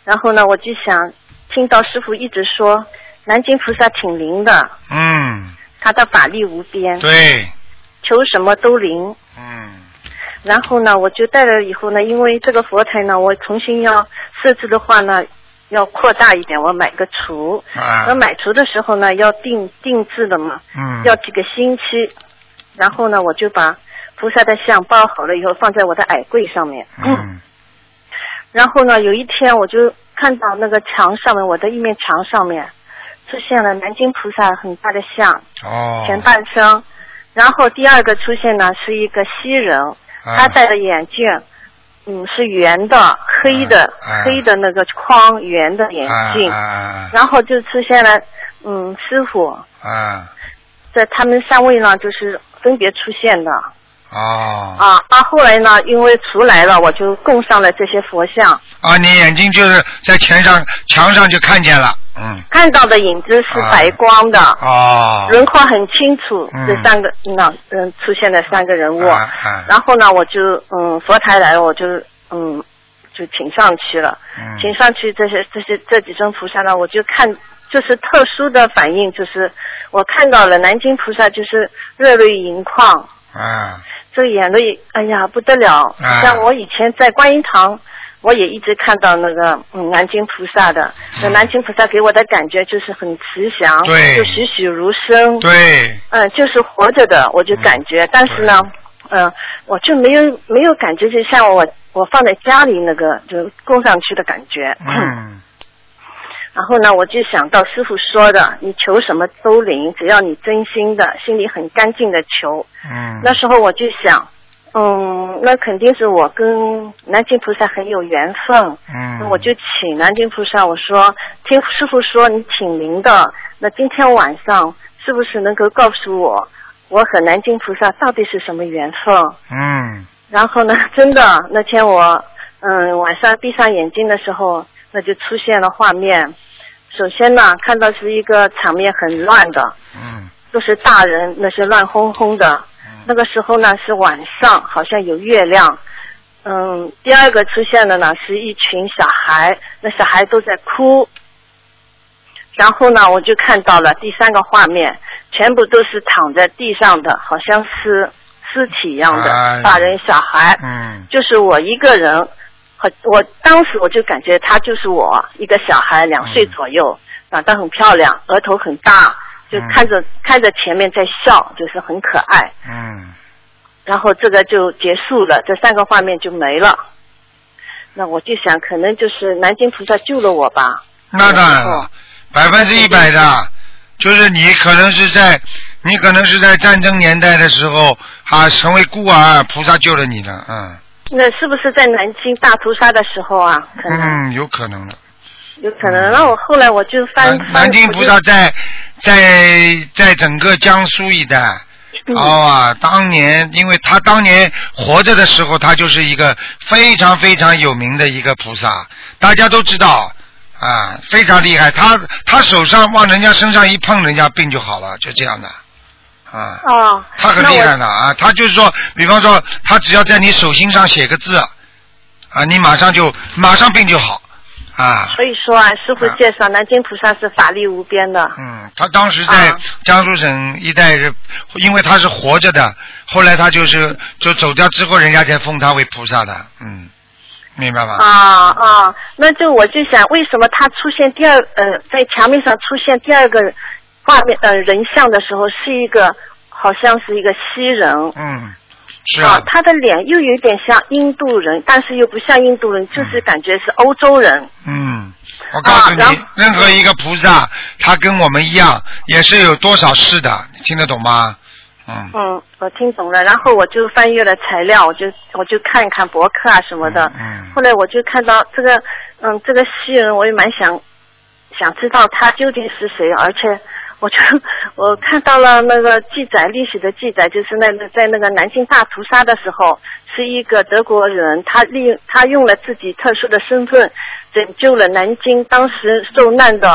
Speaker 6: 然后呢，我就想听到师傅一直说南京菩萨挺灵的，
Speaker 2: 嗯，
Speaker 6: 他的法力无边，
Speaker 2: 对，
Speaker 6: 求什么都灵。
Speaker 2: 嗯
Speaker 6: 然后呢，我就带了以后呢，因为这个佛台呢，我重新要设置的话呢，要扩大一点，我买个橱。
Speaker 2: 啊
Speaker 6: 我买橱的时候呢，要定定制的嘛，
Speaker 2: 嗯
Speaker 6: 要几个星期。然后呢，我就把菩萨的像包好了以后，放在我的矮柜上面。
Speaker 2: 嗯
Speaker 6: 然后呢，有一天我就看到那个墙上面，我的一面墙上面出现了南京菩萨很大的像，
Speaker 2: 哦，
Speaker 6: 前半生。然后第二个出现呢是一个西人，
Speaker 2: 啊
Speaker 6: 他戴的眼镜，嗯，是圆的，黑的，
Speaker 2: 啊
Speaker 6: 黑的那个框，圆的眼镜。
Speaker 2: 啊
Speaker 6: 然后就出现了，嗯，师傅，
Speaker 2: 啊
Speaker 6: 在他们三位呢，就是分别出现的。
Speaker 2: 哦
Speaker 6: 啊啊！后来呢，因为出来了，我就供上了这些佛像，
Speaker 2: 啊！你眼睛就是在墙上墙上就看见了，嗯，
Speaker 6: 看到的影子是白光的，
Speaker 2: 哦，
Speaker 6: 轮廓很清楚。
Speaker 2: 啊嗯
Speaker 6: 这三个那嗯出现的三个人物，
Speaker 2: 啊啊
Speaker 6: 然后呢，我就嗯佛台来了，我就嗯就请上去了，
Speaker 2: 嗯
Speaker 6: 请上去这些这些这几尊菩萨呢，我就看就是特殊的反应，就是我看到了南京菩萨就是热泪盈眶，
Speaker 2: 啊
Speaker 6: 这眼泪哎呀不得了，
Speaker 2: 啊
Speaker 6: 像我以前在观音堂。我也一直看到那个嗯南京菩萨的，那南京菩萨给我的感觉就是很慈祥，
Speaker 2: 嗯对
Speaker 6: 就栩栩如生，
Speaker 2: 对，
Speaker 6: 嗯，就是活着的，我就
Speaker 2: 嗯
Speaker 6: 感觉，但是呢，嗯、我就没有没有感觉，就像我我放在家里那个就供上去的感觉。
Speaker 2: 嗯
Speaker 6: 然后呢，我就想到师傅说的，你求什么都灵，只要你真心的，心里很干净的求。
Speaker 2: 嗯
Speaker 6: 那时候我就想，嗯，那肯定是我跟南京菩萨很有缘分。
Speaker 2: 嗯，
Speaker 6: 我就请南京菩萨，我说听师傅说你挺灵的，那今天晚上是不是能够告诉我，我和南京菩萨到底是什么缘分？
Speaker 2: 嗯
Speaker 6: 然后呢，真的那天我嗯晚上闭上眼睛的时候，那就出现了画面。首先呢，看到是一个场面很乱的，
Speaker 2: 嗯
Speaker 6: 都是大人，那是乱哄哄的。那个时候呢是晚上，好像有月亮。嗯，第二个出现的呢是一群小孩，那小孩都在哭。然后呢，我就看到了第三个画面，全部都是躺在地上的，好像是尸体一样的，
Speaker 2: 哎
Speaker 6: 大人小孩。
Speaker 2: 嗯
Speaker 6: 就是我一个人，很我当时我就感觉她就是我一个小孩，两岁
Speaker 2: 嗯
Speaker 6: 左右，长得很漂亮，额头很大，就
Speaker 2: 嗯
Speaker 6: 看着、看着前面在笑，就是很可爱。
Speaker 2: 嗯
Speaker 6: 然后这个就结束了，这三个画面就没了。那我就想，可能就是南京菩萨救了我吧。
Speaker 2: 那当然了，百分之一百的，就是你可能是在你可能是在战争年代的时候啊，成为孤儿，菩萨救了你了，嗯
Speaker 6: 那是不是在南京大屠杀的时候啊？可能、
Speaker 2: 嗯，有可能的。
Speaker 6: 有可能。那我后来我就翻
Speaker 2: 嗯南
Speaker 6: 翻，
Speaker 2: 南京菩萨
Speaker 6: 我就
Speaker 2: 在在在整个江苏一带。哦啊，当年因为他当年活着的时候，他就是一个非常非常有名的一个菩萨，大家都知道啊，非常厉害。他他手上往人家身上一碰，人家病就好了，就这样的啊。
Speaker 6: 哦，
Speaker 2: 他很
Speaker 6: 那
Speaker 2: 厉
Speaker 6: 我
Speaker 2: 害的啊，他就是说，比方说，他只要在你手心上写个字啊，你马上就马上病就好啊。
Speaker 6: 所以说啊，师傅介绍南京菩萨是法力无边的。
Speaker 2: 嗯，他当时在
Speaker 6: 啊
Speaker 2: 江苏省一带是，因为他是活着的，后来他
Speaker 6: 嗯
Speaker 2: 就是就走掉之后，人家才奉他为菩萨的，嗯，明白吧？
Speaker 6: 啊啊，那就我就想，为什么他出现第二呃，在墙面上出现第二个画面呃人像的时候，是一个好像是一个西人。
Speaker 2: 嗯，是啊，
Speaker 6: 他的脸又有点像印度人，但是又不像印度人，就是感觉是欧洲人。
Speaker 2: 嗯，我告诉你，
Speaker 6: 啊然后
Speaker 2: 任何一个菩萨，他跟我们一样，也是有多少事的，你听得懂吗？嗯
Speaker 6: 嗯，我听懂了，然后我就翻阅了材料，我就我就看看博客啊什么的。
Speaker 2: 嗯
Speaker 6: 后来我就看到这个，嗯，这个西人，我也蛮想想知道他究竟是谁，而且我就我看到了那个记载，历史的记载，就是那个在那个南京大屠杀的时候，是一个德国人，他利用他用了自己特殊的身份，拯救了南京当时受难的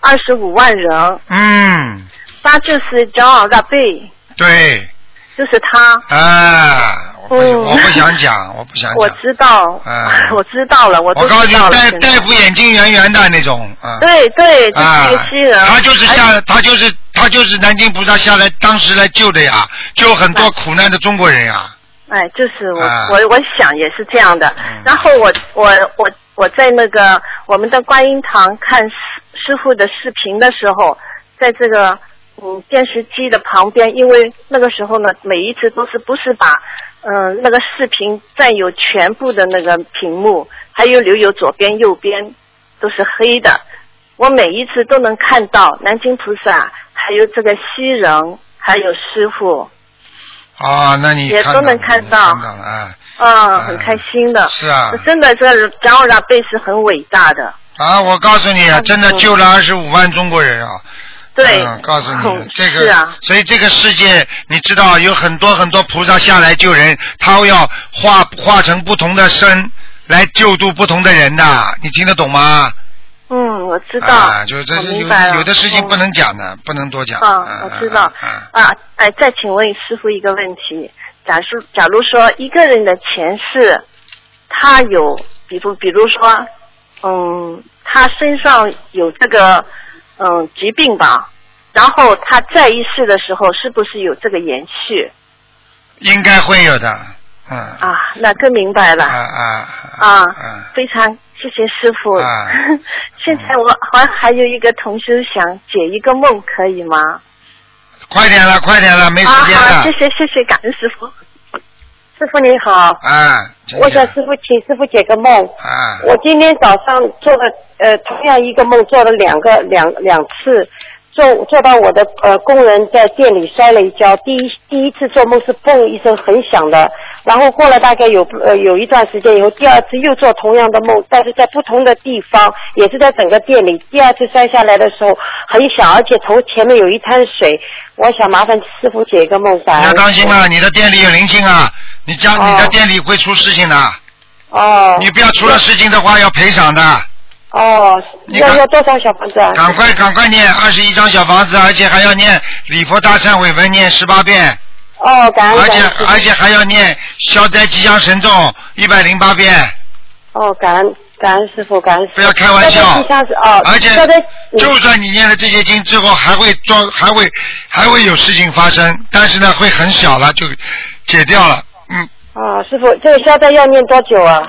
Speaker 6: 二十五万人，
Speaker 2: 嗯，
Speaker 6: 他就是骄傲大贝，
Speaker 2: 对，
Speaker 6: 就是他。
Speaker 2: 啊，我不、
Speaker 6: 嗯
Speaker 2: 我不想讲，我不想
Speaker 6: 我
Speaker 2: 讲，
Speaker 6: 知道，
Speaker 2: 啊
Speaker 6: 我知道了，我都
Speaker 2: 我告诉
Speaker 6: 知
Speaker 2: 你，
Speaker 6: 道了。
Speaker 2: 戴
Speaker 6: 现在
Speaker 2: 戴副眼镜圆圆的那种，啊。
Speaker 6: 对对，就是
Speaker 2: 啊
Speaker 6: 这个西人，
Speaker 2: 他就是
Speaker 6: 哎
Speaker 2: 下，他就是他就是南京菩萨下来，当时来救的呀，救很多苦难的中国人呀。
Speaker 6: 哎，就是我、
Speaker 2: 啊
Speaker 6: 我我想也是这样的。然后我我我我在那个我们的观音堂看师师傅的视频的时候，在这个嗯电视机的旁边，因为那个时候呢，每一次都是不是把嗯、那个视频占有全部的那个屏幕，还有留有左边右边都是黑的。我每一次都能看到南京菩萨，还有这个西人，还有师傅，
Speaker 2: 啊，那你
Speaker 6: 也
Speaker 2: 看
Speaker 6: 都
Speaker 2: 到
Speaker 6: 能看
Speaker 2: 看
Speaker 6: 到，
Speaker 2: 到了啊
Speaker 6: 嗯，很开心的。
Speaker 2: 是啊
Speaker 6: 我真的是长老大贝是很伟大的，
Speaker 2: 啊！我告诉你啊，真的救了二十五万中国人啊！
Speaker 6: 嗯对，
Speaker 2: 嗯，告诉你
Speaker 6: 嗯
Speaker 2: 这
Speaker 6: 是
Speaker 2: 个，
Speaker 6: 啊
Speaker 2: 所以这个世界，你知道有很多很多菩萨下来救人，他要化化成不同的身来救度不同的人的，你听得懂吗？
Speaker 6: 嗯，我知道，
Speaker 2: 啊，就这
Speaker 6: 我
Speaker 2: 是有
Speaker 6: 明白了
Speaker 2: 有的事情不嗯
Speaker 6: 嗯
Speaker 2: 能讲的，不能多讲。
Speaker 6: 啊，我知道。
Speaker 2: 嗯
Speaker 6: 啊，哎，再请问师傅一个问题：假如假如说一个人的前世，他有，比如比如说，嗯，他身上有这个嗯疾病吧，然后他再一世的时候，是不是有这个延续
Speaker 2: 应该会有的，嗯啊
Speaker 6: 啊？那更明白了
Speaker 2: 啊啊
Speaker 6: 啊，非常谢谢师傅。
Speaker 2: 啊
Speaker 6: 现在我还还有一个同修想解一个梦，可以吗？
Speaker 2: 快点了，快点了，没时间
Speaker 12: 啊，好，
Speaker 2: 了
Speaker 12: 谢。谢谢谢，感恩师傅。师傅您好，
Speaker 2: 啊，真
Speaker 12: 我
Speaker 2: 的
Speaker 12: 想师傅请师傅解个梦。
Speaker 2: 啊，
Speaker 12: 我今天早上做了呃同样一个梦，做了两个两两次，做做到我的呃工人在店里摔了一跤。第一第一次做梦是嘣一声很响的，然后过了大概有呃有一段时间以后，第二次又做同样的梦，但是在不同的地方，也是在整个店里。第二次摔下来的时候很响，而且头前面有一滩水。我想麻烦师傅解一个梦，感
Speaker 2: 你
Speaker 12: 恩
Speaker 2: 要当心啊，你的店里有灵性啊，你家你的店里会出事情的。
Speaker 12: 哦。
Speaker 2: 你不要出了事情的话要赔偿的，
Speaker 12: 哦，
Speaker 2: 你
Speaker 12: 要
Speaker 2: 赶
Speaker 12: 要多少小房子啊？
Speaker 2: 赶快赶快念二十一张小房子，而且还要念礼佛大忏悔文念十八遍，
Speaker 12: 哦，感恩
Speaker 2: 而且
Speaker 12: 感恩
Speaker 2: 而且还要念消灾吉祥神咒一百零八遍，
Speaker 12: 哦，感恩感恩师傅，感恩师傅。
Speaker 2: 不要开玩笑
Speaker 12: 消灾吉祥是哦，
Speaker 2: 而且
Speaker 12: 消灾
Speaker 2: 就算你念了这些经之后还会装还会还会有事情发生，但是呢会很小了就解掉了。嗯，
Speaker 12: 哦，师傅，这个消灾要念多久啊？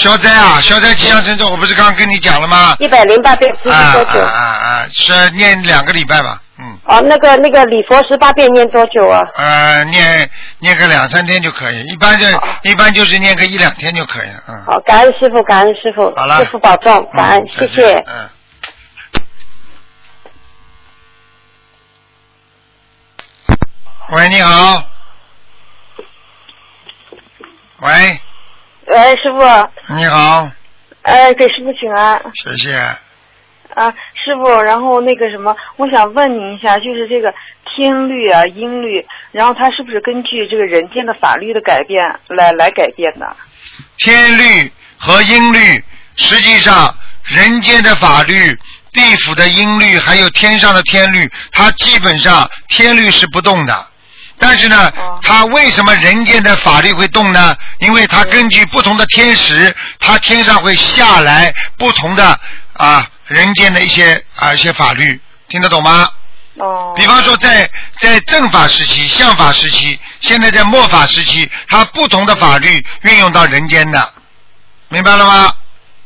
Speaker 2: 消灾啊，消灾吉祥神咒，我不是刚刚跟你讲了吗？
Speaker 12: 一百零八遍持
Speaker 2: 啊
Speaker 12: 续多
Speaker 2: 啊
Speaker 12: 久？
Speaker 2: 啊啊！是念两个礼拜吧，嗯，
Speaker 12: 哦，那个那个礼佛十八遍念多久啊？
Speaker 2: 呃，念念个两三天就可以，一般就一般就是念个一两天就可以了，嗯。
Speaker 12: 好，感恩师傅，感恩师傅，
Speaker 2: 好了
Speaker 12: 师傅保重，感恩，谢谢。
Speaker 2: 嗯。喂，你好。喂，
Speaker 13: 喂，哎师傅，
Speaker 2: 你好，
Speaker 13: 哎，给师傅请安
Speaker 2: 谢谢。
Speaker 13: 啊，师傅。然后那个什么，我想问您一下，就是这个天律啊、音律，然后它是不是根据这个人间的法律的改变来来改变的？
Speaker 2: 天律和音律，实际上人间的法律、地府的音律，还有天上的天律，它基本上天律是不动的。但是呢，它为什么人间的法律会动呢？因为它根据不同的天时，它天上会下来不同的啊人间的一些啊一些法律，听得懂吗？比方说在，在正法时期、相法时期，现在在末法时期，它不同的法律运用到人间的，明白了吗？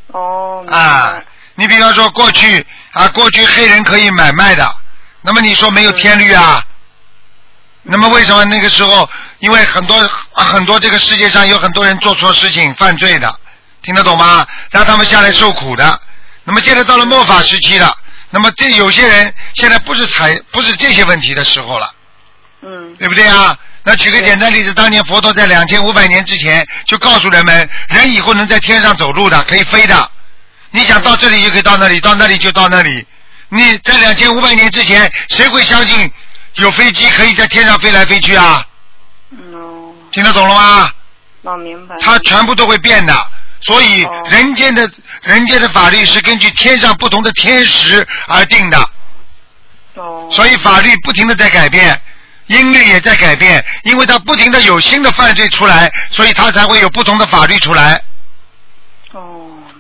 Speaker 2: 哦。啊，你比方说过去啊，过去黑人可以买卖的，那么你说没有天律啊？那么为什么那个时候，因为很多啊很多这个世界上有很多人做错事情、犯罪的，听得懂吗？让他们下来受苦的。那么现在到了末法时期了，那么这有些人现在不是财不是这些问题的时候了，嗯，对不对啊？那举个简单例子，当年佛陀在两千五百年之前就告诉人们，人以后能在天上走路的，可以飞的。你想到这里就可以到那里，到那里就到那里。你在两千五百年之前，谁会相信有飞机可以在天上飞来飞去啊？听得懂了吗？
Speaker 13: 我明白。
Speaker 2: 它全部都会变的。所以人间的、人间的法律是根据天上不同的天时而定的。所以法律不停的在改变，音律也在改变，因为它不停的有新的犯罪出来，所以它才会有不同的法律出来。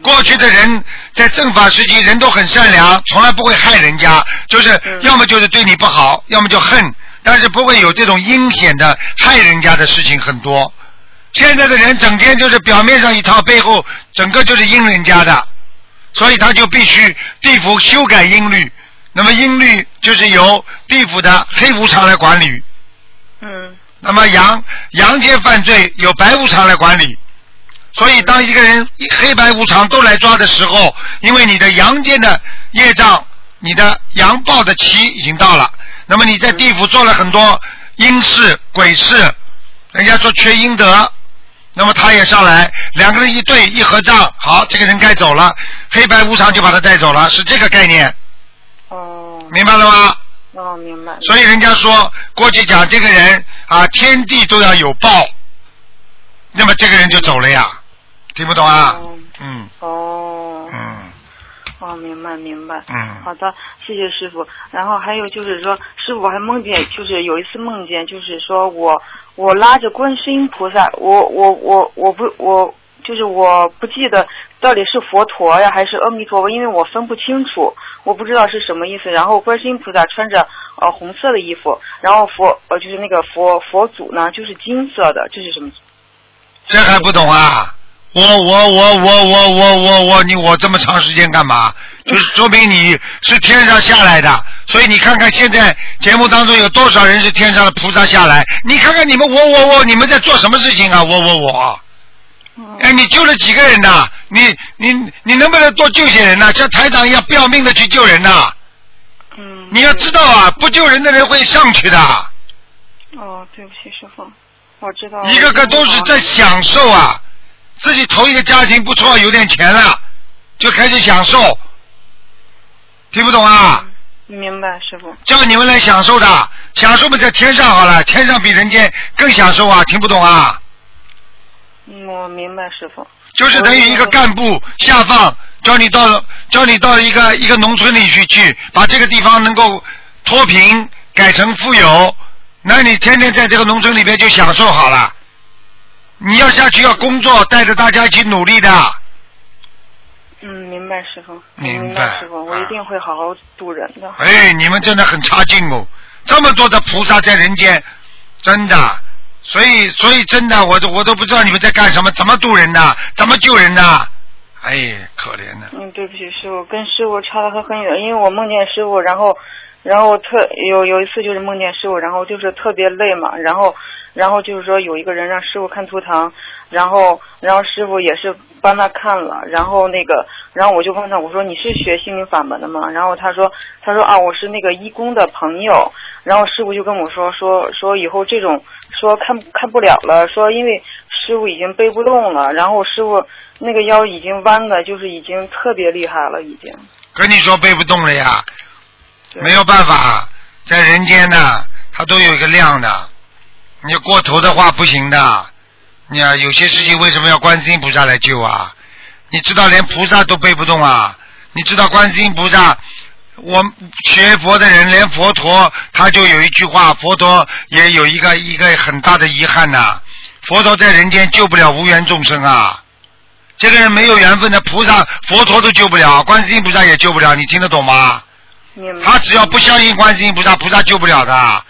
Speaker 2: 过去的人在正法时期，人都很善良，从来不会害人家，就是要么就是对你不好，要么就恨，但是不会有这种阴险的害人家的事情很多。现在的人整天就是表面上一套，背后整个就是阴人家的，所以他就必须地府修改阴律。那么阴律就是由地府的黑无常来管理。嗯。那么阳阳间犯罪由白无常来管理，所以当一个人一黑白无常都来抓的时候，因为你的阳间的业障，你的阳报的期已经到了，那么你在地府做了很多阴事、鬼事，人家说缺阴德，那么他也上来，两个人一对一合账，好，这个人该走了，黑白无常就把他带走了，是这个概念。哦。明白了吗？
Speaker 13: 哦，明白。
Speaker 2: 所以人家说，过去讲这个人啊，天地都要有报，那么这个人就走了呀，听不懂啊？嗯
Speaker 13: 哦，
Speaker 2: 嗯
Speaker 13: 哦，明白明白。
Speaker 2: 嗯
Speaker 13: 好的，谢谢师傅。然后还有就是说，师傅我还梦见，就是有一次梦见，就是说我我拉着观世音菩萨，我我我我不我就是我不记得到底是佛陀呀还是阿弥陀佛，因为我分不清楚，我不知道是什么意思。然后观世音菩萨穿着呃红色的衣服，然后佛呃就是那个佛佛祖呢就是金色的，这是什么？
Speaker 2: 这还不懂啊？我我我我我我我我你我这么长时间干嘛？就是说明你是天上下来的，所以你看看现在节目当中有多少人是天上的菩萨下来？你看看你们我我我你们在做什么事情啊？我我我。哎，你救了几个人呐、你你你能不能多救些人呐、像台长一样不要命的去救人呐、嗯。你要知道啊，不救人的人会上去的。
Speaker 13: 哦，对不起师傅，我知道了。
Speaker 2: 一个个都是在享受啊，自己头一个家庭不错，有点钱了，就开始享受，听不懂啊？
Speaker 13: 明白师傅。
Speaker 2: 叫你们来享受的，享受嘛在天上好了，天上比人间更享受啊，听不懂啊？
Speaker 13: 嗯，我明白师傅。
Speaker 2: 就是等于一个干部下放，叫你到叫你到一个一个农村里去去，把这个地方能够脱贫改成富有，那你天天在这个农村里边就享受好了。你要下去要工作，带着大家一起努力的。
Speaker 13: 嗯，明白师傅。
Speaker 2: 明
Speaker 13: 白
Speaker 2: 白啊
Speaker 13: 师傅，我一定会好好度人的。
Speaker 2: 哎，你们真的很差劲哦！这么多的菩萨在人间，真的，所以所以真的，我都我都不知道你们在干什么，怎么度人的，怎么救人的，哎，可怜的。
Speaker 13: 嗯，对不起，师傅，跟师傅差的还很远，因为我梦见师傅，然后，然后特有有一次就是梦见师傅，然后就是特别累嘛，然后，然后就是说有一个人让师傅看图腾，然后，然后师傅也是帮他看了，然后那个，然后我就问他，我说你是学心灵法门的吗？然后他说，他说啊，我是那个义工的朋友，然后师傅就跟我说，说说以后这种说看看不了了，说因为师傅已经背不动了，然后师傅那个腰已经弯的，就是已经特别厉害了，已经。
Speaker 2: 跟你说背不动了呀，没有办法，在人间呢，它都有一个量的，你过头的话不行的。你啊，有些事情为什么要观世音菩萨来救啊？你知道连菩萨都背不动啊？你知道观世音菩萨，我学佛的人连佛陀他就有一句话，佛陀也有一个一个很大的遗憾呐、佛陀在人间救不了无缘众生啊。这个人没有缘分的，菩萨、佛陀都救不了，观世音菩萨也救不了，你听得懂吗？他只要不相信观世音菩萨，菩萨救不了的，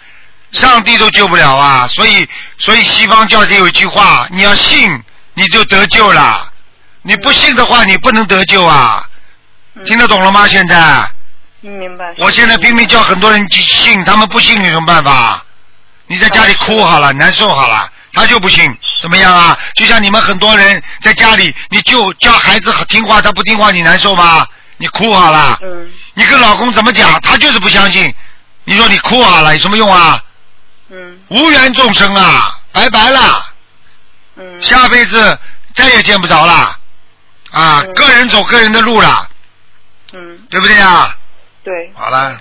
Speaker 2: 上帝都救不了啊！所以，所以西方教界有一句话：你要信，你就得救了；你不信的话，你不能得救啊！听得懂了吗？现在，
Speaker 13: 嗯明白。
Speaker 2: 我现在拼命叫很多人去信，他们不信有什么办法？你在家里哭好了，难受好了，他就不信，怎么样啊？就像你们很多人在家里，你就叫孩子听话，他不听话，你难受吗？你哭好了，你跟老公怎么讲，他就是不相信。你说你哭好了有什么用啊？嗯，无缘众生啊，拜拜啦。嗯，下辈子再也见不着了，啊，个人走个人的路了，
Speaker 13: 嗯，
Speaker 2: 对不对啊？
Speaker 13: 对
Speaker 2: 好了，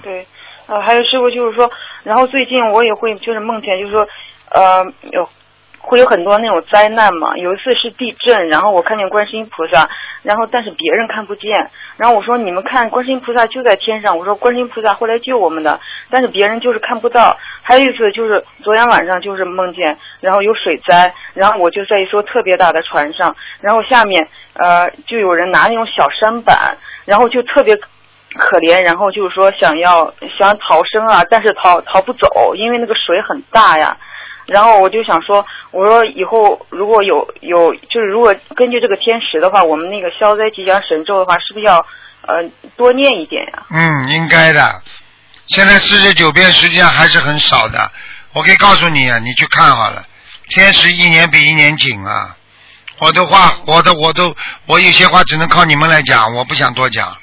Speaker 13: 对，呃，还有师傅就是说，然后最近我也会就是梦见就是说，呃，有会有很多那种灾难嘛。有一次是地震，然后我看见观世音菩萨，然后但是别人看不见。然后我说你们看，观世音菩萨就在天上，我说观世音菩萨会来救我们的，但是别人就是看不到。还有一次就是昨天晚上就是梦见，然后有水灾，然后我就在一艘特别大的船上，然后下面呃就有人拿那种小舢板，然后就特别可怜，然后就是说想要想逃生啊，但是逃逃不走，因为那个水很大呀。然后我就想说，我说以后如果有有就是如果根据这个天时的话，我们那个消灾吉祥神咒的话，是不是要呃多念一点呀、
Speaker 2: 嗯，应该的。现在四十九遍实际上还是很少的。我可以告诉你啊，你去看好了，天时一年比一年紧啊。我的话，我的我都我有些话只能靠你们来讲，我不想多讲，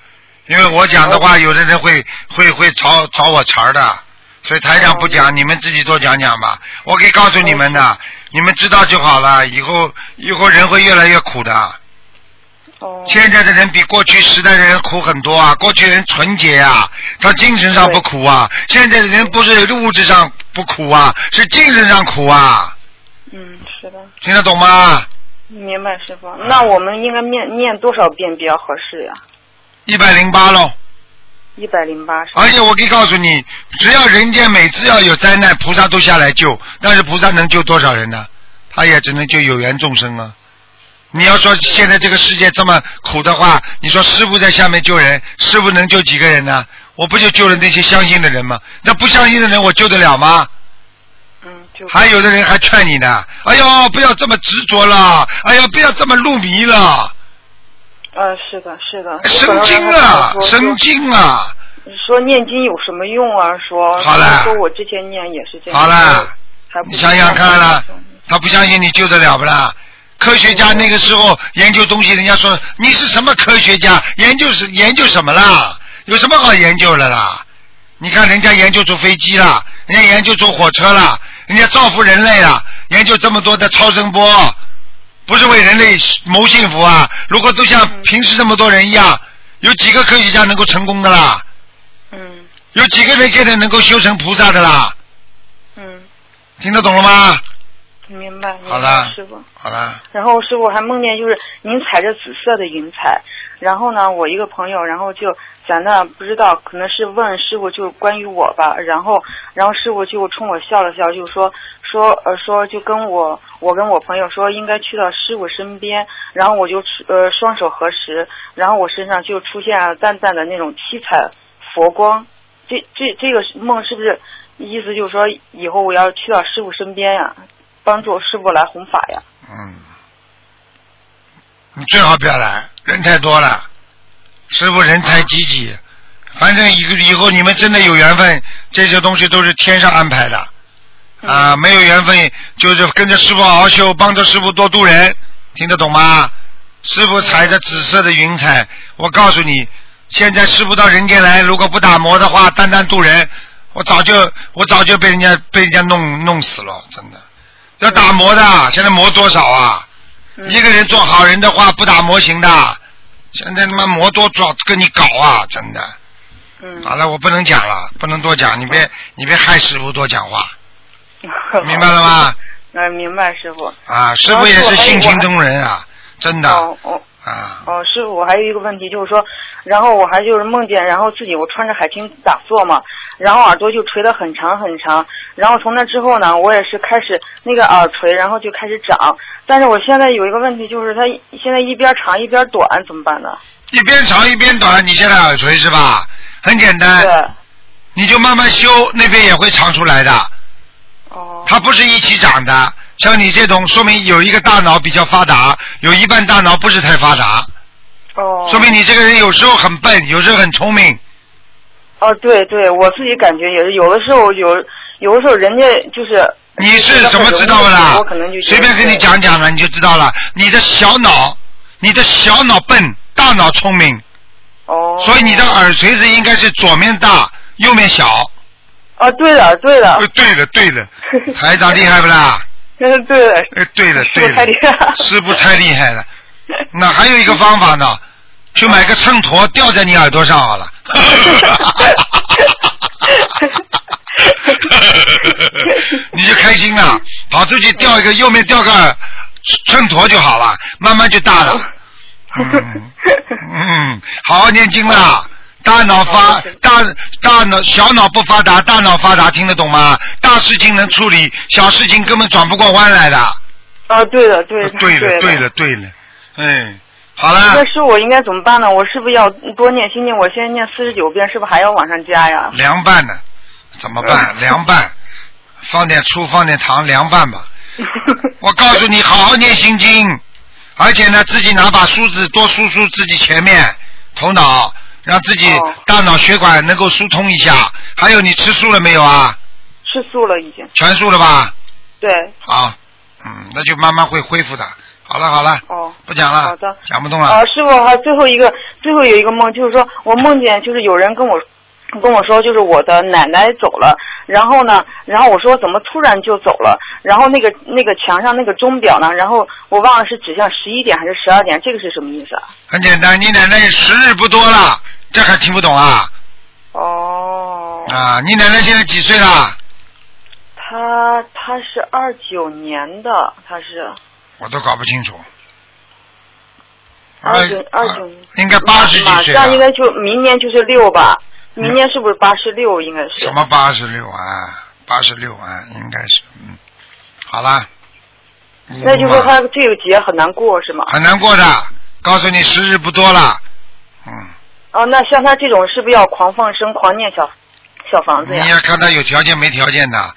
Speaker 2: 因为我讲的话，有的人会会会找找我茬儿的，所以台长不讲，你们自己多讲讲吧。我可以告诉你们的，你们知道就好了。以后以后人会越来越苦的。现在的人比过去时代的人苦很多啊，过去人纯洁啊，他精神上不苦啊，现在的人不是物质上不苦啊，是精神上苦啊，
Speaker 13: 嗯，是的，
Speaker 2: 听得懂吗？
Speaker 13: 明白师傅。嗯那我们应该念念多少遍比较合适呀、
Speaker 2: 一百零八喽。
Speaker 13: 一百零八是吧。
Speaker 2: 而且我可以告诉你，只要人间每次要有灾难，菩萨都下来救。但是菩萨能救多少人呢？他也只能救有缘众生啊。你要说现在这个世界这么苦的话，你说师傅在下面救人，师傅能救几个人呢？我不就救了那些相信的人吗？那不相信的人，我救得了吗？还有的人还劝你呢，哎呦，不要这么执着了，哎呦，不要这么入迷了。
Speaker 13: 呃，是的，是的。
Speaker 2: 神经啊
Speaker 13: 说，
Speaker 2: 神经啊！
Speaker 13: 说念经有什么用啊？说
Speaker 2: 好了
Speaker 13: 说我之前念也是这样。
Speaker 2: 好了，
Speaker 13: 还不
Speaker 2: 你想想看啊啦，他不相信你救得了不啦？科学家那个时候研究东西，人家说你是什么科学家？研究是研究什么啦？有什么好研究的啦？你看人家研究出飞机啦，人家研究出火车啦，人家造福人类啦，研究这么多的超声波，不是为人类谋幸福啊！如果都像平时这么多人一样，有几个科学家能够成功的啦？
Speaker 13: 嗯，
Speaker 2: 有几个人现在能够修成菩萨的啦？
Speaker 13: 嗯，
Speaker 2: 听得懂了吗？
Speaker 13: 明白。明白
Speaker 2: 好了
Speaker 13: 师傅。
Speaker 2: 好了，
Speaker 13: 然后师傅还梦见就是您踩着紫色的云彩，然后呢，我一个朋友，然后就咱那不知道，可能是问师傅就关于我吧，然后然后师傅就冲我笑了笑，就说说呃说就跟我我跟我朋友说应该去到师傅身边，然后我就呃双手合十，然后我身上就出现了淡淡的那种七彩佛光，这这这个梦是不是意思就是说以后我要去到师傅身边呀、帮助师傅来弘法呀？
Speaker 2: 嗯，你最好不要来，人太多了，师傅人才济济，反正以以后你们真的有缘分，这些东西都是天上安排的，啊，没有缘分就是跟着师傅好好修，帮着师傅多度人，听得懂吗？师傅踩着紫色的云彩，我告诉你，现在师傅到人间来，如果不打磨的话，单单度人，我早就我早就被人家被人家弄弄死了，真的。要打磨的，现在磨多少啊？
Speaker 13: 嗯
Speaker 2: 一个人做好人的话，不打磨行的。现在他妈磨多少跟你搞啊，真的。
Speaker 13: 嗯。
Speaker 2: 好了，我不能讲了，不能多讲，你别你别害师傅多讲话， 明白了吗？
Speaker 13: 嗯、明白师傅。
Speaker 2: 啊，师傅也是性情中人啊，真的
Speaker 13: 哦哦
Speaker 2: 啊。
Speaker 13: 哦，师傅，我还有一个问题，就是说，然后我还就是梦见，然后自己我穿着海青打坐嘛，然后耳朵就垂得很长很长，然后从那之后呢，我也是开始那个耳垂，然后就开始长，但是我现在有一个问题，就是它现在一边长一边短，怎么办呢？
Speaker 2: 一边长一边短，你现在耳垂是吧？很简单，你就慢慢修，那边也会长出来的。哦。它不是一起长的，像你这种，说明有一个大脑比较发达，有一半大脑不是太发达。
Speaker 13: 哦。哎
Speaker 2: 说明你这个人有时候很笨，有时候很聪明。
Speaker 13: 哦，对对，我自己感觉也是，有的时候有，有的时候人家就是。
Speaker 2: 你是怎么知道的啦
Speaker 13: 我可能就？觉
Speaker 2: 随
Speaker 13: 得
Speaker 2: 便跟你
Speaker 13: 对
Speaker 2: 讲讲了，你就知道了。你的小脑，你的小脑笨，大脑聪明。
Speaker 13: 哦。
Speaker 2: 所以你的耳垂子应该是左面大，右面小。呃
Speaker 13: 哦，对了，对了。
Speaker 2: 对了，对 了，台长厉害不啦？
Speaker 13: 嗯， 对了。
Speaker 2: 哎，对了，对
Speaker 13: 师傅太厉害
Speaker 2: 了，师傅太厉害了。那还有一个方法呢，去买个秤砣吊在你耳朵上好了。 你就开心了，跑出去吊一 个，右面吊个秤砣就好了，慢慢就大了。嗯，嗯，好好念经啦。大脑发大大脑小脑不发达，大脑发达，听得懂吗？大事情能处理，小事情根本转不过弯来的。
Speaker 13: 哦，对了，对了，
Speaker 2: 对
Speaker 13: 了，
Speaker 2: 了，对了，对了，嗯，好
Speaker 13: 那
Speaker 2: 了，
Speaker 13: 是我应该怎么办呢？我是不是要多念心经？我现在念四十九遍，是不是还要往上加呀？
Speaker 2: 凉拌呢，怎么
Speaker 13: 嗯
Speaker 2: 办？凉拌，放点醋，放点糖，凉拌 吧。我告诉你，好好念心经，而且呢，自己拿把梳子多梳梳自己前面头脑，让自己
Speaker 13: 哦
Speaker 2: 大脑血管能够疏通一下。还有，你吃素了没有啊？
Speaker 13: 吃素了已经。
Speaker 2: 全素了吧？
Speaker 13: 对，
Speaker 2: 好，嗯，那就慢慢会恢复的，好了好了，
Speaker 13: 哦，
Speaker 2: 不讲了
Speaker 13: 好的，
Speaker 2: 讲不动了。
Speaker 13: 啊，师傅，还有最后一个，最后有一个梦，就是说我梦见就是有人跟我跟我说，就是我的奶奶走了，然后呢，然后我说怎么突然就走了，然后那个那个墙上那个钟表呢，然后我忘了是指向十一点还是十二点，这个是什么意思啊？
Speaker 2: 很简单，你奶奶时日不多了，这还听不懂啊？哦。啊，你奶奶现在几岁了？
Speaker 13: 他他是二九年的，他是
Speaker 2: 我都搞不清楚。哎
Speaker 13: 二九二九年，
Speaker 2: 应该八十几
Speaker 13: 马
Speaker 2: 岁
Speaker 13: 上应
Speaker 2: 了。嗯
Speaker 13: 该就明年就是六吧，明年是不是八十六？应该是
Speaker 2: 什么八十六啊？八十六啊，应该是嗯。好啦。
Speaker 13: 那就
Speaker 2: 五嘛
Speaker 13: 说他这个节很难过是吗？
Speaker 2: 啊很难过的，告诉你时日不多了。
Speaker 13: 哦，那像他这种是不是要狂放生、狂念小小房子
Speaker 2: 你
Speaker 13: 呀？
Speaker 2: 要看他有条件没条件的，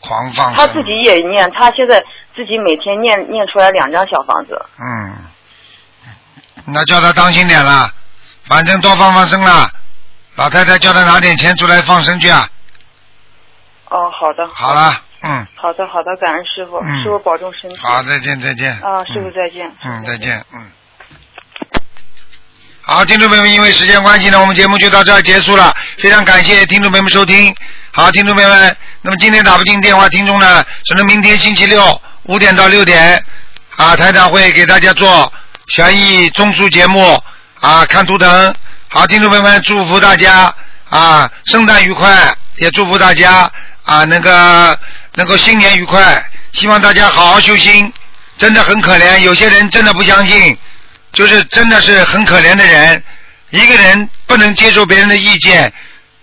Speaker 2: 狂放
Speaker 13: 他
Speaker 2: 生。
Speaker 13: 自己也念，他现在自己每天念念出来两张小房子。
Speaker 2: 嗯，那叫他当心点啦，反正多放放生啦。老太太叫他拿点钱出来放生去啊。
Speaker 13: 哦，好的，
Speaker 2: 好啦，嗯，
Speaker 13: 好的，好的，感恩师傅，
Speaker 2: 嗯
Speaker 13: 师傅保重身体。
Speaker 2: 好，再见，再见。
Speaker 13: 啊，师傅再见。
Speaker 2: 嗯，再见，嗯。好，听众朋友们，因为时间关系呢，我们节目就到这儿结束了。非常感谢听众朋友们收听。好，听众朋友们，那么今天打不进电话，听众呢，只能明天星期六五点到六点，啊，台长会给大家做悬疑综述节目，啊，看图腾。好，听众朋友们，祝福大家啊，圣诞愉快，也祝福大家啊，那个能够新年愉快，希望大家好好修心。真的很可怜，有些人真的不相信，就是真的是很可怜的人。一个人不能接受别人的意见，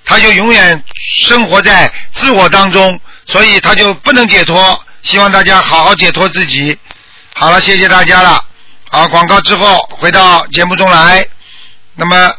Speaker 2: 他就永远生活在自我当中，所以他就不能解脱。希望大家好好解脱自己。好了，谢谢大家了。好，广告之后回到节目中来。那么